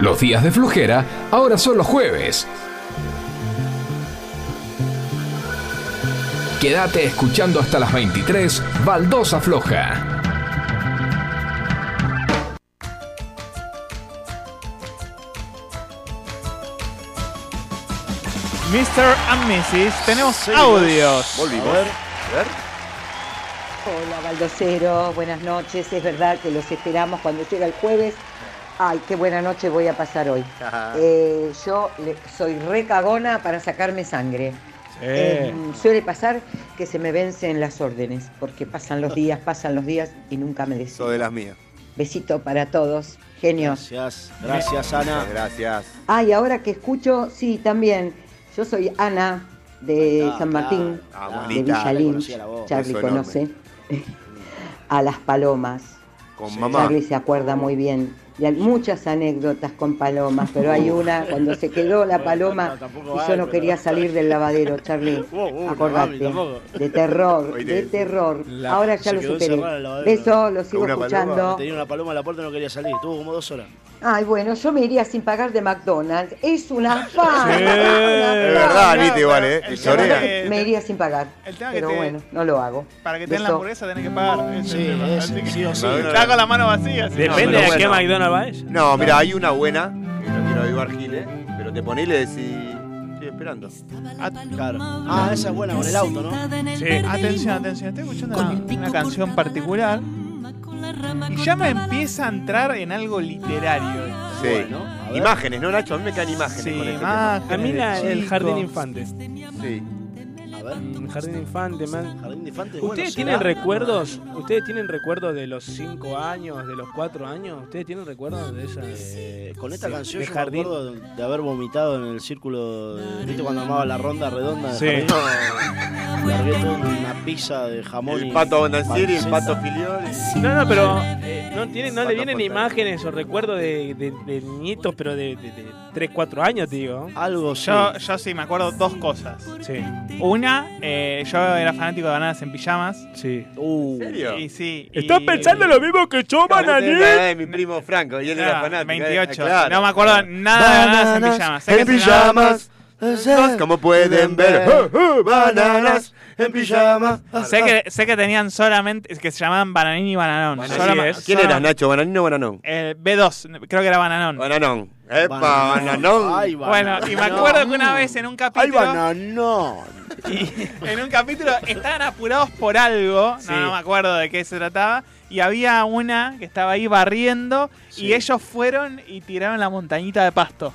Speaker 1: Los días de flojera ahora son los jueves. Quédate escuchando hasta las 23, Baldosa Floja.
Speaker 2: Mr. and Mrs. Tenemos audios.
Speaker 3: Volvimos.
Speaker 2: A ver.
Speaker 18: Hola Baldocero, buenas noches. Es verdad que los esperamos cuando llega el jueves. Ay, qué buena noche voy a pasar hoy. Eh, yo le- soy recagona para sacarme sangre. Eh, suele pasar que se me vencen las órdenes, porque pasan los días, pasan los días y nunca me decido.
Speaker 3: Soy de las mías.
Speaker 18: Besito para todos, genios.
Speaker 4: Gracias, gracias Ana.
Speaker 3: Muchas Gracias.
Speaker 18: Ay, ahora que escucho, sí, también. Yo soy Ana de
Speaker 3: Ahí está,
Speaker 18: San Martín,
Speaker 3: claro. Ah,
Speaker 18: de
Speaker 3: bonita.
Speaker 18: Villa
Speaker 3: Le
Speaker 18: Lynch.
Speaker 3: conocía la voz.
Speaker 18: Charlie
Speaker 3: Beso enorme.
Speaker 18: conoce a las palomas.
Speaker 3: Con mamá.
Speaker 18: Charlie se acuerda muy bien. Y hay muchas anécdotas con palomas, pero hay una cuando se quedó la paloma y yo no quería salir del lavadero, Charlie.
Speaker 4: no, mami,
Speaker 18: Acordate.
Speaker 4: tampoco.
Speaker 18: De terror,
Speaker 4: Oye,
Speaker 18: de terror.
Speaker 4: la-
Speaker 18: Ahora ya
Speaker 4: se
Speaker 18: lo
Speaker 4: quedó
Speaker 18: superé.
Speaker 4: encerrada en el lavadero.
Speaker 18: Beso, lo sigo
Speaker 4: Paloma,
Speaker 18: escuchando.
Speaker 4: Tenía una paloma en la puerta y no quería salir. Estuvo como dos horas.
Speaker 18: Ay, bueno, yo me iría sin pagar de McDonald's. Es una fan.
Speaker 3: Es verdad, Anita, igual, ¿eh? Te chorea.
Speaker 18: Me iría sin pagar.
Speaker 2: tema que
Speaker 18: Pero
Speaker 2: te-
Speaker 18: bueno, no lo hago.
Speaker 2: Para que te den la
Speaker 18: Beso.
Speaker 2: hamburguesa tenés que pagar. este Sí, sí o
Speaker 3: No, no, no.
Speaker 2: Está con la mano vacía. si no.
Speaker 3: No, pero bueno. No, mira, hay una buena, que no quiero avivar Gil, ¿eh? pero te ponés y le decís. Estoy esperando.
Speaker 4: Claro. Ah, esa es buena, con el auto, ¿no?
Speaker 2: Atención, atención. Estoy escuchando una, una canción particular. Y ya me empieza a entrar en algo literario.
Speaker 3: Sí. Imágenes, ¿no, Nacho? A mí me quedan imágenes.
Speaker 2: Sí,
Speaker 3: con este
Speaker 2: imágenes.
Speaker 3: tema.
Speaker 5: A mí la- el Jardín Infante.
Speaker 3: Sí.
Speaker 4: A ver.
Speaker 5: Jardín Infante, man.
Speaker 4: Jardín de Infantes, bueno,
Speaker 5: ¿Ustedes
Speaker 4: será.
Speaker 5: tienen recuerdos? ¿Ustedes tienen recuerdos de los 5 años, de los 4 años? ¿Ustedes tienen recuerdos de esa? eh,
Speaker 4: Con esta
Speaker 5: de-
Speaker 4: canción
Speaker 5: de
Speaker 4: yo
Speaker 5: Jardín?
Speaker 4: me acuerdo de haber vomitado en el círculo, de- ¿viste cuando armaba la ronda redonda?
Speaker 5: Sí.
Speaker 4: De jardín? Largué toda una pizza de jamón
Speaker 3: El
Speaker 4: y
Speaker 3: pato Bonancieri, el
Speaker 4: panceta.
Speaker 3: pato Filiol.
Speaker 5: No, no, pero eh, no, tiene, no le vienen imágenes o recuerdos de, de, de niñitos, pero de, de, 3, 4 años, te digo.
Speaker 4: Algo
Speaker 2: Yo, yo sí, me acuerdo dos cosas.
Speaker 5: Sí.
Speaker 2: Una, eh, yo era fanático de bananas en pijamas.
Speaker 5: Sí.
Speaker 4: Uh,
Speaker 3: serio?
Speaker 2: Y sí.
Speaker 5: ¿Estás pensando lo mismo que yo,
Speaker 3: Antes era de mi primo Franco, y él era
Speaker 2: Claro,
Speaker 3: fanático.
Speaker 2: 28.
Speaker 3: eh, claro.
Speaker 2: Ah. No me acuerdo nada de bananas en
Speaker 3: Bananas
Speaker 2: pijamas. Sé
Speaker 3: En
Speaker 2: que sonaba-
Speaker 3: pijamas. Como pueden ver, uh, uh, bananas en pijamas.
Speaker 2: Sé que, sé que tenían solamente. es que se llamaban Bananín y Bananón. Solama-
Speaker 3: ¿Quién
Speaker 2: solama-
Speaker 3: eras, Nacho? ¿Bananino o bananón?
Speaker 2: Eh, B2, creo que era Bananón.
Speaker 3: Bananón. Epa, bananón.
Speaker 2: Bueno, y me acuerdo que una vez en un capítulo.
Speaker 4: bananón!
Speaker 2: En un capítulo estaban apurados por algo, no, no me acuerdo de qué se trataba, y había una que estaba ahí barriendo y ellos fueron y tiraron la montañita de pasto.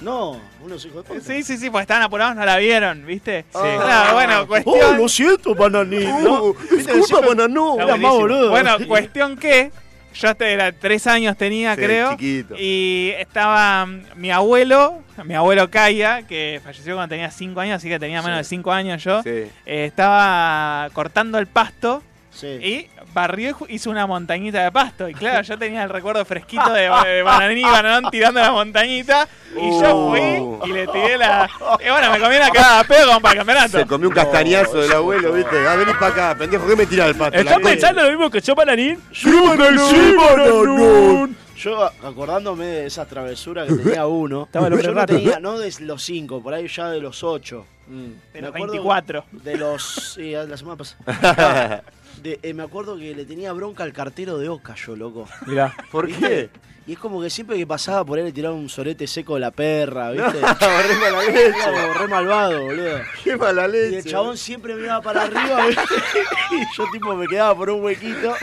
Speaker 4: No, unos hijos de puta.
Speaker 2: Sí, sí, sí, pues estaban apurados, no la vieron, ¿viste? Sí.
Speaker 4: Ah.
Speaker 2: bueno,
Speaker 4: Oh,
Speaker 2: cuestión...
Speaker 4: lo siento, bananín.
Speaker 2: Uh,
Speaker 4: disculpa, bananón.
Speaker 2: Está
Speaker 4: Era Uh, más
Speaker 2: buenísimo.
Speaker 4: boludo.
Speaker 2: Bueno,
Speaker 5: pues,
Speaker 2: cuestión que yo hasta era tres años tenía,
Speaker 3: Sí,
Speaker 2: creo.
Speaker 3: chiquito.
Speaker 2: Y estaba mm, mi abuelo, mi abuelo Kaya, que falleció cuando tenía cinco años, así que tenía menos de cinco años yo.
Speaker 3: Sí.
Speaker 2: Eh, estaba cortando el pasto
Speaker 4: Sí.
Speaker 2: y barrió y ju- hizo una montañita de pasto. Y claro, yo tenía el recuerdo fresquito de, de Bananín y Bananón tirando la montañita. Y yo fui y le tiré la. Y bueno, me comí una cagada de pedo como para el campeonato.
Speaker 3: Se comió un castañazo del abuelo, ¿viste? Ah, vení para acá, pendejo, ¿qué me tirás el pato?
Speaker 5: ¿Estás
Speaker 3: La concha.
Speaker 5: pensando lo mismo que yo, Bananín?
Speaker 4: Yo acordándome de esas travesuras que tenía uno.
Speaker 5: Estaba el hombre
Speaker 4: yo no
Speaker 5: rata.
Speaker 4: tenía, no de los 5, por ahí ya de los 8.
Speaker 2: De los 24.
Speaker 4: De los. Sí, la semana pasada. De- eh, me acuerdo que le tenía bronca al cartero de Oca, yo, loco.
Speaker 5: Mirá.
Speaker 3: ¿Por
Speaker 4: ¿Viste? Y es como que siempre que pasaba por él le tiraba un sorete seco de la perra, ¿viste?
Speaker 3: re mala leche.
Speaker 4: Como re malvado, boludo.
Speaker 3: Qué mala
Speaker 4: Y
Speaker 3: leche.
Speaker 4: el chabón siempre miraba para arriba, ¿viste? Y yo tipo me quedaba por un huequito.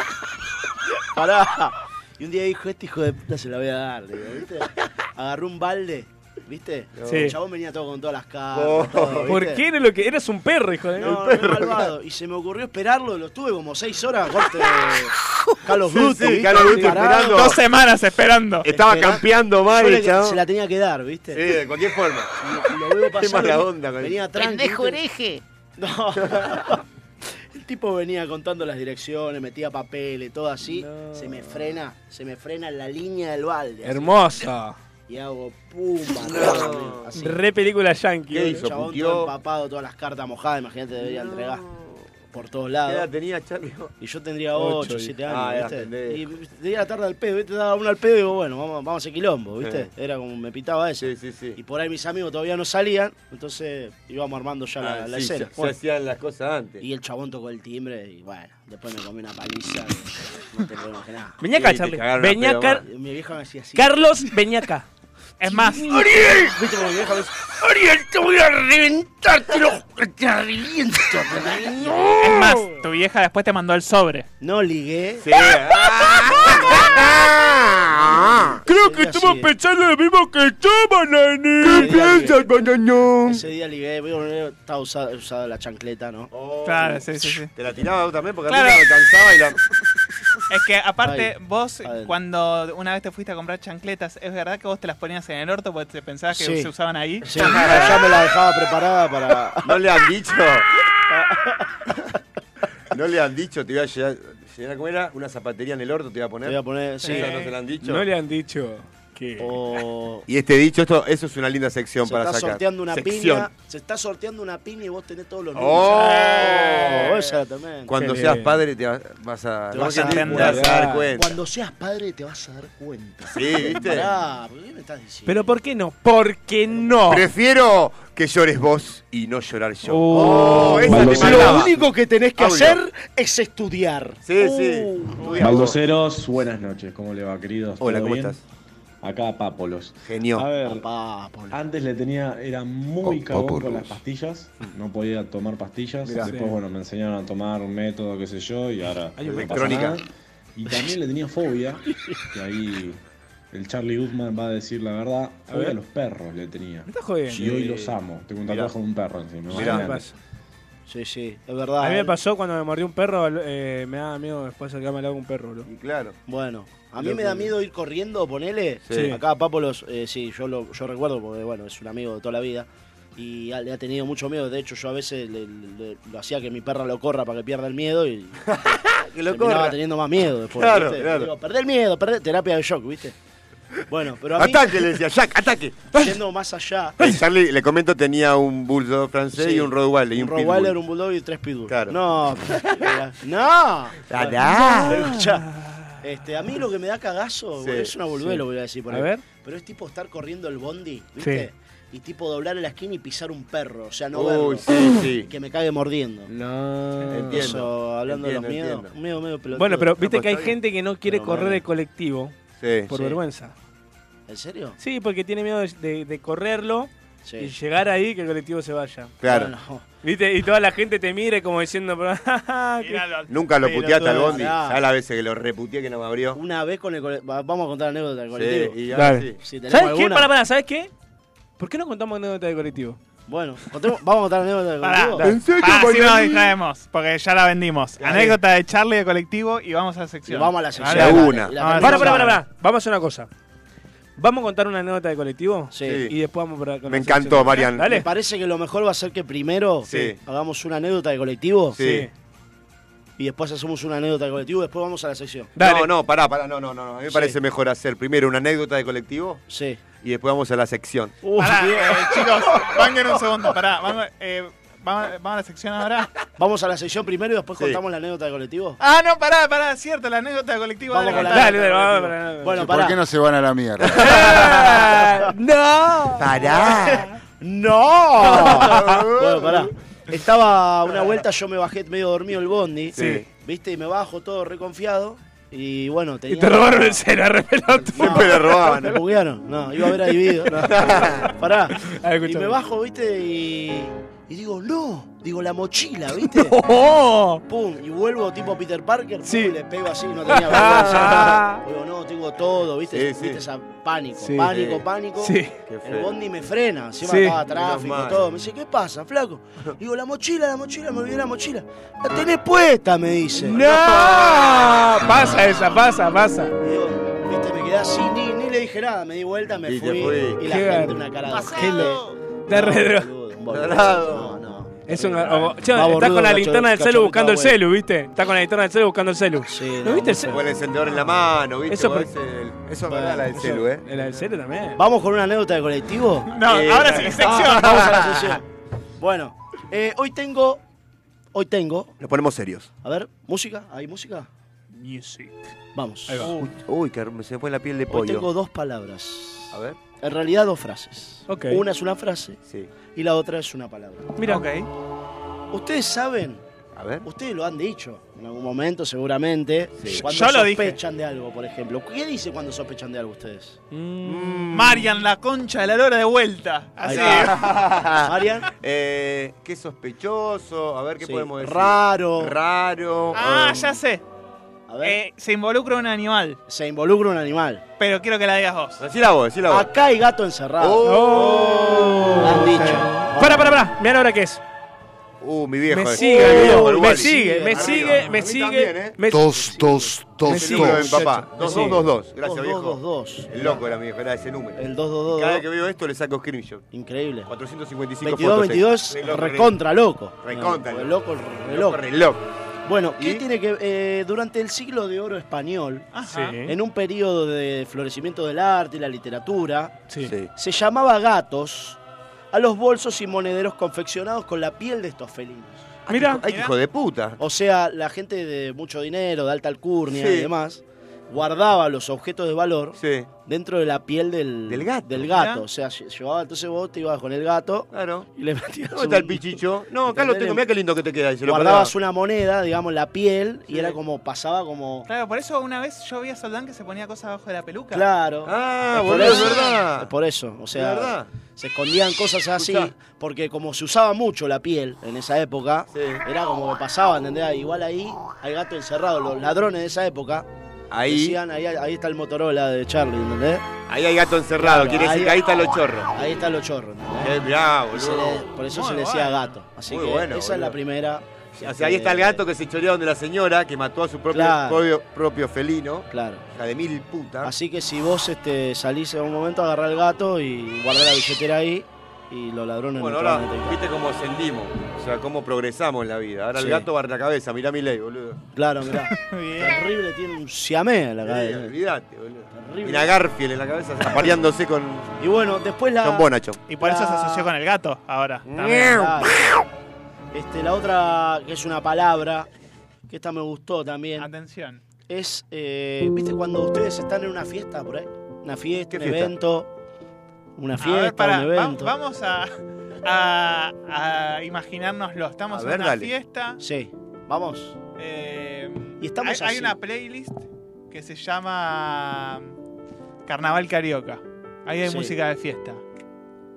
Speaker 4: Pará. Y un día dijo, este hijo de puta se la voy a dar, digo, ¿viste? Agarró un balde, ¿viste?
Speaker 5: Sí.
Speaker 4: El chabón venía todo con todas las cartas.
Speaker 5: Oh.
Speaker 4: todo,
Speaker 5: ¿Por
Speaker 4: ¿viste?
Speaker 5: qué eres lo que eres un perro, hijo de
Speaker 4: No, re malvado. Y se me ocurrió esperarlo, lo estuve como seis horas, corte. Carlos
Speaker 3: Sí,
Speaker 4: Duty.
Speaker 3: sí, Call of Duty esperando.
Speaker 2: Dos semanas esperando.
Speaker 3: Estaba campeando mal, el chabón.
Speaker 4: Se la tenía que dar, ¿viste?
Speaker 3: Sí, de cualquier forma.
Speaker 4: Lo veo
Speaker 3: Qué
Speaker 4: pasar.
Speaker 3: mala
Speaker 4: ven-
Speaker 3: onda con
Speaker 4: venía tranqui.
Speaker 11: Pendejo
Speaker 4: ¿viste?
Speaker 11: hereje.
Speaker 4: No. El tipo venía contando las direcciones, metía papeles, todo así. Se me frena, se me frena en la línea del balde. así.
Speaker 5: Hermosa.
Speaker 4: Y hago pumba. No. Así.
Speaker 5: Re película yankee.
Speaker 4: El chabón todo empapado, todas las cartas mojadas, imagínate, debería entregar. Por todos
Speaker 3: ¿Qué edad
Speaker 4: lados.
Speaker 3: tenía, Charlie?
Speaker 4: Y yo tendría
Speaker 3: Ocho,
Speaker 4: 8, 7
Speaker 3: hijo.
Speaker 4: años,
Speaker 3: Ah, era
Speaker 4: ¿viste?
Speaker 3: pendejo.
Speaker 4: Y te la tarde al pedo, ¿viste? Daba uno al pedo y digo, bueno, vamos, vamos a hacer quilombo, ¿viste? Era como me pitaba eso. Y por ahí mis amigos todavía no salían, entonces íbamos armando ya la,
Speaker 3: Ah,
Speaker 4: la
Speaker 3: sí,
Speaker 4: escena.
Speaker 3: se- se
Speaker 4: Bueno,
Speaker 3: hacían las cosas antes.
Speaker 4: y el chabón tocó el timbre y bueno, después me comí una paliza. que no te puedo imaginar.
Speaker 5: Vení acá, Charlie. Vení acá.
Speaker 4: Y Mi vieja me hacía así.
Speaker 5: Carlos, vení acá.
Speaker 2: Es más,
Speaker 4: ¡Ariel! ¿Viste como mi vieja me ¡Ariel, te voy a reventar! ¡Te lo te reviento!
Speaker 2: es más, tu vieja después te mandó el sobre.
Speaker 4: No ligué.
Speaker 3: ¿eh?
Speaker 5: Creo que estamos pensando lo mismo que yo, Bananín.
Speaker 4: piensas,
Speaker 3: bananón?
Speaker 4: Ese día ligué, bueno, estaba usada, usada la chancleta, ¿no?
Speaker 2: Claro, sí, sí, sí.
Speaker 3: Oh, Te la tiraba vos también porque
Speaker 2: Claro.
Speaker 3: a mí no me alcanzaba y la.
Speaker 2: Es que aparte,
Speaker 4: Ahí,
Speaker 2: vos
Speaker 4: adentro.
Speaker 2: cuando una vez te fuiste a comprar chancletas, ¿es verdad que vos te las ponías en el orto porque te pensabas que
Speaker 4: Sí.
Speaker 2: se usaban ahí?
Speaker 4: Sí, ya me la dejaba preparada para.
Speaker 3: ¿No le han dicho? ¿No le han dicho? Te iba a llegar. llegar- ¿Cómo era? ¿Una zapatería en el orto te iba a poner?
Speaker 4: Te voy a poner, sí.
Speaker 3: Eso no se lo han dicho.
Speaker 5: No le han dicho que.
Speaker 4: O-
Speaker 3: Y este dicho, esto, eso es una linda sección
Speaker 4: se
Speaker 3: para
Speaker 4: está
Speaker 3: sacar.
Speaker 4: sorteando una
Speaker 3: Sección.
Speaker 4: piña. Se está sorteando una piña y vos tenés todos los números.
Speaker 3: ¡Oh!
Speaker 4: Oh, esa también.
Speaker 3: Cuando
Speaker 5: Eh, Qué
Speaker 3: seas
Speaker 5: bien.
Speaker 3: padre te vas, vas a...
Speaker 4: Te
Speaker 3: no
Speaker 4: vas
Speaker 3: que
Speaker 4: a
Speaker 3: te
Speaker 4: entender.
Speaker 3: vas a dar cuenta.
Speaker 4: Cuando seas padre te vas a dar cuenta.
Speaker 3: Sí, ¿viste?
Speaker 4: Pará, ¿por qué me estás diciendo?
Speaker 5: Pero ¿por qué no? ¿Por qué no?
Speaker 3: Prefiero que llores vos y no llorar yo.
Speaker 5: Oh,
Speaker 3: Oh, esa te
Speaker 4: Lo
Speaker 3: mandaba.
Speaker 4: único que tenés que
Speaker 3: Audio.
Speaker 4: hacer es estudiar. Uh,
Speaker 3: Sí, sí. Estudia vos.
Speaker 15: Baldoseros, buenas noches, ¿cómo le va, queridos? ¿Todo
Speaker 3: Hola, ¿cómo
Speaker 15: bien?
Speaker 3: estás?
Speaker 15: Acá Pápolos.
Speaker 3: Genio.
Speaker 15: A ver,
Speaker 4: Papá,
Speaker 15: antes le tenía, era muy
Speaker 3: Oh,
Speaker 15: cagón
Speaker 3: Pápolos.
Speaker 15: con las pastillas,
Speaker 5: Mm.
Speaker 15: no podía tomar pastillas,
Speaker 3: Mirá.
Speaker 15: después
Speaker 3: Sí.
Speaker 15: bueno, me enseñaron a tomar un método, qué sé yo, y ahora
Speaker 3: Hay un
Speaker 15: no pasa
Speaker 3: electrónica.
Speaker 15: nada. Y también le tenía fobia, que ahí el Charlie Goodman va a decir la verdad,
Speaker 5: A
Speaker 15: fobia a,
Speaker 5: ver.
Speaker 15: los perros le tenía.
Speaker 5: Me estás jodiendo.
Speaker 15: Y hoy los amo. Tengo un
Speaker 5: Mirá.
Speaker 15: tatuaje de un perro encima.
Speaker 5: Mirá.
Speaker 15: Imagínate.
Speaker 5: Pasa.
Speaker 4: Sí, sí, es verdad. eh.
Speaker 5: a mí me pasó cuando me mordió un perro, eh, me da miedo después acercarme al lado de un perro, boludo.
Speaker 3: Claro.
Speaker 4: Bueno, A mí me da miedo ir corriendo, ponele.
Speaker 5: Sí.
Speaker 4: Acá Papolos, eh, sí, yo lo yo recuerdo porque, bueno, es un amigo de toda la vida. Y ha- le ha tenido mucho miedo. De hecho, yo a veces le- le- lo hacía que mi perra lo corra para que pierda el miedo y. que
Speaker 3: lo
Speaker 4: terminaba
Speaker 3: corra.
Speaker 4: teniendo más miedo después.
Speaker 3: Claro,
Speaker 4: ¿viste?
Speaker 3: claro.
Speaker 4: Digo, perdé el miedo, perdé. Terapia de shock, ¿viste? Bueno, pero a mí.
Speaker 3: Ataque, le decía, Jack, ataque.
Speaker 4: Yendo más allá.
Speaker 3: Eh, Charlie, le comento, tenía un bulldog francés
Speaker 4: Sí.
Speaker 3: y un rottweiler. Y
Speaker 4: Un
Speaker 3: un,
Speaker 4: Rottweiler,
Speaker 3: pitbull.
Speaker 4: un Bulldog y tres Pitbull.
Speaker 3: Claro. Ah.
Speaker 4: No, no.
Speaker 3: Pará.
Speaker 4: Pero escuchá, este, a mí lo que me da cagazo,
Speaker 5: Sí,
Speaker 4: boludo, es una boludez
Speaker 5: sí.
Speaker 4: lo que voy a decir por
Speaker 5: A
Speaker 4: ahí.
Speaker 5: ver.
Speaker 4: Pero es tipo estar corriendo el bondi, ¿viste?
Speaker 5: Sí.
Speaker 4: Y tipo doblar en la esquina y pisar un perro, o sea, no
Speaker 3: Uy,
Speaker 4: verlo.
Speaker 3: sí, sí.
Speaker 4: Y Que me cague mordiendo.
Speaker 15: No.
Speaker 3: Entiendo,
Speaker 4: Eso, hablando de los
Speaker 3: entiendo,
Speaker 4: miedos.
Speaker 3: entiendo.
Speaker 4: Miedo, medio pelotudo. pues
Speaker 5: Bueno, pero viste
Speaker 3: No,
Speaker 5: que hay
Speaker 3: está bien.
Speaker 5: gente que no quiere
Speaker 4: Pero
Speaker 5: correr
Speaker 4: bueno.
Speaker 5: de colectivo
Speaker 3: Sí.
Speaker 5: por
Speaker 4: Sí.
Speaker 5: vergüenza.
Speaker 4: ¿En serio?
Speaker 5: Sí, porque tiene miedo de, de- de correrlo
Speaker 4: Sí. Ah,
Speaker 5: y llegar ahí que el colectivo se vaya.
Speaker 3: Claro.
Speaker 4: No.
Speaker 5: ¿Viste? Y toda la gente te mire como diciendo, pero, ah, que-
Speaker 3: Nunca lo puteaste al bondi.
Speaker 4: Pará.
Speaker 3: ¿Sabes las veces que lo reputeé que no me abrió?
Speaker 4: Una vez con el cole- va- Vamos a contar anécdota del
Speaker 3: Sí,
Speaker 4: colectivo.
Speaker 3: y ahora Dale. sí.
Speaker 4: Si tenemos
Speaker 5: ¿Sabes qué?
Speaker 4: alguna.
Speaker 5: Pará, pará, ¿sabes qué? ¿Por qué no contamos anécdotas de colectivo? Ah,
Speaker 4: Bueno, contemos- vamos a contar anécdota del
Speaker 2: Pará,
Speaker 4: colectivo.
Speaker 2: pará, así nos distraemos, porque ya la vendimos.
Speaker 4: Dale.
Speaker 2: Anécdota de Charlie de colectivo y vamos a la sección.
Speaker 4: Y vamos a la sección.
Speaker 2: Dale,
Speaker 4: La
Speaker 2: dale.
Speaker 4: una.
Speaker 2: Vamos a la
Speaker 5: Pará, pará,
Speaker 2: sección.
Speaker 5: pará, pará. Vamos a hacer una cosa. Vamos a contar una anécdota de colectivo
Speaker 4: Sí.
Speaker 5: y después vamos para con
Speaker 3: Me
Speaker 5: la
Speaker 3: encantó,
Speaker 5: sección.
Speaker 3: Marian.
Speaker 5: Dale.
Speaker 4: Me parece que lo mejor va a ser que primero
Speaker 3: Sí.
Speaker 4: hagamos una anécdota de colectivo.
Speaker 3: Sí.
Speaker 4: Y después hacemos una anécdota de colectivo, después vamos a la sección.
Speaker 3: No, no, pará, pará, no, no, no. no. A mí me
Speaker 4: Sí.
Speaker 3: parece mejor hacer primero una anécdota de colectivo.
Speaker 4: Sí.
Speaker 3: Y después vamos a la sección.
Speaker 2: Pará, eh, chicos, banquen un segundo, pará. Vamos, eh, vamos, vamos a la sección ahora.
Speaker 4: Vamos a la sección primero y después
Speaker 3: Sí.
Speaker 4: contamos la anécdota de colectivo.
Speaker 2: Ah, no, pará, pará, cierto, la anécdota de colectivo.
Speaker 4: Vamos con la
Speaker 2: contá.
Speaker 4: anécdota Dale, dale,
Speaker 5: colectivo.
Speaker 4: vamos, Bueno,
Speaker 11: ¿Por
Speaker 4: pará.
Speaker 11: qué no se van a la mierda?
Speaker 5: ¡No!
Speaker 3: ¡Pará!
Speaker 4: ¡No! bueno, pará. Estaba una vuelta, yo me bajé medio dormido el bondi.
Speaker 3: Sí.
Speaker 4: ¿Viste? Y me bajo todo reconfiado. Y bueno, tenía.
Speaker 5: Y te robaron el cero, re pelotudo.
Speaker 3: Siempre le robaban. ¿eh?
Speaker 4: Me buguearon. No, iba a haber adivido. No. Pará.
Speaker 5: A ver,
Speaker 4: Y
Speaker 5: Ah, escuchame.
Speaker 4: me bajo, viste, y. Y digo, no. Digo, la mochila, viste.
Speaker 5: ¡Oh!
Speaker 4: Pum. Y vuelvo tipo Peter Parker. pum,
Speaker 5: Sí.
Speaker 4: y le pego así, no tenía vergüenza. digo, no, tengo todo, viste.
Speaker 3: Sí, sí.
Speaker 4: viste esa pánico,
Speaker 5: Sí.
Speaker 4: pánico,
Speaker 3: Sí.
Speaker 4: pánico.
Speaker 5: Sí.
Speaker 3: Qué feo.
Speaker 4: El bondi me frena, encima
Speaker 5: Sí.
Speaker 4: estaba tráfico,
Speaker 3: Menos mal.
Speaker 4: todo. Me dice, ¿qué pasa, flaco? Digo, la mochila, la mochila, me olvidé la mochila. La tenés puesta, me dice.
Speaker 5: ¡No! Pasa esa, pasa, pasa.
Speaker 4: Digo, viste, me quedé así, ni, ni le dije nada, me di vuelta, me
Speaker 3: Y te
Speaker 4: fui,
Speaker 3: fui.
Speaker 4: Y la
Speaker 5: Qué
Speaker 4: gente
Speaker 5: gar-
Speaker 4: una cara de
Speaker 5: Qué le-
Speaker 4: ojete.
Speaker 5: Está re dro-
Speaker 4: No, boludo, un boludo.
Speaker 3: Tarado.
Speaker 4: No, no.
Speaker 5: Es un.
Speaker 4: Terrible.
Speaker 5: o- che,
Speaker 4: Va
Speaker 5: está
Speaker 4: boludo,
Speaker 5: con la
Speaker 4: cacho-
Speaker 5: linterna del
Speaker 4: cacho-
Speaker 5: celu buscando el
Speaker 4: está bueno.
Speaker 5: celu, ¿viste? Está con la linterna del celu buscando el celu.
Speaker 4: Sí,
Speaker 5: ¿No viste el celu?
Speaker 3: O el encendedor en la mano, ¿viste?
Speaker 5: Eso
Speaker 3: O
Speaker 5: por-
Speaker 3: ese- el- Eso es verdad, la del celu, ¿eh?
Speaker 5: ¿La del celu también?
Speaker 4: ¿Vamos con una anécdota de colectivo?
Speaker 2: No,
Speaker 3: Eh,
Speaker 2: ahora sí,
Speaker 4: Ah,
Speaker 2: sección.
Speaker 4: vamos a la sesión. Bueno, eh, hoy tengo. Hoy tengo.
Speaker 3: Nos ponemos serios.
Speaker 4: A ver, música. ¿Hay música?
Speaker 5: Music.
Speaker 4: Vamos.
Speaker 5: Ahí va.
Speaker 4: Hoy
Speaker 3: Uy, que me se me pone la piel de pollo.
Speaker 4: tengo dos palabras.
Speaker 3: A ver.
Speaker 4: En realidad, dos frases.
Speaker 5: Ok.
Speaker 4: Una es una frase
Speaker 3: Sí.
Speaker 4: y la otra es una palabra.
Speaker 5: Mira.
Speaker 4: Ustedes saben,
Speaker 3: A ver.
Speaker 4: ustedes lo han dicho en algún momento, seguramente.
Speaker 3: Sí.
Speaker 4: Cuando
Speaker 2: Yo lo dije.
Speaker 4: sospechan de algo, por ejemplo. ¿Qué dice cuando sospechan de algo ustedes?
Speaker 2: Mm. Marian, la concha de la lora de vuelta.
Speaker 4: Ahí
Speaker 2: Así.
Speaker 4: Marian.
Speaker 3: Eh, qué sospechoso. A ver qué
Speaker 4: Sí.
Speaker 3: podemos decir.
Speaker 4: Raro.
Speaker 3: Raro.
Speaker 2: Ah,
Speaker 3: eh,
Speaker 2: ya sé.
Speaker 4: A ver.
Speaker 2: Eh, se involucra un animal,
Speaker 4: Se involucra un animal.
Speaker 2: pero quiero que la digas vos.
Speaker 3: Decila vos, decila vos.
Speaker 4: Acá hay gato encerrado.
Speaker 3: Oh.
Speaker 4: Lo han dicho.
Speaker 5: Pará, pará, pará. Mirá la hora que es.
Speaker 3: Uh, mi viejo.
Speaker 5: Me
Speaker 3: el-
Speaker 4: Oh,
Speaker 5: sigue,
Speaker 3: el
Speaker 5: boludo,
Speaker 3: viejo, el
Speaker 5: me
Speaker 3: Wally.
Speaker 5: sigue, me
Speaker 3: Arriba.
Speaker 5: sigue, me
Speaker 3: A mí
Speaker 5: sigue,
Speaker 3: también, ¿eh?
Speaker 5: me-
Speaker 17: Dos, dos, dos,
Speaker 3: El número de mi
Speaker 17: dos.
Speaker 3: papá.
Speaker 5: Me
Speaker 3: 2222.
Speaker 4: Dos,
Speaker 3: Gracias,
Speaker 4: dos,
Speaker 3: viejo.
Speaker 4: dos, dos.
Speaker 3: El loco era mi viejo, era ese número.
Speaker 4: El 222.
Speaker 3: Cada vez que veo esto le saco screenshot.
Speaker 4: Increíble.
Speaker 3: 455
Speaker 4: 22,
Speaker 3: fotos.
Speaker 4: 22,
Speaker 3: Re loco, re-
Speaker 4: recontra loco.
Speaker 3: Recontra
Speaker 4: Re
Speaker 3: loco.
Speaker 4: loco, re
Speaker 3: Loco,
Speaker 4: loco.
Speaker 3: re loco.
Speaker 4: Bueno, ¿qué
Speaker 3: ¿Y?
Speaker 4: tiene que eh, durante el siglo de oro español,
Speaker 5: Sí.
Speaker 4: en un periodo de florecimiento del arte y la literatura,
Speaker 5: Sí.
Speaker 3: Sí.
Speaker 4: se llamaba gatos a los bolsos y monederos confeccionados con la piel de estos felinos.
Speaker 5: Mirá.
Speaker 3: Ay, qué hijo de puta.
Speaker 4: O sea, la gente de mucho dinero, de alta alcurnia
Speaker 3: Sí.
Speaker 4: y demás, guardaba los objetos de valor
Speaker 3: Sí,
Speaker 4: dentro de la piel del,
Speaker 3: Del gato.
Speaker 4: gato.
Speaker 2: Mirá.
Speaker 4: O sea, lle- llevaba, entonces vos te ibas con el gato
Speaker 3: claro.
Speaker 4: y le metías
Speaker 3: ¿Dónde está el
Speaker 4: un-
Speaker 3: pichicho? No, acá lo
Speaker 4: ¿Entendés?
Speaker 3: tengo. Mira qué lindo que te queda. y Se lo
Speaker 4: guardabas
Speaker 3: guardaba.
Speaker 4: una moneda, digamos, la piel,
Speaker 3: Sí.
Speaker 4: y era como, pasaba como.
Speaker 2: Claro, por eso una vez yo vi a Soldán que se ponía cosas abajo de la peluca.
Speaker 4: Claro.
Speaker 3: Ah,
Speaker 4: Es por
Speaker 3: boludo, es
Speaker 4: eso.
Speaker 3: verdad.
Speaker 4: Es por eso. O
Speaker 3: Es verdad.
Speaker 4: sea, se escondían cosas así,
Speaker 3: Escuchá.
Speaker 4: porque como se usaba mucho la piel en esa época,
Speaker 3: Sí.
Speaker 4: Ah, era como que pasaba, ¿entendés? Igual ahí hay gato encerrado. Los ladrones de esa época
Speaker 3: Ahí-
Speaker 4: Decían, ahí, ahí está el Motorola de Charlie, ¿entendés?
Speaker 3: Ahí hay gato encerrado, quiere decir que ahí están los chorros.
Speaker 4: Ahí están los chorros. ¿entendés?
Speaker 3: Qué mirá,
Speaker 4: Y se
Speaker 3: boludo.
Speaker 4: le- por eso
Speaker 3: Muy
Speaker 4: se le decía
Speaker 3: bueno.
Speaker 4: gato. Así
Speaker 3: Muy
Speaker 4: que
Speaker 3: bueno,
Speaker 4: esa es la
Speaker 3: boludo.
Speaker 4: primera. este,
Speaker 3: O sea, ahí está el gato que se choreó donde la señora, que mató a su propio,
Speaker 4: Claro.
Speaker 3: propio, propio felino.
Speaker 4: Claro.
Speaker 3: Hija de mil putas.
Speaker 4: Así que si vos este, salís en un momento, agarrá el gato y guardá la billetera ahí y los ladrones
Speaker 3: Bueno,
Speaker 4: no te van
Speaker 3: ahora
Speaker 4: a detectar.
Speaker 3: viste cómo ascendimos, o sea, cómo progresamos en la vida. Ahora
Speaker 4: Sí.
Speaker 3: el gato barre la cabeza, mirá mi ley, boludo.
Speaker 4: Claro, mirá. Terrible, tiene un siamé en la
Speaker 3: Sí, eh,
Speaker 4: cabeza.
Speaker 3: olvidate, boludo. Mirá Garfield en la cabeza, apareándose con.
Speaker 4: Y bueno, después la.
Speaker 3: Son vos, Nacho.
Speaker 2: Y
Speaker 4: Ah,
Speaker 2: por eso se asoció con el gato ahora. también.
Speaker 4: Claro. Este, la otra, que es una palabra, que esta me gustó también.
Speaker 2: Atención.
Speaker 4: Es, eh, ¿viste cuando ustedes están en una fiesta por ahí? Una fiesta, un
Speaker 2: ¿Qué fiesta?
Speaker 4: evento. Una
Speaker 2: A ver,
Speaker 4: fiesta,
Speaker 2: pará,
Speaker 4: un
Speaker 2: va-
Speaker 4: evento.
Speaker 2: vamos a, a, a imaginárnoslo. Estamos
Speaker 4: A ver,
Speaker 2: en una
Speaker 4: dale.
Speaker 2: fiesta.
Speaker 4: Sí, vamos.
Speaker 2: eh,
Speaker 4: Y estamos
Speaker 2: hay, hay
Speaker 4: así.
Speaker 2: una playlist que se llama mm, Carnaval Carioca. Ahí hay
Speaker 4: Sí.
Speaker 2: música de fiesta.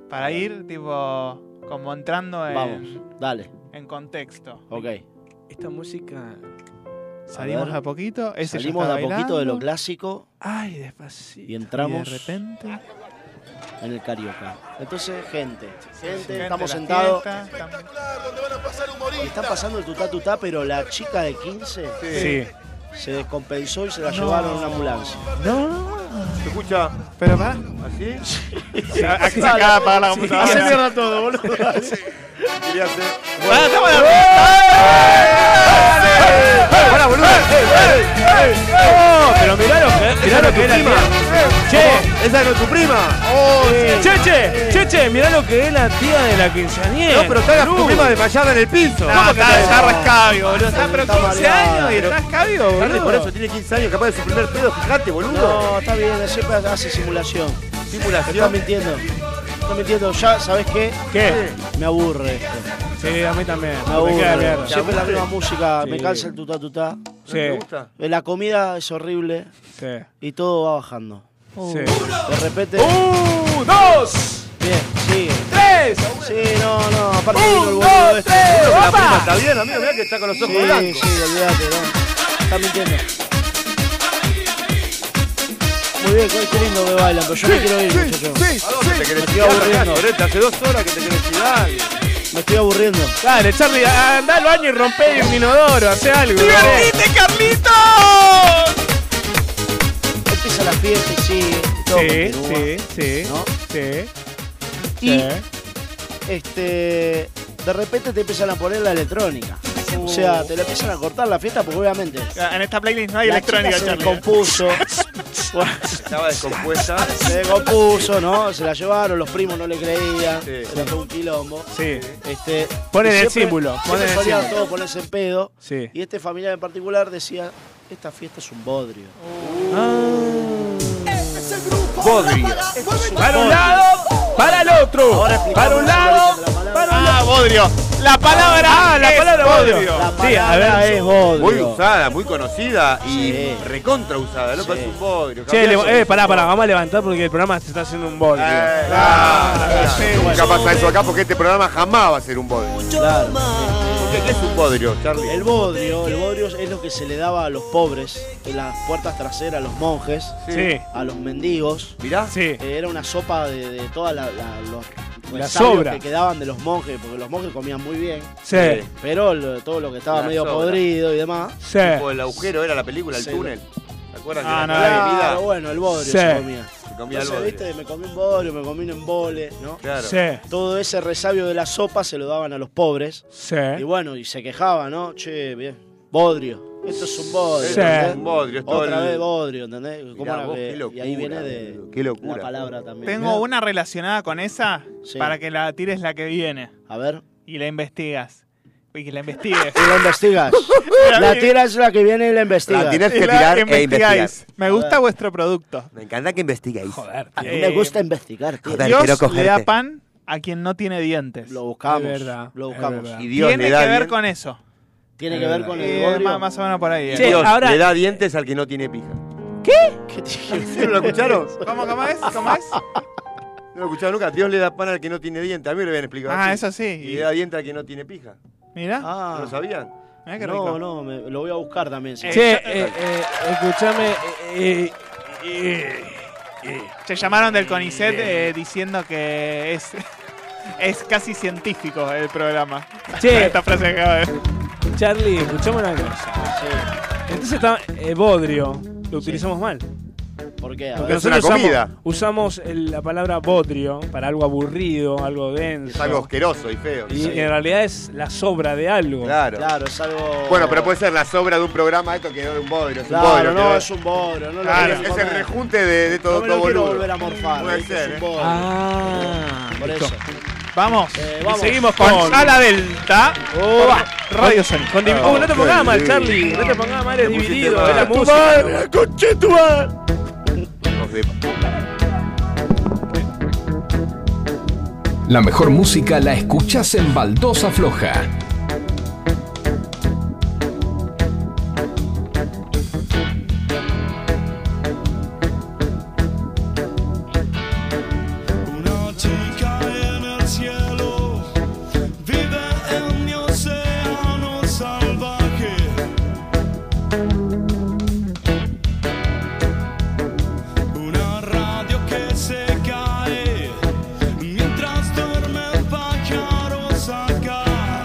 Speaker 2: Para ir, tipo, como entrando en,
Speaker 4: Vamos, dale.
Speaker 2: en contexto.
Speaker 4: Ok.
Speaker 5: Esta música.
Speaker 2: Salimos
Speaker 4: ver.
Speaker 2: a poquito. Ese ya
Speaker 4: Salimos de
Speaker 2: está
Speaker 4: a poquito de
Speaker 2: bailando.
Speaker 4: lo clásico
Speaker 5: Ay, despacito.
Speaker 4: y entramos
Speaker 2: Y de repente.
Speaker 4: en el carioca. Entonces, gente, gente,
Speaker 2: Gente,
Speaker 4: estamos
Speaker 2: la
Speaker 4: sentados.
Speaker 2: fiesta,
Speaker 4: Y Está pasando el tutá tutá, pero la chica de 15
Speaker 2: Sí.
Speaker 4: se descompensó y se la
Speaker 2: No.
Speaker 4: llevaron en una ambulancia.
Speaker 2: No.
Speaker 3: ¿Se escucha?
Speaker 2: Pero va.
Speaker 3: ¿Así?
Speaker 2: Aquí se acaba de apagar la computadora.
Speaker 4: Hace mierda todo, boludo.
Speaker 3: Quería hacer.
Speaker 2: Pará, estamos en la
Speaker 3: ¡Para, boludo!
Speaker 5: Oh, Pero mirá lo que, mirá lo que era. Che,
Speaker 3: esa es tu prima.
Speaker 4: Oh,
Speaker 5: Che, che, che, che, mirá lo que es la tía de la quinceañera.
Speaker 3: No, pero está la
Speaker 5: Boludo.
Speaker 3: prima desmayada en el piso.
Speaker 5: No, porque está- está
Speaker 2: rascabio, boludo. Está, pero 15 años y
Speaker 3: está
Speaker 2: está cabio,
Speaker 3: Tarde
Speaker 2: boludo.
Speaker 3: Ah, por eso, tiene 15 años, capaz de su primer pedo, fijate, boludo.
Speaker 4: No, está bien, siempre hace simulación.
Speaker 3: Simulación.
Speaker 4: Estás mintiendo. Estás mintiendo. Ya, ¿sabés qué?
Speaker 5: ¿Qué?
Speaker 4: Me aburre esto.
Speaker 5: Sí, a mí también.
Speaker 4: Me
Speaker 5: Me queda
Speaker 4: aburre.
Speaker 5: mierda.
Speaker 4: Siempre la
Speaker 5: Sí.
Speaker 4: misma música.
Speaker 5: Sí.
Speaker 4: Me cansa el tutá tutá.
Speaker 5: Sí. ¿No te gusta?
Speaker 4: Eh, La comida es horrible
Speaker 5: Sí.
Speaker 4: y todo va bajando.
Speaker 5: Sí.
Speaker 4: De repente.
Speaker 5: ¡Un, dos!
Speaker 4: Bien, sigue.
Speaker 5: ¡Tres!
Speaker 4: Sí, no, no. Aparte
Speaker 5: Un,
Speaker 4: vino el boludo
Speaker 5: dos,
Speaker 4: este.
Speaker 5: tres,
Speaker 4: La
Speaker 5: opa.
Speaker 4: prima
Speaker 3: Está bien, amigo, mirá que está con los ojos
Speaker 4: Sí,
Speaker 3: blancos.
Speaker 4: sí, olvídate, no. Está mintiendo. Muy bien, qué lindo que bailan, pero yo me quiero ir, muchachos.
Speaker 3: ¿A dónde te
Speaker 4: Me
Speaker 3: querés
Speaker 4: estoy
Speaker 3: tirar, acá,
Speaker 4: aburriendo,
Speaker 3: Loreta? Hace dos horas que te querés tirar.
Speaker 4: me estoy aburriendo.
Speaker 5: Dale, Charlie, anda al baño y rompe un inodoro, hace algo.
Speaker 2: ¡Divertite, Carlitos!
Speaker 4: Empieza la fiesta y sigue. y todo
Speaker 5: Sí,
Speaker 4: continúa,
Speaker 5: sí, sí.
Speaker 4: ¿no?
Speaker 5: Sí.
Speaker 4: Y
Speaker 5: sí.
Speaker 4: este, de repente te empiezan a poner la electrónica. O sea, te la empiezan a cortar la fiesta porque obviamente
Speaker 2: Ah, En esta playlist no hay
Speaker 4: la
Speaker 2: electrónica,
Speaker 4: chica se
Speaker 2: Charlie.
Speaker 4: descompuso.
Speaker 3: Estaba descompuesta.
Speaker 4: se descompuso, ¿no? Se la llevaron, los primos no le creían.
Speaker 3: Sí.
Speaker 4: Se la fue un quilombo.
Speaker 5: Sí.
Speaker 4: Este,
Speaker 5: Ponen
Speaker 4: y
Speaker 5: el
Speaker 4: siempre-
Speaker 5: símbolo,
Speaker 4: siempre
Speaker 5: ponen el
Speaker 4: solían
Speaker 5: símbolo.
Speaker 4: todos ponerse en pedo.
Speaker 5: Sí.
Speaker 4: Y este familiar en particular decía, esta fiesta es un bodrio.
Speaker 5: Bodrio. Para un lado, para el otro. Para un lado, para un
Speaker 2: Ah,
Speaker 5: lado.
Speaker 2: bodrio. La palabra.
Speaker 5: Ah, la
Speaker 2: es
Speaker 5: palabra bodrio.
Speaker 4: La
Speaker 5: Sí, a
Speaker 4: palabra
Speaker 5: ver.
Speaker 4: es bodrio.
Speaker 3: Muy usada, muy conocida y recontra usada. Loco, es un bodrio.
Speaker 5: Che,
Speaker 3: cambiazo.
Speaker 5: le- eh, pará, pará, vamos a levantar porque el programa se está haciendo un bodrio.
Speaker 3: Eh, Nunca pasa eso acá porque este programa jamás va a ser un bodrio.
Speaker 4: Claro.
Speaker 3: ¿Qué, qué es un bodrio, Charlie?
Speaker 4: El bodrio, el bodrio es lo que se le daba a los pobres, en las puertas traseras, a los monjes,
Speaker 5: Sí.
Speaker 4: a los mendigos.
Speaker 3: Mirá.
Speaker 5: Sí.
Speaker 4: Eh, era una sopa de, de todas la- la- los
Speaker 5: La
Speaker 4: resabios
Speaker 5: sobra.
Speaker 4: que quedaban de los monjes, porque los monjes comían muy bien.
Speaker 5: Sí.
Speaker 4: Pero lo- todo lo que estaba
Speaker 3: La
Speaker 4: medio
Speaker 3: sobra.
Speaker 4: podrido y demás.
Speaker 5: Sí.
Speaker 3: Tipo, el agujero era la película, el
Speaker 4: Sí.
Speaker 3: túnel. ¿Te acuerdas?
Speaker 2: Ah,
Speaker 3: que
Speaker 2: no,
Speaker 3: la
Speaker 2: la
Speaker 3: comida
Speaker 4: Claro, bueno, el bodrio
Speaker 5: Sí.
Speaker 4: se comía.
Speaker 3: se comía el
Speaker 4: Entonces,
Speaker 3: bodrio.
Speaker 4: viste, me comí un bodrio, me comí un embole, ¿no?
Speaker 3: Claro.
Speaker 5: Sí.
Speaker 4: Todo ese resabio de la sopa se lo daban a los pobres.
Speaker 5: Sí.
Speaker 4: Y bueno, y se quejaba, ¿no? Che, bien. Bodrio. Esto es un bodrio.
Speaker 5: Sí.
Speaker 4: ¿entendés?
Speaker 3: Un bodrio, es todo
Speaker 4: Otra
Speaker 3: el-
Speaker 4: vez bodrio, ¿entendés? ¿Cómo
Speaker 3: Mirá
Speaker 4: era
Speaker 3: vos,
Speaker 4: que-
Speaker 3: qué locura,
Speaker 4: y ahí viene de
Speaker 3: boludo, qué locura.
Speaker 4: la palabra también.
Speaker 2: Tengo una relacionada con esa
Speaker 4: Sí.
Speaker 2: para que la tires la que viene
Speaker 4: A ver.
Speaker 2: y la investigas. Y que la investigues.
Speaker 4: Y la investigas. la tira es la que viene y la investigas.
Speaker 3: La tienes que
Speaker 2: Y la
Speaker 3: tirar e investigar.
Speaker 2: investigáis. Me gusta vuestro producto.
Speaker 3: Me encanta que investigáis.
Speaker 4: A mí me
Speaker 2: Eh,
Speaker 4: gusta investigar, tío.
Speaker 3: Joder, quiero
Speaker 2: Dios le
Speaker 3: cogerte.
Speaker 2: da pan a quien no tiene dientes.
Speaker 4: Lo buscamos.
Speaker 5: Es verdad,
Speaker 4: Lo
Speaker 5: es
Speaker 4: buscamos.
Speaker 5: verdad.
Speaker 3: Y Dios
Speaker 2: Tiene
Speaker 3: le da
Speaker 2: que ver
Speaker 3: dien-
Speaker 2: con eso.
Speaker 4: Tiene que ver con el
Speaker 2: Eh,
Speaker 4: bodrio.
Speaker 2: más, más o menos por ahí. eh.
Speaker 5: Sí.
Speaker 3: Dios
Speaker 5: ahora-
Speaker 3: le da dientes al que no tiene pija.
Speaker 4: ¿Qué te-
Speaker 3: ¿No lo escucharon?
Speaker 2: ¿Cómo, cómo es? ¿Cómo es?
Speaker 3: ¿No lo escucharon nunca? Dios le da pan al que no tiene dientes. A mí me lo habían explicado.
Speaker 2: Ah,
Speaker 3: así.
Speaker 2: eso sí.
Speaker 3: Y le da dientes al que no tiene pija.
Speaker 2: Mira.
Speaker 3: ¿No
Speaker 4: Ah,
Speaker 3: lo sabían?
Speaker 2: Mirá qué
Speaker 4: no,
Speaker 2: rico.
Speaker 4: no, me- lo voy a buscar también. si-
Speaker 5: Che, eh, eh, escuchame. eh, eh,
Speaker 2: Se llamaron del CONICET eh, diciendo que es, es casi científico el programa.
Speaker 5: Che.
Speaker 2: Esta frase que acaba de...
Speaker 5: Charlie, escuchame una cosa. Entonces está eh, bodrio. Lo utilizamos mal.
Speaker 4: ¿Por qué? A
Speaker 5: Porque
Speaker 4: ver.
Speaker 5: nosotros usamos, usamos el- la palabra bodrio para algo aburrido, algo denso.
Speaker 3: Es algo asqueroso y feo.
Speaker 5: Y en realidad es la sobra de algo.
Speaker 3: Claro.
Speaker 4: Claro, es algo.
Speaker 3: Bueno, pero puede ser la sobra de un programa, esto quedó de un bodrio. Es
Speaker 4: Claro,
Speaker 3: un bodrio,
Speaker 4: no,
Speaker 3: quedó.
Speaker 4: es un bodrio. No lo
Speaker 3: Claro,
Speaker 4: quería
Speaker 3: es el
Speaker 4: comer.
Speaker 3: rejunte de, de todo,
Speaker 4: No me
Speaker 3: todo
Speaker 4: lo quiero
Speaker 3: boludo.
Speaker 4: volver a morfar.
Speaker 3: Puede
Speaker 4: ¿viste?
Speaker 3: ser,
Speaker 4: es un
Speaker 3: ¿eh?
Speaker 4: bodrio. Por
Speaker 2: listo.
Speaker 4: eso.
Speaker 2: Vamos.
Speaker 4: Eh,
Speaker 2: Y
Speaker 4: vamos.
Speaker 2: seguimos con Sala Delta.
Speaker 5: Oh,
Speaker 2: por Radio
Speaker 5: con-
Speaker 2: Sonic.
Speaker 5: con divi-
Speaker 2: Oh,
Speaker 5: Uh, no te pongas
Speaker 2: qué
Speaker 5: mal,
Speaker 2: lindo.
Speaker 5: Charlie. No te pongas mal, es
Speaker 2: Te pusiste
Speaker 5: dividido.
Speaker 2: mal.
Speaker 5: Es la
Speaker 2: Tu
Speaker 5: música.
Speaker 2: madre,
Speaker 5: conche tu
Speaker 1: La mejor música la escuchás en Baldosa Floja.
Speaker 8: Una chica en el cielo vive en mi océano salvaje. Una radio que se cae mientras duermen pájaros acá.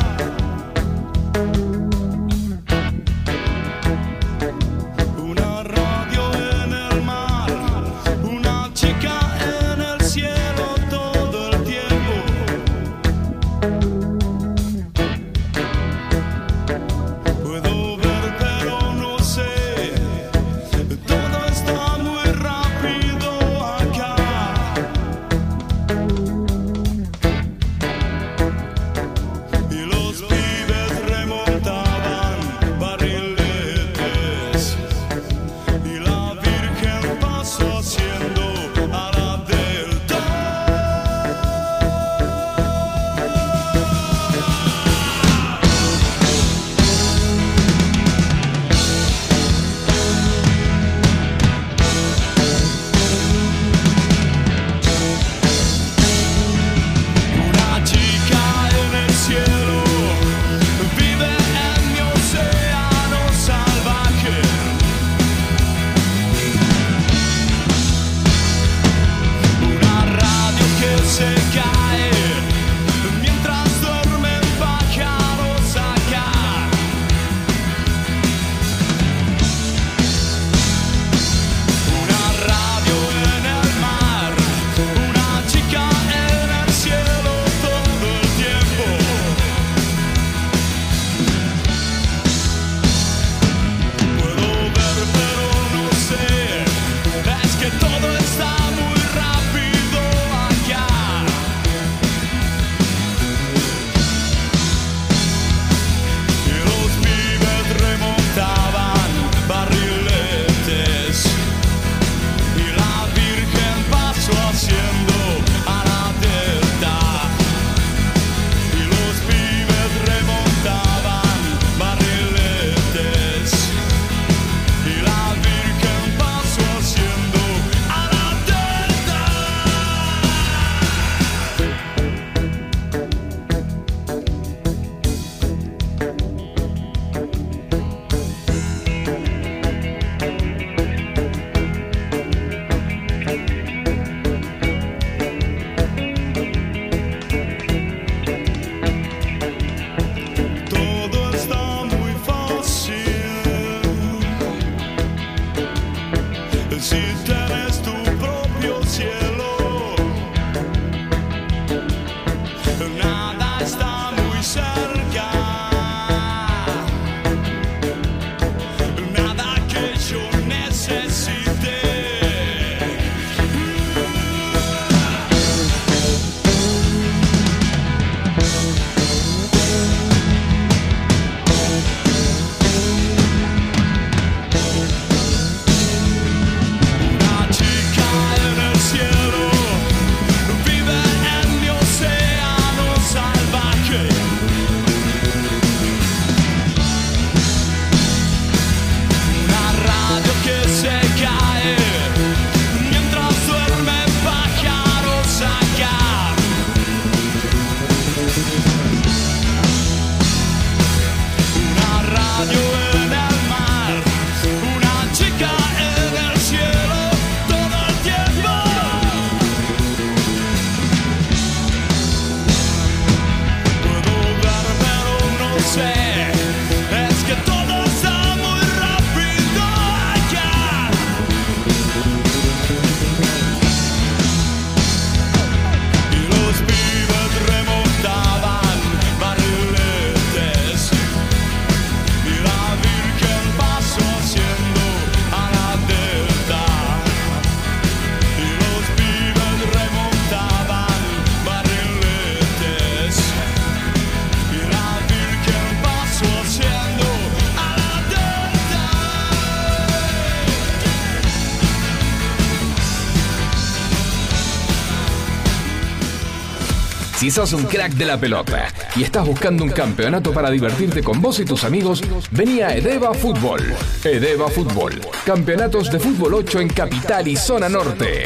Speaker 1: Si sos un crack de la pelota y estás buscando un campeonato para divertirte con vos y tus amigos, vení a Edeva Fútbol. Edeva Fútbol. Campeonatos de fútbol 8 en Capital y Zona Norte.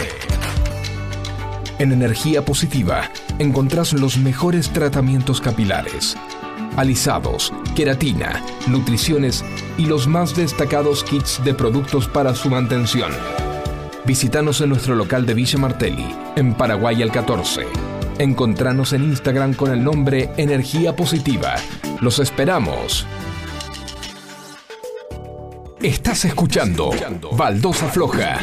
Speaker 1: En Energía Positiva encontrás los mejores tratamientos capilares. Alisados, queratina, nutriciones y los más destacados kits de productos para su mantención. Visítanos en nuestro local de Villa Martelli, en Paraguay al 14. Encontranos en Instagram con el nombre Energía Positiva. Los esperamos. Estás escuchando Baldosa Floja.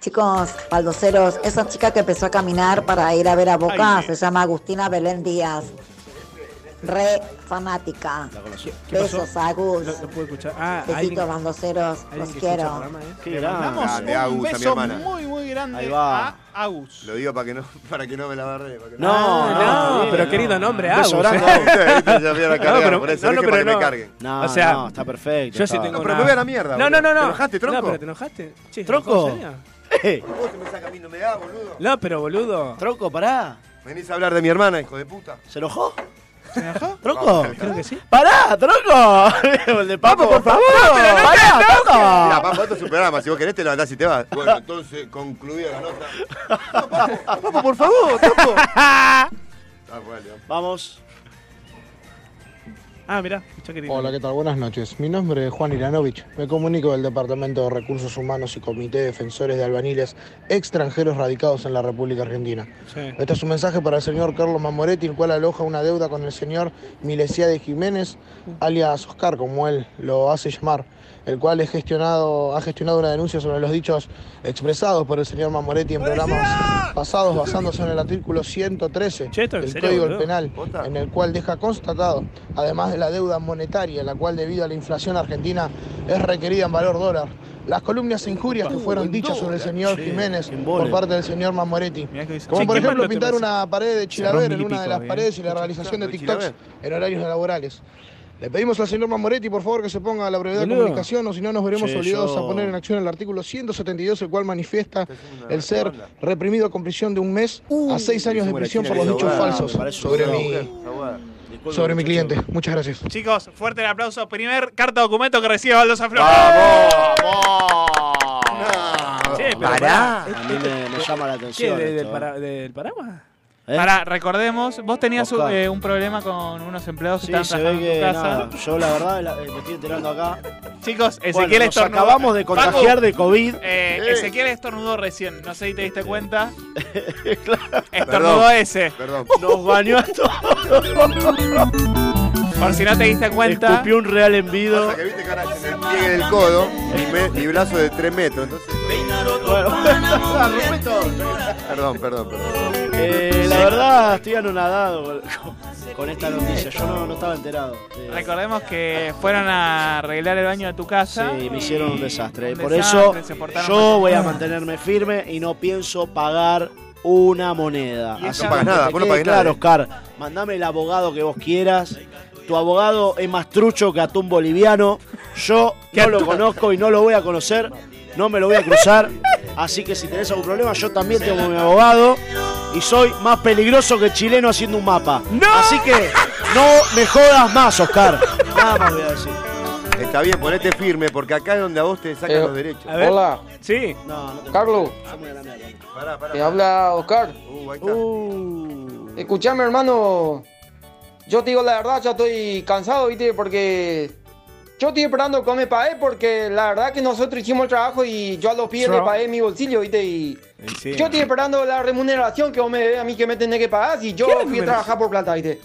Speaker 19: Chicos, baldoseros, esa chica que empezó a caminar para ir a ver a Boca se llama Agustina Belén Díaz. Re fanática.
Speaker 5: ¿Qué pasó?
Speaker 19: Besos, Agus.
Speaker 5: No, no pude escuchar. Ah, alguien-
Speaker 19: Besitos, bandoseros. Los
Speaker 5: alguien que escucha el
Speaker 19: quiero.
Speaker 5: programa, ¿eh?
Speaker 3: Le mandamos
Speaker 5: grande,
Speaker 3: un
Speaker 5: Agus, a mi
Speaker 3: beso
Speaker 5: hermana.
Speaker 2: Muy, muy grande
Speaker 3: Ahí va.
Speaker 2: a Agus.
Speaker 3: Lo digo para que no, para que no me la barre. para que
Speaker 2: No,
Speaker 5: Ah, no, pero querido nombre, Agus,
Speaker 3: Llorando
Speaker 5: ¿eh?
Speaker 3: a ustedes, ¿viste? Ya vieron a
Speaker 5: No,
Speaker 3: cargar,
Speaker 5: pero-
Speaker 3: por eso,
Speaker 5: no,
Speaker 3: no,
Speaker 5: no,
Speaker 3: para que
Speaker 5: pero
Speaker 3: me
Speaker 5: no.
Speaker 3: carguen.
Speaker 4: No,
Speaker 5: O sea,
Speaker 4: no, está perfecto.
Speaker 5: Yo sí
Speaker 4: está.
Speaker 5: tengo
Speaker 3: No, pero
Speaker 5: una-
Speaker 3: me voy a la mierda,
Speaker 5: No,
Speaker 3: boludo.
Speaker 5: no, no, no.
Speaker 3: ¿Te enojaste, tronco?
Speaker 5: No, pero te enojaste. Che,
Speaker 4: ¿Tronco?
Speaker 5: ¿en serio?
Speaker 3: ¿eh? Vos se me saca a mí, no me da, boludo.
Speaker 5: No, pero boludo.
Speaker 4: Tronco, pará.
Speaker 3: Venís a hablar de mi hermana, hijo de puta.
Speaker 4: ¿Se enojó?
Speaker 5: ¿Se enojó?
Speaker 4: ¿Tronco?
Speaker 5: Creo que sí.
Speaker 4: ¡Pará, tronco! El de Papo, por favor. ¡Pará,
Speaker 3: Mira,
Speaker 4: tronco!
Speaker 3: Papo, esto es un programa. Si vos querés, te lo andás y te vas. Bueno, entonces, concluida la nota.
Speaker 4: Papo, por favor, tronco.
Speaker 3: Ah,
Speaker 4: Vamos.
Speaker 5: Ah, mirá, escuchá que
Speaker 10: Hola, ¿qué tal? Buenas noches. Mi nombre es Juan Iranovich. Me comunico del Departamento de Recursos Humanos y Comité de Defensores de Albaniles Extranjeros Radicados en la República Argentina.
Speaker 5: Sí.
Speaker 10: Este es un mensaje para el señor Carlos Mamoretti, el cual aloja una deuda con el señor Milesía de Jiménez, alias Oscar, como él lo hace llamar, el cual es gestionado, ha gestionado una denuncia sobre los dichos expresados por el señor Mamoretti en programas pasados basándose en el artículo 113
Speaker 5: esto en
Speaker 10: del
Speaker 5: serio,
Speaker 10: Código
Speaker 5: boludo.
Speaker 10: Penal, en el cual deja constatado, además de la deuda monetaria, la cual debido a la inflación argentina es requerida en valor dólar. Las columnas e injurias que fueron dichas sobre el señor Jiménez por
Speaker 5: bola.
Speaker 10: parte del señor Mamoretti.
Speaker 5: dice.
Speaker 10: Como
Speaker 5: Che,
Speaker 10: por
Speaker 5: qué
Speaker 10: ejemplo
Speaker 5: malo te
Speaker 10: pintar
Speaker 5: parece.
Speaker 10: una pared de
Speaker 5: Cerró
Speaker 10: Chilaver
Speaker 5: mil
Speaker 10: en
Speaker 5: y
Speaker 10: una de
Speaker 5: pico,
Speaker 10: las
Speaker 5: eh.
Speaker 10: paredes y la realización de TikToks
Speaker 5: Chilaver.
Speaker 10: en horarios laborales. Le pedimos al señor Mamoretti, por favor, que se ponga a la brevedad de
Speaker 5: Boludo.
Speaker 10: comunicación, o si no nos veremos
Speaker 5: Che,
Speaker 10: obligados
Speaker 5: yo-
Speaker 10: a poner en acción el artículo 172, el cual manifiesta el ser reprimido con prisión de un mes a seis años de
Speaker 3: hicimos la
Speaker 10: prisión
Speaker 3: China
Speaker 10: por los
Speaker 3: que
Speaker 10: dichos
Speaker 5: Ah,
Speaker 3: hizo abogada,
Speaker 10: falsos
Speaker 3: me parece
Speaker 10: sobre
Speaker 3: una
Speaker 10: mi,
Speaker 3: mujer, abogada.
Speaker 10: sobre mi cliente. Muchas gracias.
Speaker 2: Chicos, fuerte el aplauso. Primer carta documento que recibe Baldosa Flores.
Speaker 5: Che, pero
Speaker 4: Pará.
Speaker 5: pará.
Speaker 4: A mí me, me llama la
Speaker 5: ¿Qué?
Speaker 4: atención.
Speaker 5: ¿De-
Speaker 4: esto,
Speaker 5: ¿Del
Speaker 4: ¿eh?
Speaker 5: para- del paraguas?
Speaker 4: ¿Eh?
Speaker 2: Pará, recordemos, vos tenías un,
Speaker 4: Oscar.
Speaker 2: eh, un problema con unos empleados que
Speaker 4: Sí,
Speaker 2: estaban
Speaker 4: se
Speaker 2: trabajando en
Speaker 4: ve que
Speaker 2: tu casa.
Speaker 4: nada, yo la verdad la- eh, me estoy enterando acá.
Speaker 2: Chicos, Ezequiel
Speaker 4: Bueno, nos
Speaker 2: estornudó.
Speaker 4: acabamos de
Speaker 2: Facu,
Speaker 4: contagiar de COVID.
Speaker 2: eh, Ezequiel estornudó recién, no sé si te diste cuenta. Estornudó
Speaker 4: Perdón,
Speaker 2: ese.
Speaker 3: Perdón.
Speaker 4: Nos bañó a todos.
Speaker 2: Por si no te diste cuenta.
Speaker 4: Escupió un real envido.
Speaker 3: Pasa que viste cara en el pliegue del codo, mi, me- mi brazo de 3 metros. Entonces, perdón, perdón, perdón.
Speaker 4: Eh, la verdad, estoy anonadado con, con esta noticia. Yo no, no estaba enterado. Eh,
Speaker 2: Recordemos que fueron a arreglar el baño de tu casa.
Speaker 4: Sí, me hicieron un desastre.
Speaker 2: un
Speaker 4: Por
Speaker 2: desastre, se
Speaker 4: eso,
Speaker 2: portaron
Speaker 4: yo
Speaker 2: mal.
Speaker 4: voy a mantenerme firme y no pienso pagar una moneda.
Speaker 3: Y
Speaker 4: Así
Speaker 3: no pagas
Speaker 4: que
Speaker 3: nada,
Speaker 4: te
Speaker 3: vos no
Speaker 4: quede
Speaker 3: pagas
Speaker 4: claro,
Speaker 3: nada.
Speaker 4: Oscar, mandame el abogado que vos quieras. Tu abogado es más trucho que atún boliviano. Yo no lo conozco y no lo voy a conocer. No me lo voy a cruzar. Así que si tenés algún problema, yo también tengo mi abogado. Y soy más peligroso que chileno haciendo un mapa. Así que no me jodas más, Oscar. Nada más voy a decir.
Speaker 3: Está bien, ponete firme, porque acá es donde a vos te sacan
Speaker 20: Eh,
Speaker 3: los derechos.
Speaker 20: a ver. Hola.
Speaker 5: Sí.
Speaker 4: No, no te
Speaker 20: Carlos,
Speaker 3: Pará, pará.
Speaker 20: te habla Oscar.
Speaker 4: Uh,
Speaker 20: Uh. Escuchame, hermano. Yo te digo la verdad, ya estoy cansado, ¿viste? Porque yo estoy esperando que me pague, porque la verdad que nosotros hicimos el trabajo y yo a los pies
Speaker 5: Yo-
Speaker 20: le pagué mi bolsillo, ¿viste? Y
Speaker 5: Sí.
Speaker 20: yo estoy esperando la remuneración que vos me debes a mí que me tenés que pagar si yo
Speaker 5: ¿Qué
Speaker 20: fui a
Speaker 5: remuneración?
Speaker 20: trabajar por plata, ¿viste?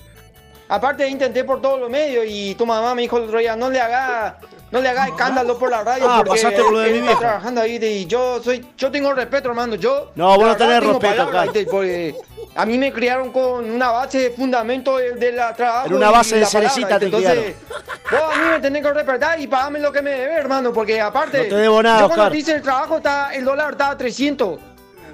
Speaker 20: Aparte intenté por todos los medios y tu mamá me dijo el otro día, no le hagas no le hagas escándalo por la radio
Speaker 4: Ah,
Speaker 20: porque
Speaker 4: pasaste por lo de
Speaker 20: él
Speaker 4: mi
Speaker 20: está
Speaker 4: vieja.
Speaker 20: trabajando ahí ¿viste? y yo soy yo tengo respeto, hermano, yo
Speaker 4: No, vos no
Speaker 20: la verdad
Speaker 4: tenés
Speaker 20: tengo
Speaker 4: respeto,
Speaker 20: palabras,
Speaker 4: Carlos.
Speaker 20: ¿viste? Porque a mí me criaron con una base de fundamento de, de la trabajo
Speaker 4: Era una
Speaker 20: y
Speaker 4: base de
Speaker 20: la palabra,
Speaker 4: cerecita
Speaker 20: ¿viste?
Speaker 4: te
Speaker 20: Entonces, vos a mí me tenés que respetar y pagame lo que me debes, hermano, porque aparte
Speaker 4: No te debo nada,
Speaker 20: yo cuando
Speaker 4: Oscar.
Speaker 20: te hice el trabajo está el dólar está a 300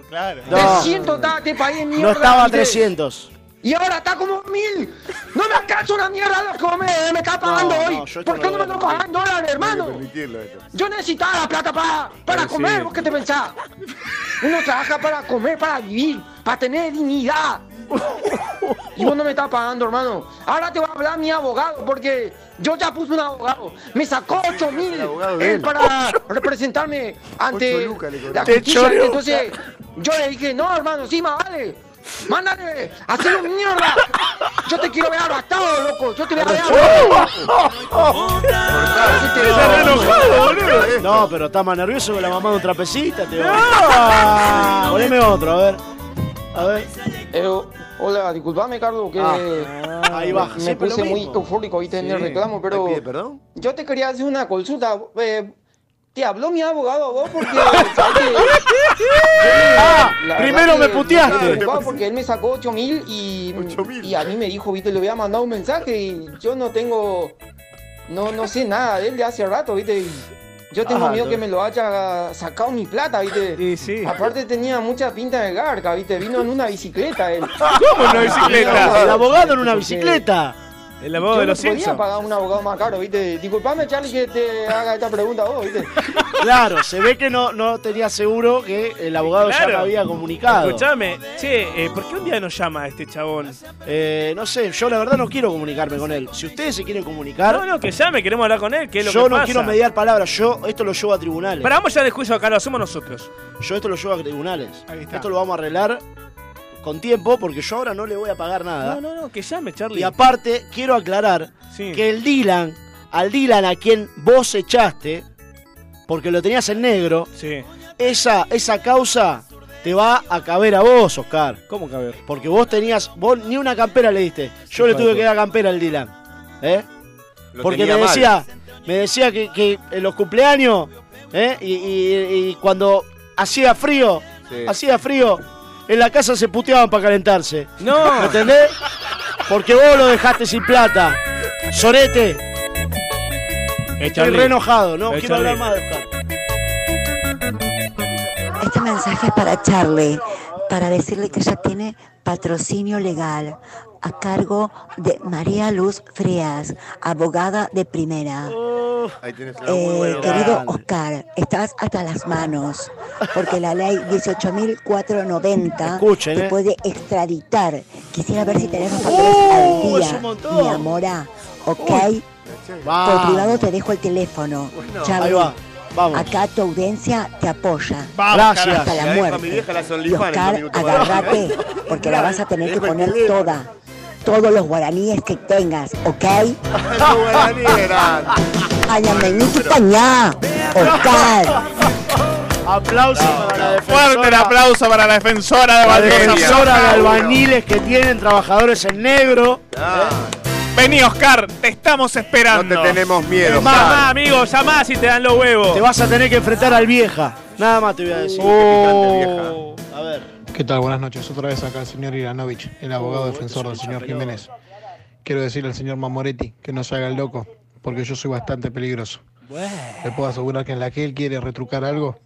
Speaker 2: Claro.
Speaker 20: no. 300 estaba este país de mierda.
Speaker 4: No estaba a
Speaker 20: ¿viste?
Speaker 4: 300.
Speaker 20: Y ahora está como 1000. No me alcanza una mierda lo que vos me, me está pagando
Speaker 4: no,
Speaker 20: hoy.
Speaker 4: yo esto
Speaker 20: ¿Por qué
Speaker 4: no
Speaker 20: no
Speaker 4: lo
Speaker 20: me lo
Speaker 4: voy a
Speaker 20: pagan en dólares, hermano?
Speaker 3: Permitirlo esto.
Speaker 20: Yo necesitaba la plata para, para
Speaker 3: Pero
Speaker 20: comer.
Speaker 3: sí.
Speaker 20: ¿Vos qué te pensás? Uno trabaja para comer, para vivir. para tener dignidad. Y vos no me estás pagando, hermano. Ahora te va a hablar mi abogado, porque yo ya puse un abogado. Me sacó 8 mil
Speaker 3: de él.
Speaker 20: para representarme ante
Speaker 3: Ocho lucas le cobró.
Speaker 20: la
Speaker 3: Te
Speaker 20: justicia.
Speaker 3: choreo.
Speaker 20: Entonces, yo le dije, no, hermano, sí, más vale. Mándale, hacelo mierda. Yo te quiero ver abastado, loco. Yo te voy a ver abastado.
Speaker 4: Está
Speaker 20: enojado,
Speaker 4: boludo. No, pero está más nervioso que la mamá de un trapecista, te va. Poneme otro, a ver. A ver.
Speaker 20: Eh,
Speaker 4: Ah,
Speaker 20: hola, disculpame, Carlos, que
Speaker 4: ahí va.
Speaker 20: me
Speaker 4: Siempre
Speaker 20: puse
Speaker 4: lo
Speaker 20: muy
Speaker 4: mismo.
Speaker 20: eufórico viste, en
Speaker 4: Sí.
Speaker 20: el reclamo, pero
Speaker 4: ¿Te pide perdón?
Speaker 20: yo te quería hacer una consulta. Eh, te habló mi abogado a vos porque... ¿sabes qué?
Speaker 4: Ah,
Speaker 20: La verdad
Speaker 4: primero
Speaker 20: que
Speaker 4: me puteaste.
Speaker 20: estaba preocupado porque él me sacó 8 mil y, y a mí me dijo, viste, le voy a mandar un mensaje y yo no tengo... No, no sé nada de él de hace rato, viste. y yo tengo
Speaker 4: Ah,
Speaker 20: miedo
Speaker 4: no.
Speaker 20: que me lo haya sacado mi plata, viste. Aparte tenía mucha pinta de garca, viste. Vino en una bicicleta él.
Speaker 4: ¿Cómo en una bicicleta? El abogado en una bicicleta.
Speaker 5: El
Speaker 20: Yo no podía pagar un abogado más caro, viste. Disculpame, Charlie, que te haga esta pregunta a vos, viste.
Speaker 4: Claro, se ve que no, no tenía seguro que el abogado ya
Speaker 5: Claro.
Speaker 4: lo había comunicado.
Speaker 5: Escuchame, che, eh, ¿por qué un día nos llama este chabón?
Speaker 4: Eh, no sé, yo la verdad no quiero comunicarme con él. Si ustedes se quieren comunicar,
Speaker 5: No, no, que llame, queremos hablar con él, que es lo
Speaker 4: yo
Speaker 5: que
Speaker 4: no
Speaker 5: pasa.
Speaker 4: quiero mediar palabras. Yo esto lo llevo a tribunales.
Speaker 5: Pero vamos ya de juicio acá, lo hacemos nosotros.
Speaker 4: Yo esto lo llevo a tribunales. Esto lo vamos a arreglar con tiempo porque yo ahora no le voy a pagar nada.
Speaker 5: No, no, no, que llame, Charlie.
Speaker 4: Y aparte, quiero aclarar que el Dylan, al Dylan a quien vos echaste, porque lo tenías en negro, esa, esa causa te va a caber a vos, Oscar.
Speaker 5: ¿Cómo caber?
Speaker 4: Porque vos tenías, vos ni una campera le diste. Yo le
Speaker 5: Hijo de
Speaker 4: tuve que
Speaker 5: puta.
Speaker 4: dar campera al Dylan. ¿Eh?
Speaker 5: Lo
Speaker 4: Porque
Speaker 5: tenía
Speaker 4: me
Speaker 5: mal.
Speaker 4: decía, me decía que, que en los cumpleaños, ¿eh? y, y- y cuando hacía frío,
Speaker 5: Sí.
Speaker 4: hacía frío, en la casa se puteaban para calentarse.
Speaker 5: No.
Speaker 4: ¿Me entendés? Porque vos lo dejaste sin plata. Sorete. Estoy
Speaker 5: Charlie.
Speaker 4: re enojado, no
Speaker 5: Eh,
Speaker 4: quiero hablar más
Speaker 5: Charlie.
Speaker 4: de Oscar.
Speaker 19: Este mensaje es para Charlie, para decirle que ya tiene patrocinio legal a cargo de María Luz Frías, abogada de primera.
Speaker 5: Oh.
Speaker 3: Ahí tenés una muy
Speaker 19: Eh,
Speaker 3: buena.
Speaker 19: querido Oscar, estás hasta las manos, porque la ley 18.490
Speaker 4: Escuchen,
Speaker 19: te
Speaker 4: eh.
Speaker 19: puede extraditar. Quisiera ver si tenés los papeles
Speaker 4: Uh, es
Speaker 19: al
Speaker 4: un
Speaker 19: día,
Speaker 4: montón.
Speaker 19: mi amora, ¿ok? Por
Speaker 4: Vamos.
Speaker 19: privado te dejo el teléfono.
Speaker 4: Bueno,
Speaker 19: Charlie,
Speaker 4: ahí va, vamos.
Speaker 19: acá tu audiencia te apoya.
Speaker 4: Vamos, Gracias.
Speaker 19: Hasta
Speaker 4: carajo,
Speaker 19: la
Speaker 4: la dejo a
Speaker 19: muerte.
Speaker 4: mi vieja las
Speaker 19: y
Speaker 4: OnlyFans en dos
Speaker 19: Oscar,
Speaker 4: minutos más.
Speaker 19: agárrate, porque la vas a tener que poner toda. Todos los guaraníes que tengas, ¿ok? Ay, ameniquita ya, Oscar.
Speaker 4: Aplauso para la defensora.
Speaker 2: Fuerte el aplauso para la defensora de
Speaker 4: La
Speaker 2: Valdés.
Speaker 4: defensora de albaniles que tienen trabajadores en negro. Eh,
Speaker 2: Vení, Oscar, te estamos esperando. No te tenemos
Speaker 3: miedo,
Speaker 5: Llamá, amigo, llamá si te dan los huevos.
Speaker 4: Te vas a tener que enfrentar al vieja. Nada más te voy a decir.
Speaker 5: Uh.
Speaker 4: A ver.
Speaker 7: Oh. ¿Qué tal? Buenas noches. Otra vez acá el señor Iranovich, el abogado
Speaker 4: Oh,
Speaker 7: defensor del señor Jiménez. Quiero decirle al señor Mamoretti que no se haga el loco, porque yo soy bastante peligroso. Le puedo asegurar que en la que él quiere retrucar algo,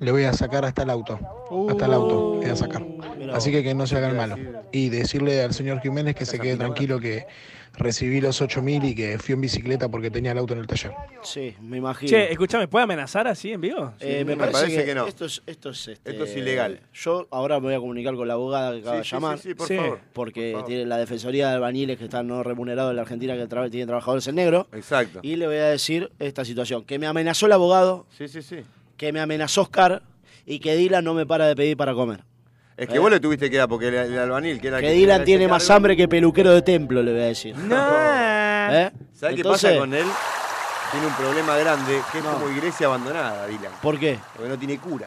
Speaker 7: le voy a sacar hasta el auto. Hasta el auto, le voy a sacar.
Speaker 4: Oh.
Speaker 7: Así que que no se haga el malo. Y decirle al señor Jiménez que se quede tranquilo que recibí los 8.000 y que fui en bicicleta porque tenía el auto en el taller.
Speaker 4: Sí, me imagino.
Speaker 5: Che, escúchame, ¿puede amenazar así en vivo?
Speaker 4: Eh, me, parece, que, no. Esto es, esto es, este,
Speaker 3: Esto es ilegal.
Speaker 4: Yo ahora me voy a comunicar con la abogada que acaba
Speaker 3: Sí,
Speaker 4: de
Speaker 3: sí,
Speaker 4: llamar.
Speaker 3: sí, sí, por Sí. favor,
Speaker 4: Porque tiene la defensoría de albaniles que están no remunerados en la Argentina que tra- tienen trabajadores en negro.
Speaker 3: Exacto.
Speaker 4: Y le voy a decir esta situación. Que me amenazó el abogado,
Speaker 3: Sí, sí, sí.
Speaker 4: que me amenazó Oscar y que Dylan no me para de pedir para comer.
Speaker 3: Es
Speaker 4: Eh.
Speaker 3: que vos le tuviste que dar porque el, el albanil, que era el
Speaker 4: Que
Speaker 3: que tenía
Speaker 4: Dylan
Speaker 3: ese
Speaker 4: tiene más
Speaker 3: cargo.
Speaker 4: hambre que peluquero de templo, le voy a decir. ¿Eh?
Speaker 3: ¿Sabes qué
Speaker 4: Entonces-
Speaker 3: pasa con él? Tiene un problema grande, que es como iglesia abandonada, Dylan.
Speaker 4: ¿Por qué?
Speaker 3: Porque no tiene cura.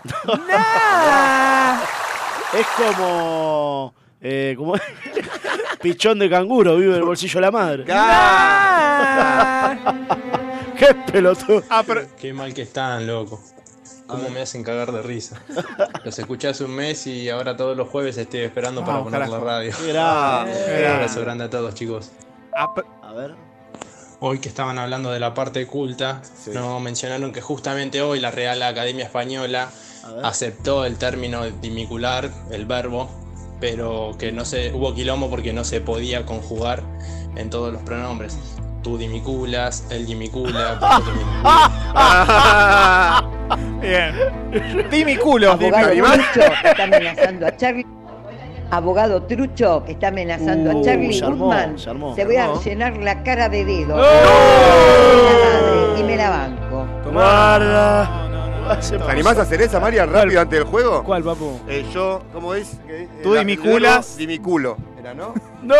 Speaker 4: Es como. eh, como pichón de canguro, vive en el bolsillo de la madre. ¡Qué pelotudo!
Speaker 7: Qué mal que están, loco. ¿Cómo me hacen cagar de risa? Los escuché hace un mes y ahora todos los jueves estoy esperando para
Speaker 4: Vamos,
Speaker 7: poner la
Speaker 4: carajo.
Speaker 7: radio.
Speaker 4: Qué grande, qué
Speaker 7: Un
Speaker 4: grande.
Speaker 7: abrazo grande a todos, chicos.
Speaker 4: A ver.
Speaker 7: Hoy que estaban hablando de la parte culta, no mencionaron que justamente hoy la Real Academia Española aceptó el término dimicular, el verbo, pero que no se hubo quilombo porque no se podía conjugar en todos los pronombres. Tú dimiculas, él dimicula, vosotros
Speaker 4: Ah.
Speaker 2: Bien. Di mi culo.
Speaker 18: Abogado
Speaker 2: Di mi-
Speaker 18: Lucho está amenazando a Charlie. abogado trucho que está amenazando a
Speaker 4: Uh,
Speaker 18: Charlie
Speaker 4: se armó,
Speaker 18: Goodman,
Speaker 4: se armó,
Speaker 18: te
Speaker 4: se
Speaker 18: voy
Speaker 4: armó.
Speaker 18: a llenar la cara de dedos. La madre, y me la banco.
Speaker 3: Guarda. ¿Te
Speaker 4: pasó.
Speaker 3: animás a hacer esa, María, rápido antes del juego? Eh,
Speaker 5: ¿Cuál, papu?
Speaker 3: yo, ¿cómo es? Eh,
Speaker 2: Tú
Speaker 3: la-
Speaker 2: dimiculas.
Speaker 3: Dimiculo. Era, ¿no?
Speaker 4: ¡No!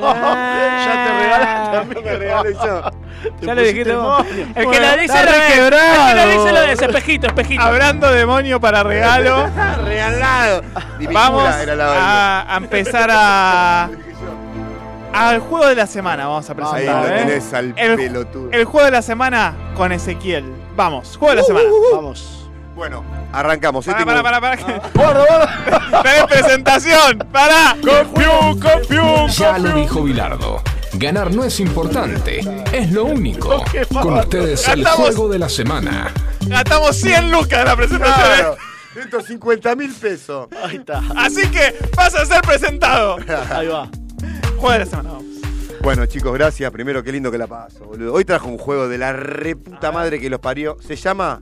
Speaker 4: ya te regalaste a mí.
Speaker 3: Me regalé yo.
Speaker 5: Ya le dijiste vos.
Speaker 2: demonio.
Speaker 5: El que
Speaker 2: Bueno,
Speaker 5: la dice
Speaker 2: está
Speaker 5: lo es. El que la
Speaker 2: requebrado.
Speaker 5: dice lo es. Espejito, espejito.
Speaker 2: Hablando de demonio para regalo.
Speaker 3: Regalado.
Speaker 2: Vamos
Speaker 3: era la vaina.
Speaker 2: a, a empezar a. Al juego de la semana vamos a
Speaker 3: Ahí
Speaker 2: presentar.
Speaker 3: lo
Speaker 2: ¿eh?
Speaker 3: tenés al
Speaker 2: el,
Speaker 3: pelotudo.
Speaker 2: el juego de la semana con Ezequiel. Vamos, juego de la
Speaker 4: Uh,
Speaker 2: semana.
Speaker 4: Vamos.
Speaker 3: Bueno, arrancamos.
Speaker 2: Pará, pará, pará, pará. Tenés presentación. Pará. Campeón, campeón.
Speaker 1: Ya lo dijo Bilardo. Ganar no es importante, es lo único. Con ustedes el
Speaker 3: Gastamos-
Speaker 1: juego de la semana.
Speaker 2: Gastamos 100 lucas en la presentación. ¿eh?
Speaker 3: Claro, 150 mil pesos.
Speaker 4: Ahí está.
Speaker 2: Así que vas a ser presentado.
Speaker 4: Ahí va.
Speaker 2: Juego de la semana. vamos.
Speaker 3: Bueno, chicos, gracias. Primero, qué lindo que la paso, boludo. Hoy trajo un juego de la reputa madre que los parió. Se llama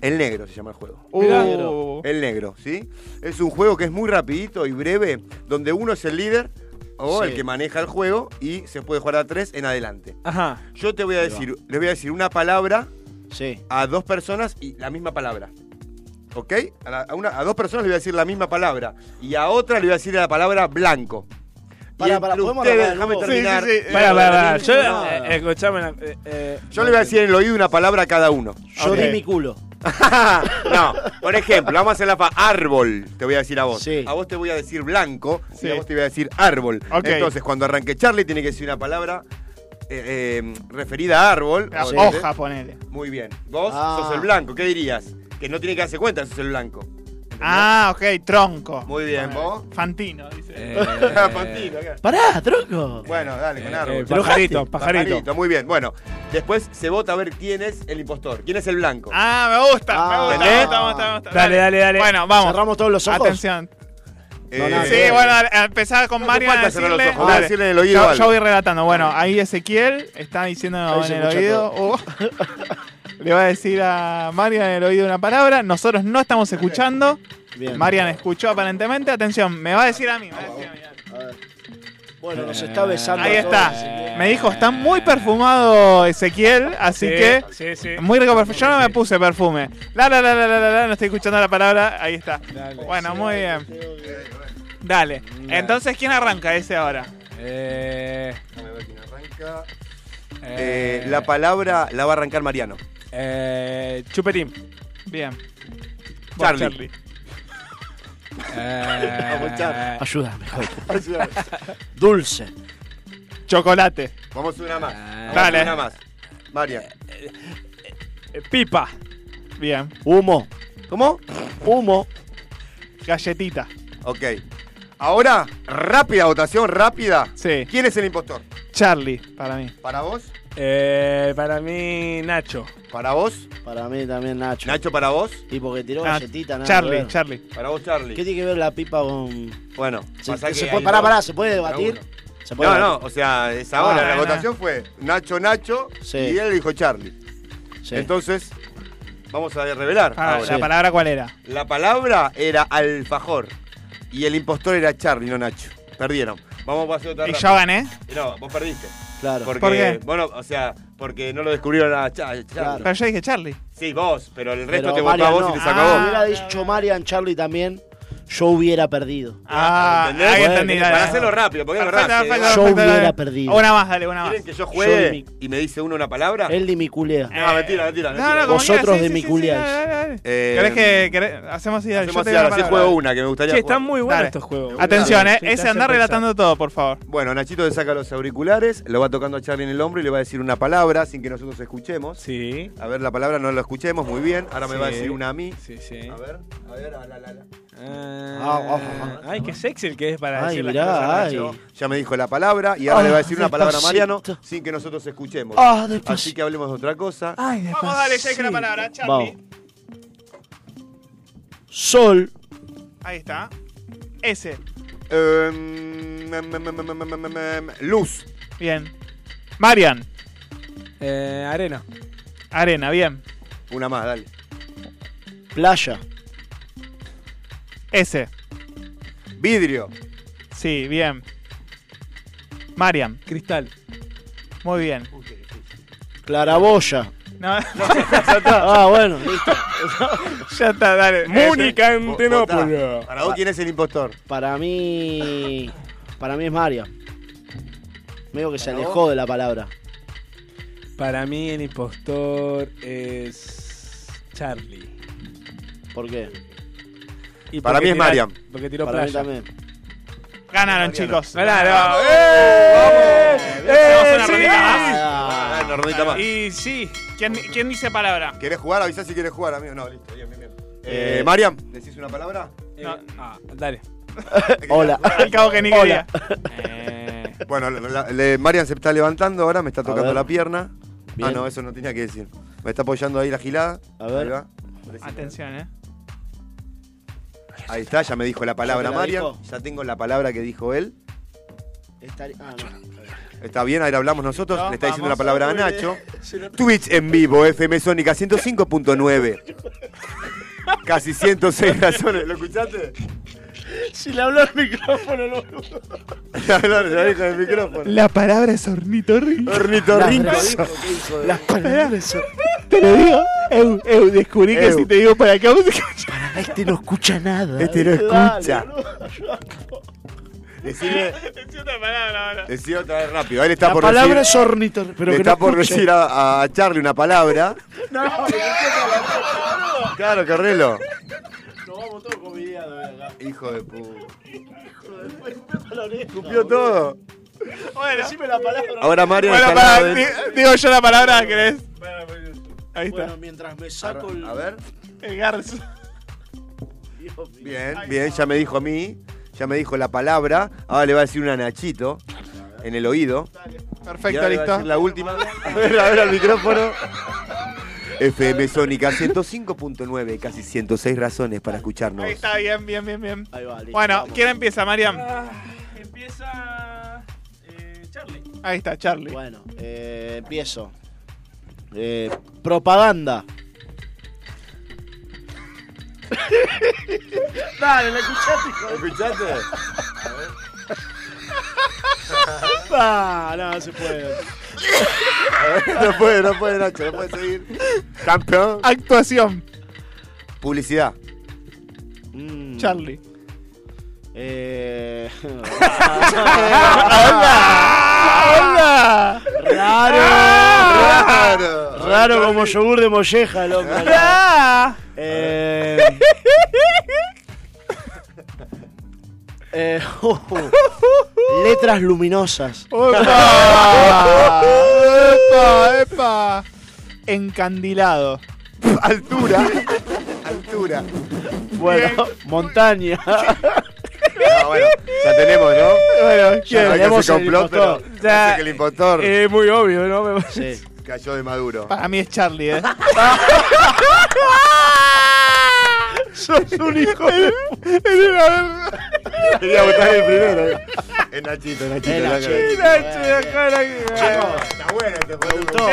Speaker 3: El Negro, se llama el juego.
Speaker 4: Uh.
Speaker 3: Uh.
Speaker 2: Mirá.
Speaker 3: El Negro, ¿sí? Es un juego que es muy rapidito y breve, donde uno es el líder o
Speaker 2: Sí.
Speaker 3: el que maneja el juego y se puede jugar a tres en adelante.
Speaker 5: Ajá.
Speaker 3: Yo te voy a
Speaker 4: Ahí va.
Speaker 3: decir, les voy a decir una palabra
Speaker 4: Sí.
Speaker 3: a dos personas y la misma palabra. ¿Ok? A, la- a una- a dos personas le voy a decir la misma palabra y a otra le voy a decir la palabra blanco. Y
Speaker 4: Pará, pará,
Speaker 3: entre
Speaker 4: ¿podemos
Speaker 3: ustedes,
Speaker 4: arrancar de
Speaker 3: déjame
Speaker 4: nuevo?
Speaker 3: terminar.
Speaker 5: Pará, pará, pará. Yo,
Speaker 4: No,
Speaker 5: eh,
Speaker 4: no.
Speaker 5: escuchame una- eh, eh,
Speaker 3: Yo le voy a decir en el oído una palabra a cada uno.
Speaker 4: Yo
Speaker 3: Ok.
Speaker 4: di mi culo.
Speaker 3: no, por ejemplo, vamos a hacer la pa árbol, te voy a decir a vos.
Speaker 4: Sí.
Speaker 3: A vos te voy a decir blanco
Speaker 2: Sí.
Speaker 3: y a vos te voy a decir árbol.
Speaker 2: Ok.
Speaker 3: Entonces, cuando arranque Charlie, tiene que decir una palabra eh, eh, referida a árbol.
Speaker 2: La
Speaker 3: obviamente.
Speaker 2: Ah, hoja, ponele.
Speaker 3: Muy bien. Vos
Speaker 4: Ah.
Speaker 3: sos el blanco, ¿qué dirías? Que no tiene que darse cuenta, sos el blanco. ¿Entendés?
Speaker 2: Ah, ok, tronco.
Speaker 3: Muy bien,
Speaker 2: Ponele.
Speaker 3: vos.
Speaker 2: Fantino, dice.
Speaker 3: Fantino, acá.
Speaker 4: Pará, tronco.
Speaker 3: Bueno, dale, con
Speaker 5: eh,
Speaker 3: árbol.
Speaker 5: eh, pajarito, pajarito.
Speaker 3: Muy bien, bueno. Después se vota a ver quién es el impostor, quién es el blanco.
Speaker 2: Ah, me gusta,
Speaker 4: Ah.
Speaker 2: me gusta, me
Speaker 3: ¿Entendés?
Speaker 2: gusta, me gusta, me gusta.
Speaker 5: Dale, dale, dale.
Speaker 2: Bueno, vamos.
Speaker 4: Cerramos todos los ojos.
Speaker 2: Atención.
Speaker 3: Eh,
Speaker 4: nada,
Speaker 2: Sí, bueno, dale, empezá con
Speaker 3: No
Speaker 2: Mario
Speaker 3: hace
Speaker 2: a
Speaker 3: falta cerrar los
Speaker 2: decirle.
Speaker 3: ojos, voy a
Speaker 2: Dale.
Speaker 3: decirle en el oído
Speaker 2: Yo,
Speaker 3: algo.
Speaker 2: yo voy relatando. Bueno, ahí Ezequiel está
Speaker 4: Ahí
Speaker 2: diciendo en
Speaker 4: se
Speaker 2: el
Speaker 4: escucha
Speaker 2: oído.
Speaker 5: oh.
Speaker 2: uh, le va a decir a Marian en el oído una palabra. Nosotros no estamos escuchando.
Speaker 4: Bien.
Speaker 2: Marian escuchó aparentemente. Atención, me va a decir a mí. me va a decir a mí.
Speaker 4: Bueno, nos está besando.
Speaker 2: Ahí
Speaker 4: a todos, así
Speaker 2: está.
Speaker 4: que-
Speaker 2: Me dijo, está muy perfumado Ezequiel, así
Speaker 5: Sí,
Speaker 2: que.
Speaker 5: Sí, sí.
Speaker 2: Muy rico perfume. Yo no me puse perfume. La, la, la, la, la, la, la, no estoy escuchando la palabra. Ahí está. Bueno, muy bien. Dale. Entonces, ¿quién arranca ese ahora?
Speaker 5: Eh,
Speaker 3: Eh, la palabra la va a arrancar Mariano.
Speaker 5: eh, chupetín.
Speaker 2: Bien. Vos,
Speaker 3: Charlie.
Speaker 5: Eh,
Speaker 4: Ayúdame, hijo de puta. Dulce.
Speaker 2: Chocolate.
Speaker 3: Vamos una más. Vamos
Speaker 2: Dale. Eh,
Speaker 3: Una más. Marian.
Speaker 5: pipa.
Speaker 2: Bien.
Speaker 4: Humo.
Speaker 3: ¿Cómo?
Speaker 4: Humo.
Speaker 2: Galletita.
Speaker 3: Ok. Ahora, rápida votación, rápida.
Speaker 2: Sí.
Speaker 3: ¿Quién es el impostor?
Speaker 2: Charlie, para mí.
Speaker 3: ¿Para vos?
Speaker 5: Eh, para mí, Nacho.
Speaker 3: ¿Para vos?
Speaker 4: Para mí también Nacho.
Speaker 3: ¿Nacho para vos?
Speaker 4: Y porque tiró
Speaker 2: Ah,
Speaker 4: galletita, nada que
Speaker 2: Charlie,
Speaker 4: ver.
Speaker 2: Charlie.
Speaker 3: ¿Para vos,
Speaker 4: ¿Qué
Speaker 3: Charlie?
Speaker 4: tiene que ver la pipa con...?
Speaker 3: Bueno,
Speaker 4: Se,
Speaker 3: pasa
Speaker 4: se
Speaker 3: que
Speaker 4: puede-
Speaker 3: hay
Speaker 4: pará,
Speaker 3: dos
Speaker 4: pará, ¿se puede
Speaker 3: contra
Speaker 4: debatir?
Speaker 3: uno.
Speaker 4: ¿Se puede
Speaker 3: No, no,
Speaker 4: debatir?
Speaker 3: o sea, es ahora.
Speaker 2: Ah,
Speaker 3: la
Speaker 2: no.
Speaker 3: votación fue Nacho, Nacho
Speaker 4: Sí.
Speaker 3: y él dijo Charlie.
Speaker 4: Sí.
Speaker 3: Entonces, vamos a revelar.
Speaker 2: Ah,
Speaker 3: ahora.
Speaker 2: ¿La palabra cuál era?
Speaker 3: La palabra era alfajor y el impostor era Charlie, no Nacho. Perdieron. Vamos a hacer otra
Speaker 2: ¿Y
Speaker 3: ronda.
Speaker 2: yo gané?
Speaker 3: No, vos perdiste.
Speaker 4: Claro.
Speaker 3: Porque,
Speaker 2: ¿Por qué?
Speaker 3: Bueno, o sea, porque no lo descubrieron a Cha- Charlie.
Speaker 4: Claro.
Speaker 2: Pero yo dije Charlie.
Speaker 3: Sí, vos, pero el resto
Speaker 4: Pero
Speaker 3: te votó a
Speaker 4: Marian
Speaker 3: vos
Speaker 4: no.
Speaker 3: y te
Speaker 2: Ah,
Speaker 3: sacó
Speaker 4: Si
Speaker 3: vos.
Speaker 4: hubiera dicho Marian, Charlie también, yo hubiera perdido.
Speaker 2: Ah,
Speaker 3: ¿Entendés?
Speaker 2: ahí
Speaker 4: Bueno,
Speaker 2: entendí.
Speaker 4: para
Speaker 2: dale.
Speaker 3: Para hacerlo rápido, porque es
Speaker 2: Perfecto,
Speaker 3: verdad.
Speaker 2: perfecto,
Speaker 3: que-
Speaker 4: Yo
Speaker 2: perfecto,
Speaker 4: hubiera
Speaker 2: dale.
Speaker 4: perdido.
Speaker 2: Una más, dale, una más.
Speaker 3: ¿Quieren que yo
Speaker 4: Yo
Speaker 3: juegue
Speaker 4: mi-
Speaker 3: y me dice uno una palabra?
Speaker 4: Él de mi culea.
Speaker 3: No, mentira, mentira. mentira.
Speaker 2: como quieras,
Speaker 4: Vosotros
Speaker 2: sí,
Speaker 4: de
Speaker 2: sí,
Speaker 4: mi
Speaker 2: sí,
Speaker 4: culiás.
Speaker 2: sí, dale, dale.
Speaker 3: Eh,
Speaker 2: ¿Querés que querés- hacemos ideas?
Speaker 3: Hacemos así, ahora sí juego una que me gustaría
Speaker 5: Che, están
Speaker 3: jugar.
Speaker 5: muy buenos
Speaker 2: Dale.
Speaker 5: estos juegos.
Speaker 2: Atención, eh.
Speaker 5: Sí, te
Speaker 2: Ese
Speaker 5: hacen
Speaker 2: andar
Speaker 5: pensar.
Speaker 2: relatando todo, por favor.
Speaker 3: Bueno, Nachito le saca los auriculares, lo va tocando a Charlie en el hombro y le va a decir una palabra sin que nosotros escuchemos.
Speaker 5: Sí.
Speaker 3: A ver, la palabra no la escuchemos, muy bien. Ahora me va a
Speaker 5: Sí.
Speaker 3: decir una a mí.
Speaker 5: Sí, sí.
Speaker 3: A ver, a ver, a la, la, la.
Speaker 5: Ah, ay, qué sexy el que es para
Speaker 4: Ay,
Speaker 5: decir las
Speaker 4: mirá,
Speaker 5: cosas.
Speaker 4: ay.
Speaker 3: Ya me dijo la palabra y ahora
Speaker 4: Ah,
Speaker 3: le va a decir una palabra a
Speaker 4: despacito.
Speaker 3: Mariano sin que nosotros escuchemos.
Speaker 4: Ah, después.
Speaker 3: Así que hablemos de otra cosa.
Speaker 4: Ay,
Speaker 2: Vamos, dale, Jake, la palabra, Charlie.
Speaker 4: Vamos. Sol.
Speaker 2: Ahí está. Ese.
Speaker 3: Em, em, em, em, em, em, em, em, luz.
Speaker 2: Bien. Marian.
Speaker 5: Eh, arena.
Speaker 2: Arena, bien.
Speaker 3: Una más, dale.
Speaker 4: Playa.
Speaker 2: Ese.
Speaker 3: Vidrio.
Speaker 2: Sí, bien. Mariam.
Speaker 5: Cristal.
Speaker 2: Muy bien.
Speaker 4: Claraboya.
Speaker 2: No, ya está.
Speaker 4: Ah, bueno.
Speaker 2: ya está, dale.
Speaker 4: Mónica
Speaker 2: Ese.
Speaker 4: Antenópolis.
Speaker 3: Para vos, ¿quién es el impostor?
Speaker 4: Para mí. Para mí es Mario. Medio que se
Speaker 5: ¿Para
Speaker 4: alejó
Speaker 5: vos?
Speaker 4: de la palabra.
Speaker 5: Para mí el impostor es Charlie.
Speaker 4: ¿Por qué?
Speaker 5: Y
Speaker 3: Para
Speaker 5: porque
Speaker 3: mí es
Speaker 5: tira-
Speaker 3: Mariam.
Speaker 5: Porque tiró
Speaker 4: Para mí
Speaker 5: playa.
Speaker 4: también.
Speaker 2: Ganaron, chicos.
Speaker 5: Ganaron.
Speaker 2: ¡Eh!
Speaker 3: Vamos, una
Speaker 2: ¡Eh!
Speaker 3: rondita más.
Speaker 2: ¡Sí!
Speaker 3: Ah, una rondita más.
Speaker 2: Y sí. ¿Quién, quién dice palabra?
Speaker 3: ¿Querés jugar? Avisá si querés jugar, amigo. No, listo, bien, bien, bien. Eh, Mariam, ¿decís una palabra?
Speaker 4: Eh,
Speaker 2: No.
Speaker 5: Ah, dale.
Speaker 4: Hola.
Speaker 2: Al cabo que ni
Speaker 3: Hola. Eh.
Speaker 2: quería.
Speaker 5: Eh.
Speaker 3: Bueno, la- la- le- Marian se está levantando ahora, me está tocando
Speaker 4: ver.
Speaker 3: la pierna.
Speaker 4: Bien.
Speaker 3: Ah, no, eso no tenía que decir. Me está apoyando ahí la gilada.
Speaker 4: A ver.
Speaker 3: Ahí, va.
Speaker 2: Atención, eh.
Speaker 3: Ahí está, ya me dijo la palabra
Speaker 4: ¿Ya te la
Speaker 3: Marian.
Speaker 4: dijo?
Speaker 3: Ya tengo la palabra que dijo él.
Speaker 4: Está- ah, no.
Speaker 3: Está bien, ahora hablamos nosotros.
Speaker 4: No,
Speaker 3: le está diciendo la
Speaker 4: vamos,
Speaker 3: palabra a eh.
Speaker 4: hombre.
Speaker 3: Nacho. Twitch en vivo, FM Sónica 105.9. Casi 106 razones. ¿Lo escuchaste?
Speaker 4: Si le habló el micrófono, lo
Speaker 3: La verdad, la dijo en el micrófono.
Speaker 2: La palabra es ornitorrinco.
Speaker 3: Ornitorrinco.
Speaker 4: Las palabras.
Speaker 2: Te lo digo. Eu, eu, descubrí que
Speaker 3: Eu.
Speaker 2: si te digo para acá, vos
Speaker 4: Este no escucha nada.
Speaker 3: Este no escucha. Decime,
Speaker 2: una palabra ahora.
Speaker 3: decí otra vez rápido. Él está
Speaker 4: La
Speaker 3: por
Speaker 4: palabra
Speaker 3: decir,
Speaker 4: es ornitor- pero
Speaker 3: le
Speaker 4: que no
Speaker 3: está por
Speaker 4: escucha.
Speaker 3: decir a, a Charlie una palabra.
Speaker 4: No, no, no.
Speaker 3: Claro, correlo.
Speaker 4: Nos vamos todos comidiados de acá.
Speaker 3: Hijo de puta.
Speaker 4: Escupió
Speaker 3: todo.
Speaker 4: Bueno, decime la palabra.
Speaker 3: Ahora Marian
Speaker 2: Bueno,
Speaker 3: está al
Speaker 2: para,
Speaker 3: lado de-
Speaker 2: di- digo yo la palabra, ¿querés? Ahí está.
Speaker 4: Bueno, mientras me saco el.
Speaker 3: A ver.
Speaker 2: El garzo.
Speaker 3: Bien, bien, ya me dijo a mí, ya me dijo la palabra. Ahora le va a decir una a Nachito en el oído. Y
Speaker 2: Perfecto,
Speaker 3: ahora le va a
Speaker 2: listo.
Speaker 3: decir La última. A ver, a ver al micrófono. FM Sónica 105.9, casi 106 razones para escucharnos.
Speaker 2: Ahí está, bien, bien, bien, bien.
Speaker 4: Ahí va, listo,
Speaker 2: Bueno,
Speaker 4: vamos.
Speaker 2: ¿quién empieza, Mariam?
Speaker 5: Empieza eh, Charlie.
Speaker 2: Ahí está, Charlie.
Speaker 4: Bueno, eh, empiezo. Eh, propaganda. Dale, la escuchaste, hijo de-
Speaker 3: ¿Escuchaste?
Speaker 4: Ah, no, no se puede.
Speaker 3: No puede, no puede, Nacho, no puede seguir. Campeón.
Speaker 2: Actuación,
Speaker 3: Publicidad.
Speaker 4: Mm,
Speaker 2: Charlie.
Speaker 4: eh,
Speaker 2: ¡Hola!
Speaker 4: raro,
Speaker 3: Claro.
Speaker 4: raro como yogur de molleja, loco.
Speaker 2: ¡Hola!
Speaker 4: Eh, eh, letras luminosas.
Speaker 2: ¡Opa! ¡Epa! ¡Epa! Encandilado.
Speaker 3: Altura. Altura.
Speaker 4: Bueno, montaña.
Speaker 3: Ah, bueno, ya tenemos, ¿no?
Speaker 2: Bueno, ¿quién?
Speaker 3: Ya no hay que
Speaker 4: Tenemos
Speaker 3: hacer
Speaker 4: el
Speaker 3: complot, pero
Speaker 4: impostor.
Speaker 3: parece que el impostor
Speaker 2: Eh,
Speaker 3: Eh,
Speaker 5: Es muy obvio, ¿no? Me parece.
Speaker 4: Sí.
Speaker 3: cayó de maduro.
Speaker 2: Para mí es Charlie, ¿eh?
Speaker 4: Sos un hijo de
Speaker 3: Quería votar el primero. Es Nachito, Nachito.
Speaker 4: Es Nachito.
Speaker 8: Eh,
Speaker 4: este
Speaker 3: Está bueno este
Speaker 4: gustó.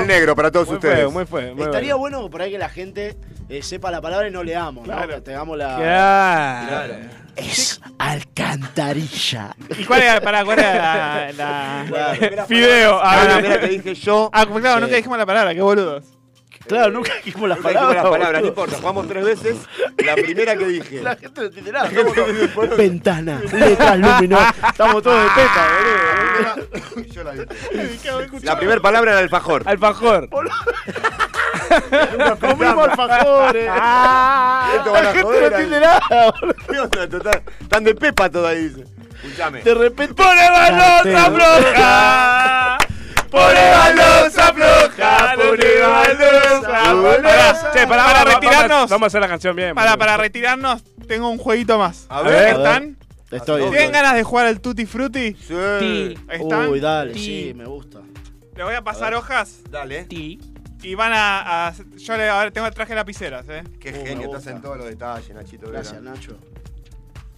Speaker 3: El negro para todos ustedes.
Speaker 5: Muy fue, muy
Speaker 4: Estaría
Speaker 5: fue.
Speaker 4: bueno por ahí que la gente eh, sepa la palabra y no leamos, ¿no? Que tengamos la.
Speaker 5: Claro.
Speaker 4: Es alcantarilla.
Speaker 2: ¿Y cuál era? Pará, ¿cuál era la- la-
Speaker 3: Primera
Speaker 2: Fideo. Ah,
Speaker 3: palabra. Ah, primera que dije yo.
Speaker 2: Ah, como claro, nunca dijimos la palabra, qué boludos.
Speaker 4: Claro, nunca dijimos las
Speaker 3: Nunca dijimos
Speaker 4: palabras.
Speaker 3: las palabras, no
Speaker 4: boludo.
Speaker 3: importa. Jugamos tres veces. La primera que dije.
Speaker 4: La gente no entiende nada.
Speaker 3: gente
Speaker 4: estamos
Speaker 3: no
Speaker 4: todos- Ventana, letras luminosas. Estamos todos de
Speaker 3: Ah.
Speaker 4: teta, boludo.
Speaker 3: Yo la dije. La primera palabra era alfajor.
Speaker 5: Alfajor.
Speaker 4: Comimos alfajores.
Speaker 2: Ah,
Speaker 3: Esto van a
Speaker 4: Ah. la gente
Speaker 3: joder,
Speaker 4: no
Speaker 3: ahí.
Speaker 4: entiende nada, boludo.
Speaker 3: ¿Qué onda, total? Están de pepa todo ahí, dice. Escuchame.
Speaker 4: De repente.
Speaker 5: ¡Pone
Speaker 4: Cartero.
Speaker 5: balosa floja! ¡Pone balosa floja! ¡Pone balosa floja!
Speaker 2: Para
Speaker 5: Che, para, para
Speaker 2: retirarnos.
Speaker 5: retirarnos. Vamos a hacer la canción bien.
Speaker 2: Para,
Speaker 5: boludo.
Speaker 2: para retirarnos, tengo un jueguito más.
Speaker 3: A ver.
Speaker 2: ¿Están?
Speaker 4: Estoy.
Speaker 2: ¿Tienen ganas de jugar al Tutti Frutti?
Speaker 3: Sí.
Speaker 2: ¿Están?
Speaker 4: Uy, dale, sí, me gusta.
Speaker 2: Le voy a pasar hojas
Speaker 3: Dale.
Speaker 5: Ti.
Speaker 2: y van a. a- yo le, a ver, tengo traje lapiceras, ¿eh?
Speaker 3: Qué
Speaker 4: Uh, me
Speaker 3: genio,
Speaker 4: gusta.
Speaker 3: estás en todos los detalles, Nachito. Vera.
Speaker 4: Gracias, Nacho.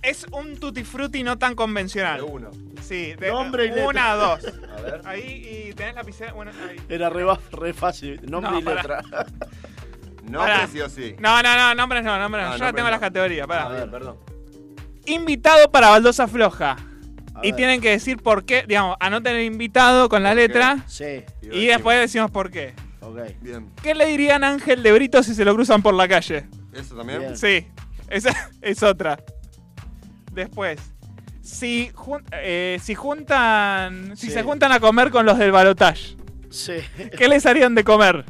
Speaker 2: Es un Tutti Frutti no tan
Speaker 3: De
Speaker 2: convencional.
Speaker 3: uno.
Speaker 2: Sí, de
Speaker 4: Nombre y letra.
Speaker 2: una a dos.
Speaker 3: A ver.
Speaker 2: Ahí y tenés lapicera. Bueno, ahí.
Speaker 4: Era re, ba- re fácil. Nombre
Speaker 2: No,
Speaker 4: y letra.
Speaker 3: No,
Speaker 2: Pará.
Speaker 3: que sí o sí.
Speaker 2: No, no, no, nombres no, nombres no.
Speaker 3: Ah,
Speaker 2: Yo ya
Speaker 3: nombres
Speaker 2: tengo
Speaker 3: no.
Speaker 2: las categorías,
Speaker 3: A
Speaker 2: pará.
Speaker 3: ver, perdón.
Speaker 2: invitado para Baldosa Floja. Y tienen que decir por qué, digamos, anoten el invitado con la letra
Speaker 4: Sí.
Speaker 2: y después decimos por qué.
Speaker 4: Ok.
Speaker 3: Bien.
Speaker 2: ¿Qué le dirían a Ángel de Brito si se lo cruzan por la calle?
Speaker 3: ¿Eso también?
Speaker 4: Bien.
Speaker 2: Sí, esa es otra. Después, si, jun- eh, si juntan, si
Speaker 4: Sí.
Speaker 2: se juntan a comer con los del balotage,
Speaker 4: Sí.
Speaker 2: ¿qué les harían de comer?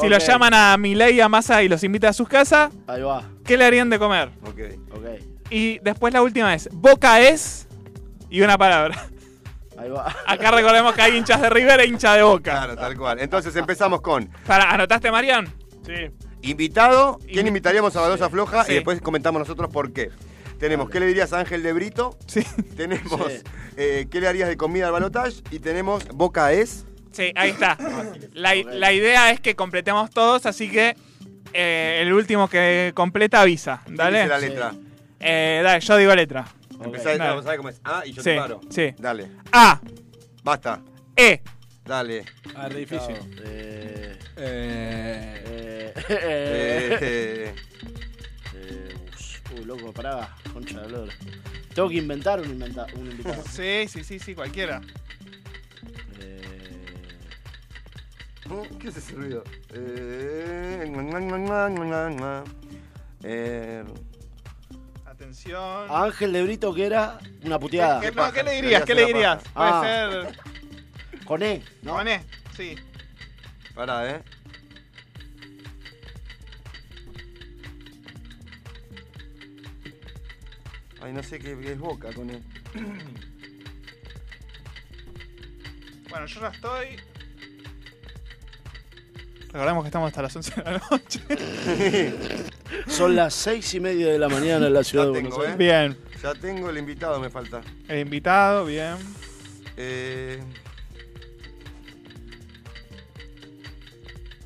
Speaker 2: Si lo
Speaker 4: Ok.
Speaker 2: llaman a Milei y a Massa y los invita a sus casas,
Speaker 4: Ahí va.
Speaker 2: ¿qué le harían de comer?
Speaker 3: Ok.
Speaker 4: Ok.
Speaker 2: Y después la última es, boca es y una palabra.
Speaker 4: Ahí va.
Speaker 2: Acá recordemos que hay hinchas de River e hincha de boca.
Speaker 3: Claro, tal cual. Entonces empezamos con
Speaker 2: Para, ¿Anotaste, Marian? Sí.
Speaker 3: invitado, quién invitaríamos a Baldosa Floja
Speaker 2: Sí.
Speaker 3: y después comentamos nosotros por qué. Tenemos, ¿qué le dirías a Ángel de Brito?
Speaker 2: Sí.
Speaker 3: Tenemos,
Speaker 2: Sí.
Speaker 3: eh, ¿qué le harías de comida al balotage? Y tenemos, ¿boca es?
Speaker 2: Sí, ahí está.
Speaker 3: Ah,
Speaker 2: La, la idea es que completemos todos, así que eh, el último que completa avisa. Dale.
Speaker 3: dice la letra? Sí.
Speaker 2: Eh, dale, yo digo letra.
Speaker 3: Empezá,
Speaker 2: Dale.
Speaker 3: vamos a ver cómo es. Ah, y yo
Speaker 2: Sí,
Speaker 3: te paro.
Speaker 2: sí.
Speaker 3: Dale.
Speaker 2: A,
Speaker 3: Basta.
Speaker 2: E,
Speaker 3: Dale.
Speaker 5: Ah, re difícil.
Speaker 4: Eh. Eh.
Speaker 3: Eh,
Speaker 4: Eh, uy, loco, pará, concha de olor. Tengo que inventar un, inventa- un invitado.
Speaker 2: Sí, sí, sí, sí, cualquiera.
Speaker 3: ¿Qué es ese ruido? Eh, na, na, na, na, na. Eh,
Speaker 2: Atención.
Speaker 4: A Ángel de Brito que era una puteada.
Speaker 2: ¿Qué, no, ¿qué le dirías? ¿Qué le dirías? Puede
Speaker 4: Ah.
Speaker 2: ser.
Speaker 4: Con E, ¿no?
Speaker 2: Con E, sí.
Speaker 3: pará, ¿eh? Ay, no sé qué qué es boca con él.
Speaker 2: Bueno, yo ya estoy. Recordemos que estamos hasta las 11 de la noche.
Speaker 4: Son las seis y media de la mañana en la ciudad
Speaker 3: Ya
Speaker 4: de
Speaker 3: tengo,
Speaker 4: Buenos
Speaker 3: ¿eh?
Speaker 4: Aires.
Speaker 2: Bien.
Speaker 3: Ya tengo el invitado, me falta.
Speaker 2: El invitado, bien.
Speaker 3: Eh...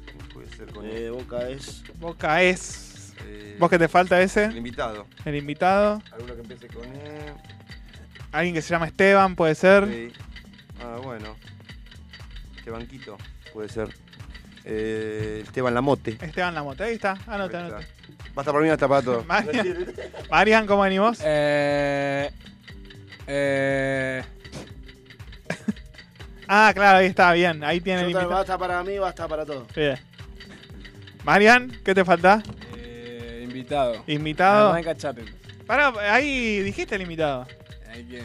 Speaker 3: ¿Quién puede ser con E? él?
Speaker 4: Eh, Boca es.
Speaker 2: Boca es.
Speaker 3: Eh,
Speaker 2: ¿Vos qué te falta ese?
Speaker 3: El invitado.
Speaker 2: El invitado.
Speaker 3: Alguno que empiece con E? él.
Speaker 2: Alguien que se llama Esteban, puede ser.
Speaker 3: Sí. Ah, bueno. Este banquito puede ser. Eh, Esteban Lamote.
Speaker 2: Esteban Lamote, ahí está. Anota, anota.
Speaker 3: Basta para mí, hasta para todo.
Speaker 2: Marian, Marian, ¿cómo venimos?
Speaker 5: Eh, eh,
Speaker 2: Ah, claro, ahí está, bien. Ahí tiene el
Speaker 4: Yo también,
Speaker 2: invitado.
Speaker 4: basta para mí, basta para todo.
Speaker 2: Bien. Marian, ¿qué te falta?
Speaker 5: eh, invitado.
Speaker 2: Invitado.
Speaker 5: Arranca Chapel.
Speaker 2: Pará, ahí dijiste el invitado.
Speaker 5: Ahí que-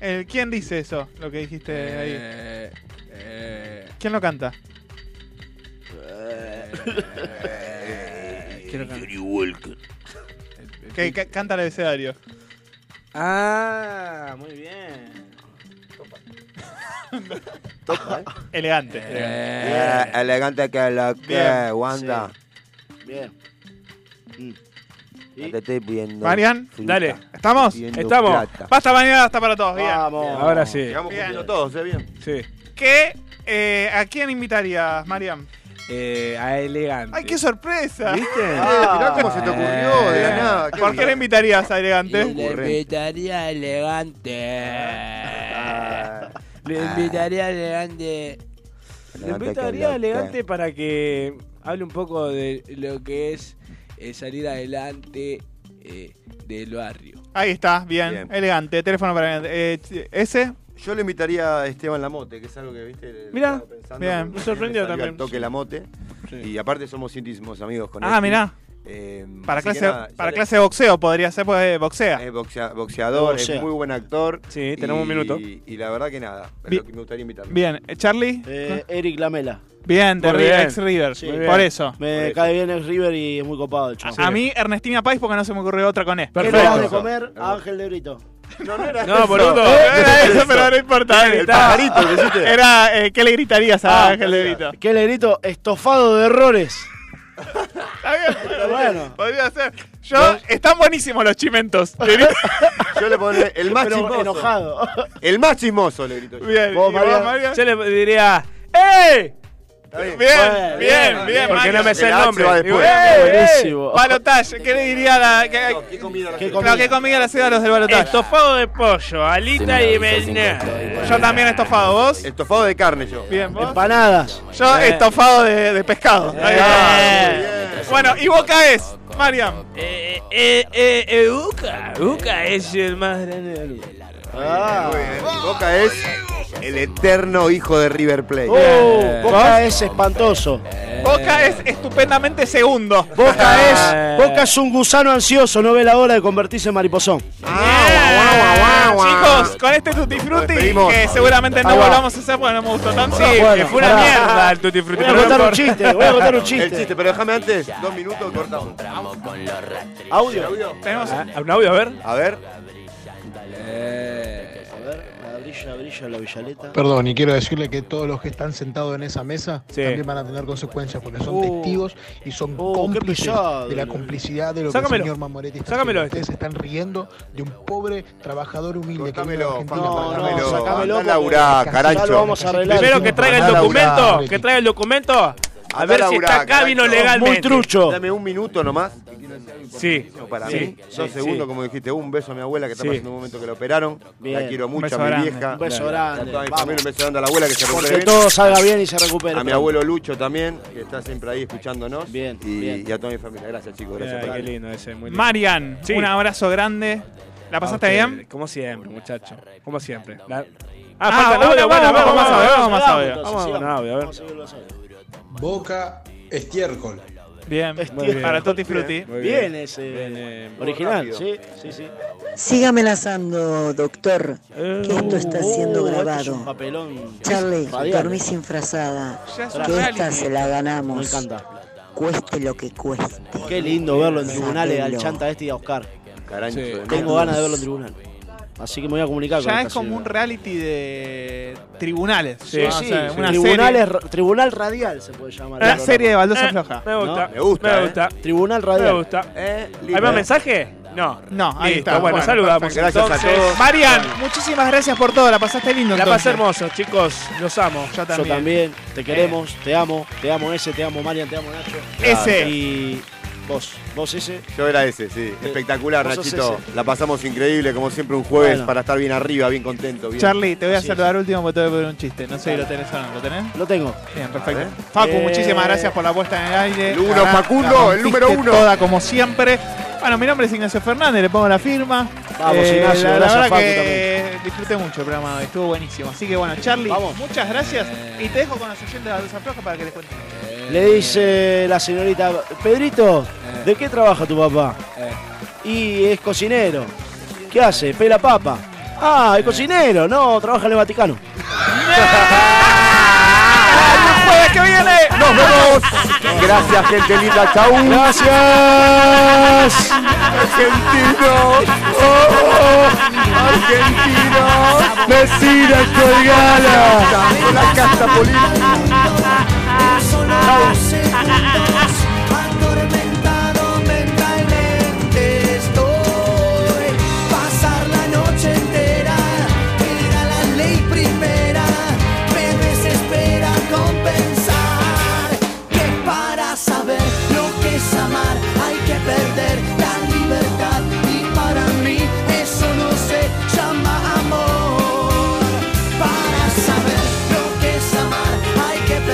Speaker 2: Eh, El- ¿Quién dice eso? Lo que dijiste ahí.
Speaker 5: Eh, eh,
Speaker 2: ¿Quién lo canta?
Speaker 5: eh, quiero can-
Speaker 2: Que, que- canta el abecedario.
Speaker 5: Ah, muy bien.
Speaker 2: Elegante.
Speaker 3: Eh, elegante que la que, Wanda.
Speaker 4: Bien. Mm.
Speaker 3: Ya Te estoy viendo.
Speaker 2: Marian,
Speaker 3: fruta.
Speaker 5: dale.
Speaker 2: ¿Estamos?
Speaker 3: Pidiendo
Speaker 5: Estamos.
Speaker 3: plata.
Speaker 2: Basta mañana, hasta para todos. Bien.
Speaker 4: Vamos.
Speaker 5: Ahora sí.
Speaker 3: Llegamos
Speaker 2: Bien.
Speaker 3: cumpliendo todos, ¿eh? Bien.
Speaker 5: Sí.
Speaker 2: ¿Qué, eh, ¿A quién invitarías, Marian?
Speaker 5: Eh, a elegante.
Speaker 2: ¡Ay, qué sorpresa! Ah.
Speaker 5: ¿Viste?
Speaker 3: Eh, mirá cómo se te ocurrió, de la
Speaker 5: Eh.
Speaker 3: nada.
Speaker 2: ¿Por qué le invitarías a Elegante?
Speaker 5: Le
Speaker 3: ocurrente.
Speaker 5: invitaría elegante. Le invitaría elegante. Le invitaría elegante para que hable un poco de lo que es eh, salir adelante eh, del barrio.
Speaker 2: Ahí está, bien.
Speaker 3: Bien.
Speaker 2: Elegante, teléfono para Elegante. Eh, ch- ¿Ese?
Speaker 3: Yo le invitaría a Esteban Lamote, que es algo que viste.
Speaker 5: Mirá,
Speaker 3: estaba pensando,
Speaker 2: bien,
Speaker 3: porque
Speaker 2: me sorprendió
Speaker 3: salió al
Speaker 2: también.
Speaker 3: Toque Lamote. Y aparte somos íntimos amigos con Eh, él.
Speaker 2: Ah, mirá. Para, clase, para clase de boxeo podría ser, pues eh, boxea.
Speaker 3: Es boxea- boxeador,
Speaker 4: Boxea.
Speaker 3: es muy buen actor.
Speaker 5: Sí,
Speaker 3: y-
Speaker 5: tenemos un minuto.
Speaker 3: Y la verdad que nada, es
Speaker 2: Vi-
Speaker 3: lo que me gustaría invitarlo.
Speaker 2: Bien, eh, Charlie.
Speaker 4: Eh, Eric Lamela.
Speaker 2: Bien, de
Speaker 5: Muy
Speaker 2: River,
Speaker 5: bien.
Speaker 2: ex River.
Speaker 4: Sí.
Speaker 2: Por
Speaker 4: Muy bien.
Speaker 2: eso.
Speaker 4: Me
Speaker 3: Por eso.
Speaker 4: cae bien el River y es muy copado el chavo.
Speaker 2: A mí, Ernestina Pais, porque no se me ocurrió otra con E.
Speaker 4: ¿Qué le das de
Speaker 3: Perfecto.
Speaker 4: comer a Ángel de Brito?
Speaker 3: No, no era
Speaker 5: No, boludo.
Speaker 2: Era eso, pero no importa.
Speaker 3: El
Speaker 2: Era,
Speaker 3: pajarito que hiciste.
Speaker 2: era, eh, ¿qué le gritarías a
Speaker 4: Ah,
Speaker 2: Ángel de Brito?
Speaker 4: ¿Qué le grito? Estofado de errores.
Speaker 2: Está bien, pero
Speaker 4: bueno.
Speaker 2: Podría ser. Yo, están buenísimos los chimentos. Le grito-
Speaker 3: Yo le pondré el más
Speaker 4: Pero
Speaker 3: chismoso.
Speaker 4: enojado.
Speaker 3: El más chismoso le grito yo.
Speaker 2: Bien,
Speaker 4: Vos,
Speaker 2: ¿y vos,
Speaker 4: Marian?
Speaker 2: Marian?
Speaker 5: Yo le diría, ¡Ey!
Speaker 3: Está bien.
Speaker 2: Bien, bien,
Speaker 4: Bueno, bien,
Speaker 2: bien.
Speaker 5: Porque
Speaker 2: Mario. ¡Eh!
Speaker 5: no me sé
Speaker 3: El
Speaker 5: el
Speaker 3: H
Speaker 5: nombre.
Speaker 3: va
Speaker 5: Digo,
Speaker 3: después.
Speaker 5: "Ey, ey".
Speaker 4: Buenísimo.
Speaker 2: Balotaje, ¿qué le diría la.? qué-
Speaker 3: No, ¿Qué comida la
Speaker 4: ¿Qué
Speaker 3: gente?
Speaker 4: comida?
Speaker 2: claro, ¿qué comida la ciudad los del balotaje?
Speaker 5: Estofado de pollo, alita y mená.
Speaker 2: Yo también estofado, ¿vos?
Speaker 3: Estofado de carne yo.
Speaker 2: Bien, ¿vos?
Speaker 4: Empanadas.
Speaker 2: Yo estofado de, de pescado. Ahí va.
Speaker 3: Bien.
Speaker 2: Bueno, ¿y Boca es? Mariam.
Speaker 5: Eh, eh, eh, eh, Uca. Uca es el más grande de la
Speaker 3: Ah, muy bien. Boca es el eterno hijo de River Plate.
Speaker 4: Oh, Boca es espantoso.
Speaker 2: Boca es estupendamente segundo. Ah,
Speaker 4: Boca es, Boca es un gusano ansioso, no ve la hora de convertirse en mariposón.
Speaker 2: ah, Chicos, con este Tutti Frutti, que
Speaker 5: Ah,
Speaker 2: seguramente no
Speaker 4: Agua.
Speaker 2: volvamos a hacer porque no me gustó tanto.
Speaker 4: Sí, Ah, Bueno,
Speaker 5: eh,
Speaker 2: que fue una
Speaker 4: pará.
Speaker 2: mierda el Tutti Frutti.
Speaker 4: Voy a
Speaker 2: pero no
Speaker 4: contar un
Speaker 2: importa.
Speaker 4: chiste, voy a contar un chiste.
Speaker 3: El chiste, pero déjame antes, dos minutos, cortamos.
Speaker 4: Audio.
Speaker 2: Tenemos
Speaker 5: un audio, a ver.
Speaker 3: A ver.
Speaker 4: Eh, A ver, la brilla, brilla la villaleta.
Speaker 10: Perdón, y quiero decirle que todos los que están sentados en esa mesa
Speaker 4: Sí.
Speaker 10: también van a tener consecuencias porque son
Speaker 4: Oh.
Speaker 10: testigos y son
Speaker 4: Oh, qué
Speaker 10: cómplices
Speaker 4: pesado.
Speaker 10: de la complicidad de lo
Speaker 4: Sácamelo.
Speaker 10: que el señor Mamoretti está
Speaker 4: Sácamelo
Speaker 10: haciendo. Ustedes están riendo de un pobre trabajador humilde.
Speaker 3: Sácamelo,
Speaker 10: no,
Speaker 3: sácamelo, sácamelo, anda a laburar, caracho.
Speaker 5: Primero que traiga el
Speaker 3: Andá a laburar.
Speaker 5: documento, que traiga el documento. A ver si está acá vino legalmente.
Speaker 3: Dame un minuto nomás.
Speaker 5: Sí.
Speaker 3: Para
Speaker 5: Sí.
Speaker 3: mí,
Speaker 5: Sí.
Speaker 3: dos
Speaker 5: Sí.
Speaker 3: segundos, como dijiste, un beso a mi abuela que está
Speaker 5: Sí.
Speaker 3: pasando un momento que la operaron.
Speaker 4: Bien.
Speaker 3: La quiero
Speaker 4: Un
Speaker 3: mucho,
Speaker 4: beso
Speaker 3: a mi
Speaker 4: grande.
Speaker 3: vieja.
Speaker 4: Un beso
Speaker 3: Claro.
Speaker 4: grande.
Speaker 3: A toda mi
Speaker 4: Vamos.
Speaker 3: familia, un beso grande a la abuela que se
Speaker 4: Porque
Speaker 3: recupere bien.
Speaker 4: todo salga bien y se recupere.
Speaker 3: A mi abuelo Lucho también, que está siempre ahí escuchándonos.
Speaker 4: Bien,
Speaker 3: y,
Speaker 4: bien.
Speaker 3: y a toda mi familia. Gracias, chicos. Gracias
Speaker 5: Ay,
Speaker 3: por
Speaker 5: qué
Speaker 3: algo.
Speaker 5: lindo ese, muy lindo.
Speaker 2: Marian,
Speaker 5: Sí.
Speaker 2: un abrazo grande. ¿La pasaste
Speaker 5: A usted,
Speaker 2: bien?
Speaker 5: Como siempre, muchacho. Como siempre. La-
Speaker 2: Ah,
Speaker 5: falta el
Speaker 2: bueno, bueno,
Speaker 5: audio, bueno,
Speaker 2: vamos,
Speaker 5: vamos a ver,
Speaker 2: vamos,
Speaker 5: vamos a ver.
Speaker 2: entonces,
Speaker 5: Vamos a ver,
Speaker 2: sigamos.
Speaker 5: audio, a ver.
Speaker 7: Boca estiércol.
Speaker 2: Bien,
Speaker 5: Muy
Speaker 2: bien.
Speaker 5: bien.
Speaker 2: Para Tutti Frutti.
Speaker 5: Muy eh,
Speaker 4: Bien ese. original, sí, sí, sí.
Speaker 19: Sígame lazando, doctor, que esto está
Speaker 4: Eh, Uh,
Speaker 19: siendo
Speaker 4: este es
Speaker 19: grabado.
Speaker 4: un papelón.
Speaker 19: Charlie,
Speaker 4: Radial.
Speaker 19: dormí sin frazada.
Speaker 4: Ya es un
Speaker 19: Que esta
Speaker 4: reality.
Speaker 19: se la ganamos.
Speaker 4: Me encanta.
Speaker 19: Cueste lo que cueste.
Speaker 4: Qué lindo verlo en tribunales al
Speaker 19: Sáquenlo.
Speaker 4: chanta este y a Oscar.
Speaker 3: Carancho de
Speaker 4: Tengo
Speaker 3: mierda.
Speaker 4: ganas de verlo en tribunal. Así que me voy a comunicar con
Speaker 2: Ya
Speaker 4: esta
Speaker 2: es como
Speaker 4: señora.
Speaker 2: un reality de tribunales.
Speaker 4: Sí,
Speaker 2: ¿no? Ah, O
Speaker 4: sí,
Speaker 2: sea, una
Speaker 4: tribunales,
Speaker 2: serie.
Speaker 4: ra- tribunal radial se puede llamar.
Speaker 2: Una serie de baldosa
Speaker 4: Eh,
Speaker 2: floja.
Speaker 5: Me gusta.
Speaker 4: ¿No?
Speaker 5: Me gusta.
Speaker 2: eh.
Speaker 4: Me gusta. eh. Tribunal radial.
Speaker 5: Me gusta.
Speaker 4: lindo,
Speaker 5: ¿Hay más
Speaker 4: eh.
Speaker 5: mensaje? No.
Speaker 2: No, ahí
Speaker 5: Listo,
Speaker 2: está.
Speaker 5: Bueno,
Speaker 2: Bueno,
Speaker 5: saludamos.
Speaker 2: perfecto. Gracias a todos. Marian, muchísimas gracias por todo. La pasaste lindo.
Speaker 5: La pasé
Speaker 2: entonces.
Speaker 5: hermoso, chicos. Los amo. Eh,
Speaker 2: Yo
Speaker 4: Yo también.
Speaker 2: Eh.
Speaker 4: Te queremos, te amo, te amo ese, te amo Marian, te amo Nacho.
Speaker 3: Ese.
Speaker 4: Y vos, vos ese. Eh,
Speaker 3: Yo era ese, sí. Espectacular,
Speaker 4: Vos sos
Speaker 3: Nachito.
Speaker 4: ese.
Speaker 3: La pasamos increíble, como siempre, un jueves
Speaker 4: Bueno.
Speaker 3: para estar bien arriba, bien contento. Bien.
Speaker 2: Charlie, te voy a
Speaker 3: Así es.
Speaker 2: saludar último porque te voy a pedir un chiste. No sé si lo tenés o no. ¿Lo tenés?
Speaker 4: Lo tengo.
Speaker 2: Bien, perfecto.
Speaker 3: A ver.
Speaker 2: Facu,
Speaker 3: Eh.
Speaker 2: muchísimas gracias por la puesta en el aire.
Speaker 3: El uno,
Speaker 2: La verdad,
Speaker 3: Facundo,
Speaker 2: la
Speaker 3: el número
Speaker 2: rompiste
Speaker 3: uno.
Speaker 2: Toda como siempre. Bueno, mi nombre es Ignacio Fernández, le pongo la firma. Eh,
Speaker 4: Vamos, Ignacio,
Speaker 2: la, la
Speaker 4: gracias,
Speaker 2: verdad
Speaker 4: Facu,
Speaker 2: que disfruté mucho el programa, estuvo buenísimo. Así que bueno, Charlie, muchas gracias
Speaker 3: Eh.
Speaker 2: y te dejo con los oyentes de la Dulce Floja para que les cuenten.
Speaker 4: Le dice la señorita, Pedrito, ¿de qué trabaja tu papá?
Speaker 2: Eh.
Speaker 4: Y es cocinero. ¿Qué hace? Pela papa. Ah, es cocinero. No, trabaja en el Vaticano.
Speaker 2: ¡Jueves que viene!
Speaker 3: ¡Nos vemos! Gracias, gente linda. Chau.
Speaker 4: Gracias.
Speaker 3: Argentinos. Oh, argentinos. Vecina colgada. Con la casta política.
Speaker 13: Atormentado mentalmente estoy. Pasar la noche entera era la ley primera. Me desespera compensar que para saber lo que es amar hay que perder la libertad. Y para mí eso no se llama amor. Para saber lo que es amar hay que este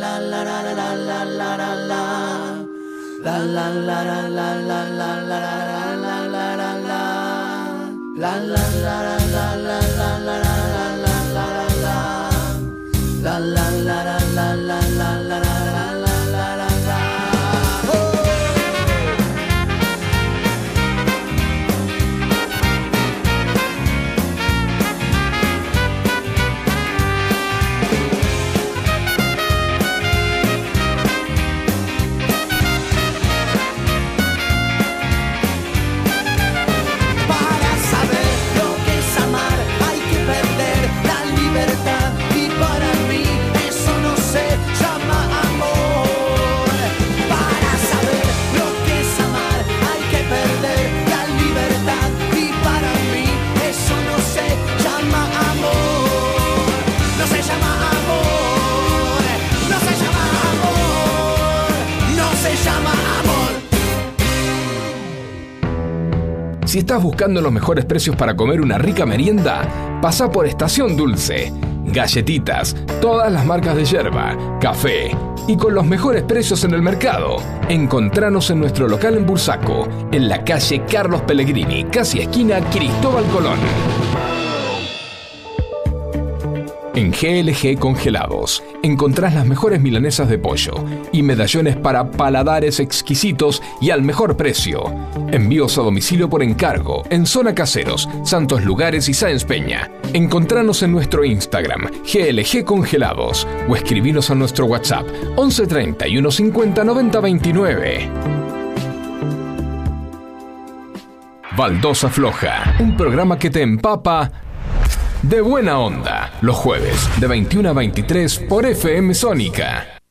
Speaker 13: la la la la. La la la la la la la la la la la la la. La la la la la la la la la la la la la. La la la la la la la la la la la la la la. Para saber lo que es amar hay que perder la libertad y para mí eso no se llama amor. Para saber lo que es amar hay que perder la libertad y para mí eso no se llama amor. No se llama amor. No se llama amor. No se llama amor.
Speaker 1: Si estás buscando los mejores precios para comer una rica merienda, pasa por Estación Dulce. Galletitas, todas las marcas de yerba, café y con los mejores precios en el mercado. Encontranos en nuestro local en Bursaco, en la calle Carlos Pellegrini, casi esquina Cristóbal Colón. En GLG Congelados encontrás las mejores milanesas de pollo y medallones para paladares exquisitos y al mejor precio. Envíos a domicilio por encargo en Zona Caseros, Santos Lugares y Sáenz Peña. Encontranos en nuestro Instagram GLG Congelados o escribinos a nuestro WhatsApp 11 31 50 90 29. Baldosa Floja, un programa que te empapa de buena onda, los jueves de 21 a 23 por FM Sónica.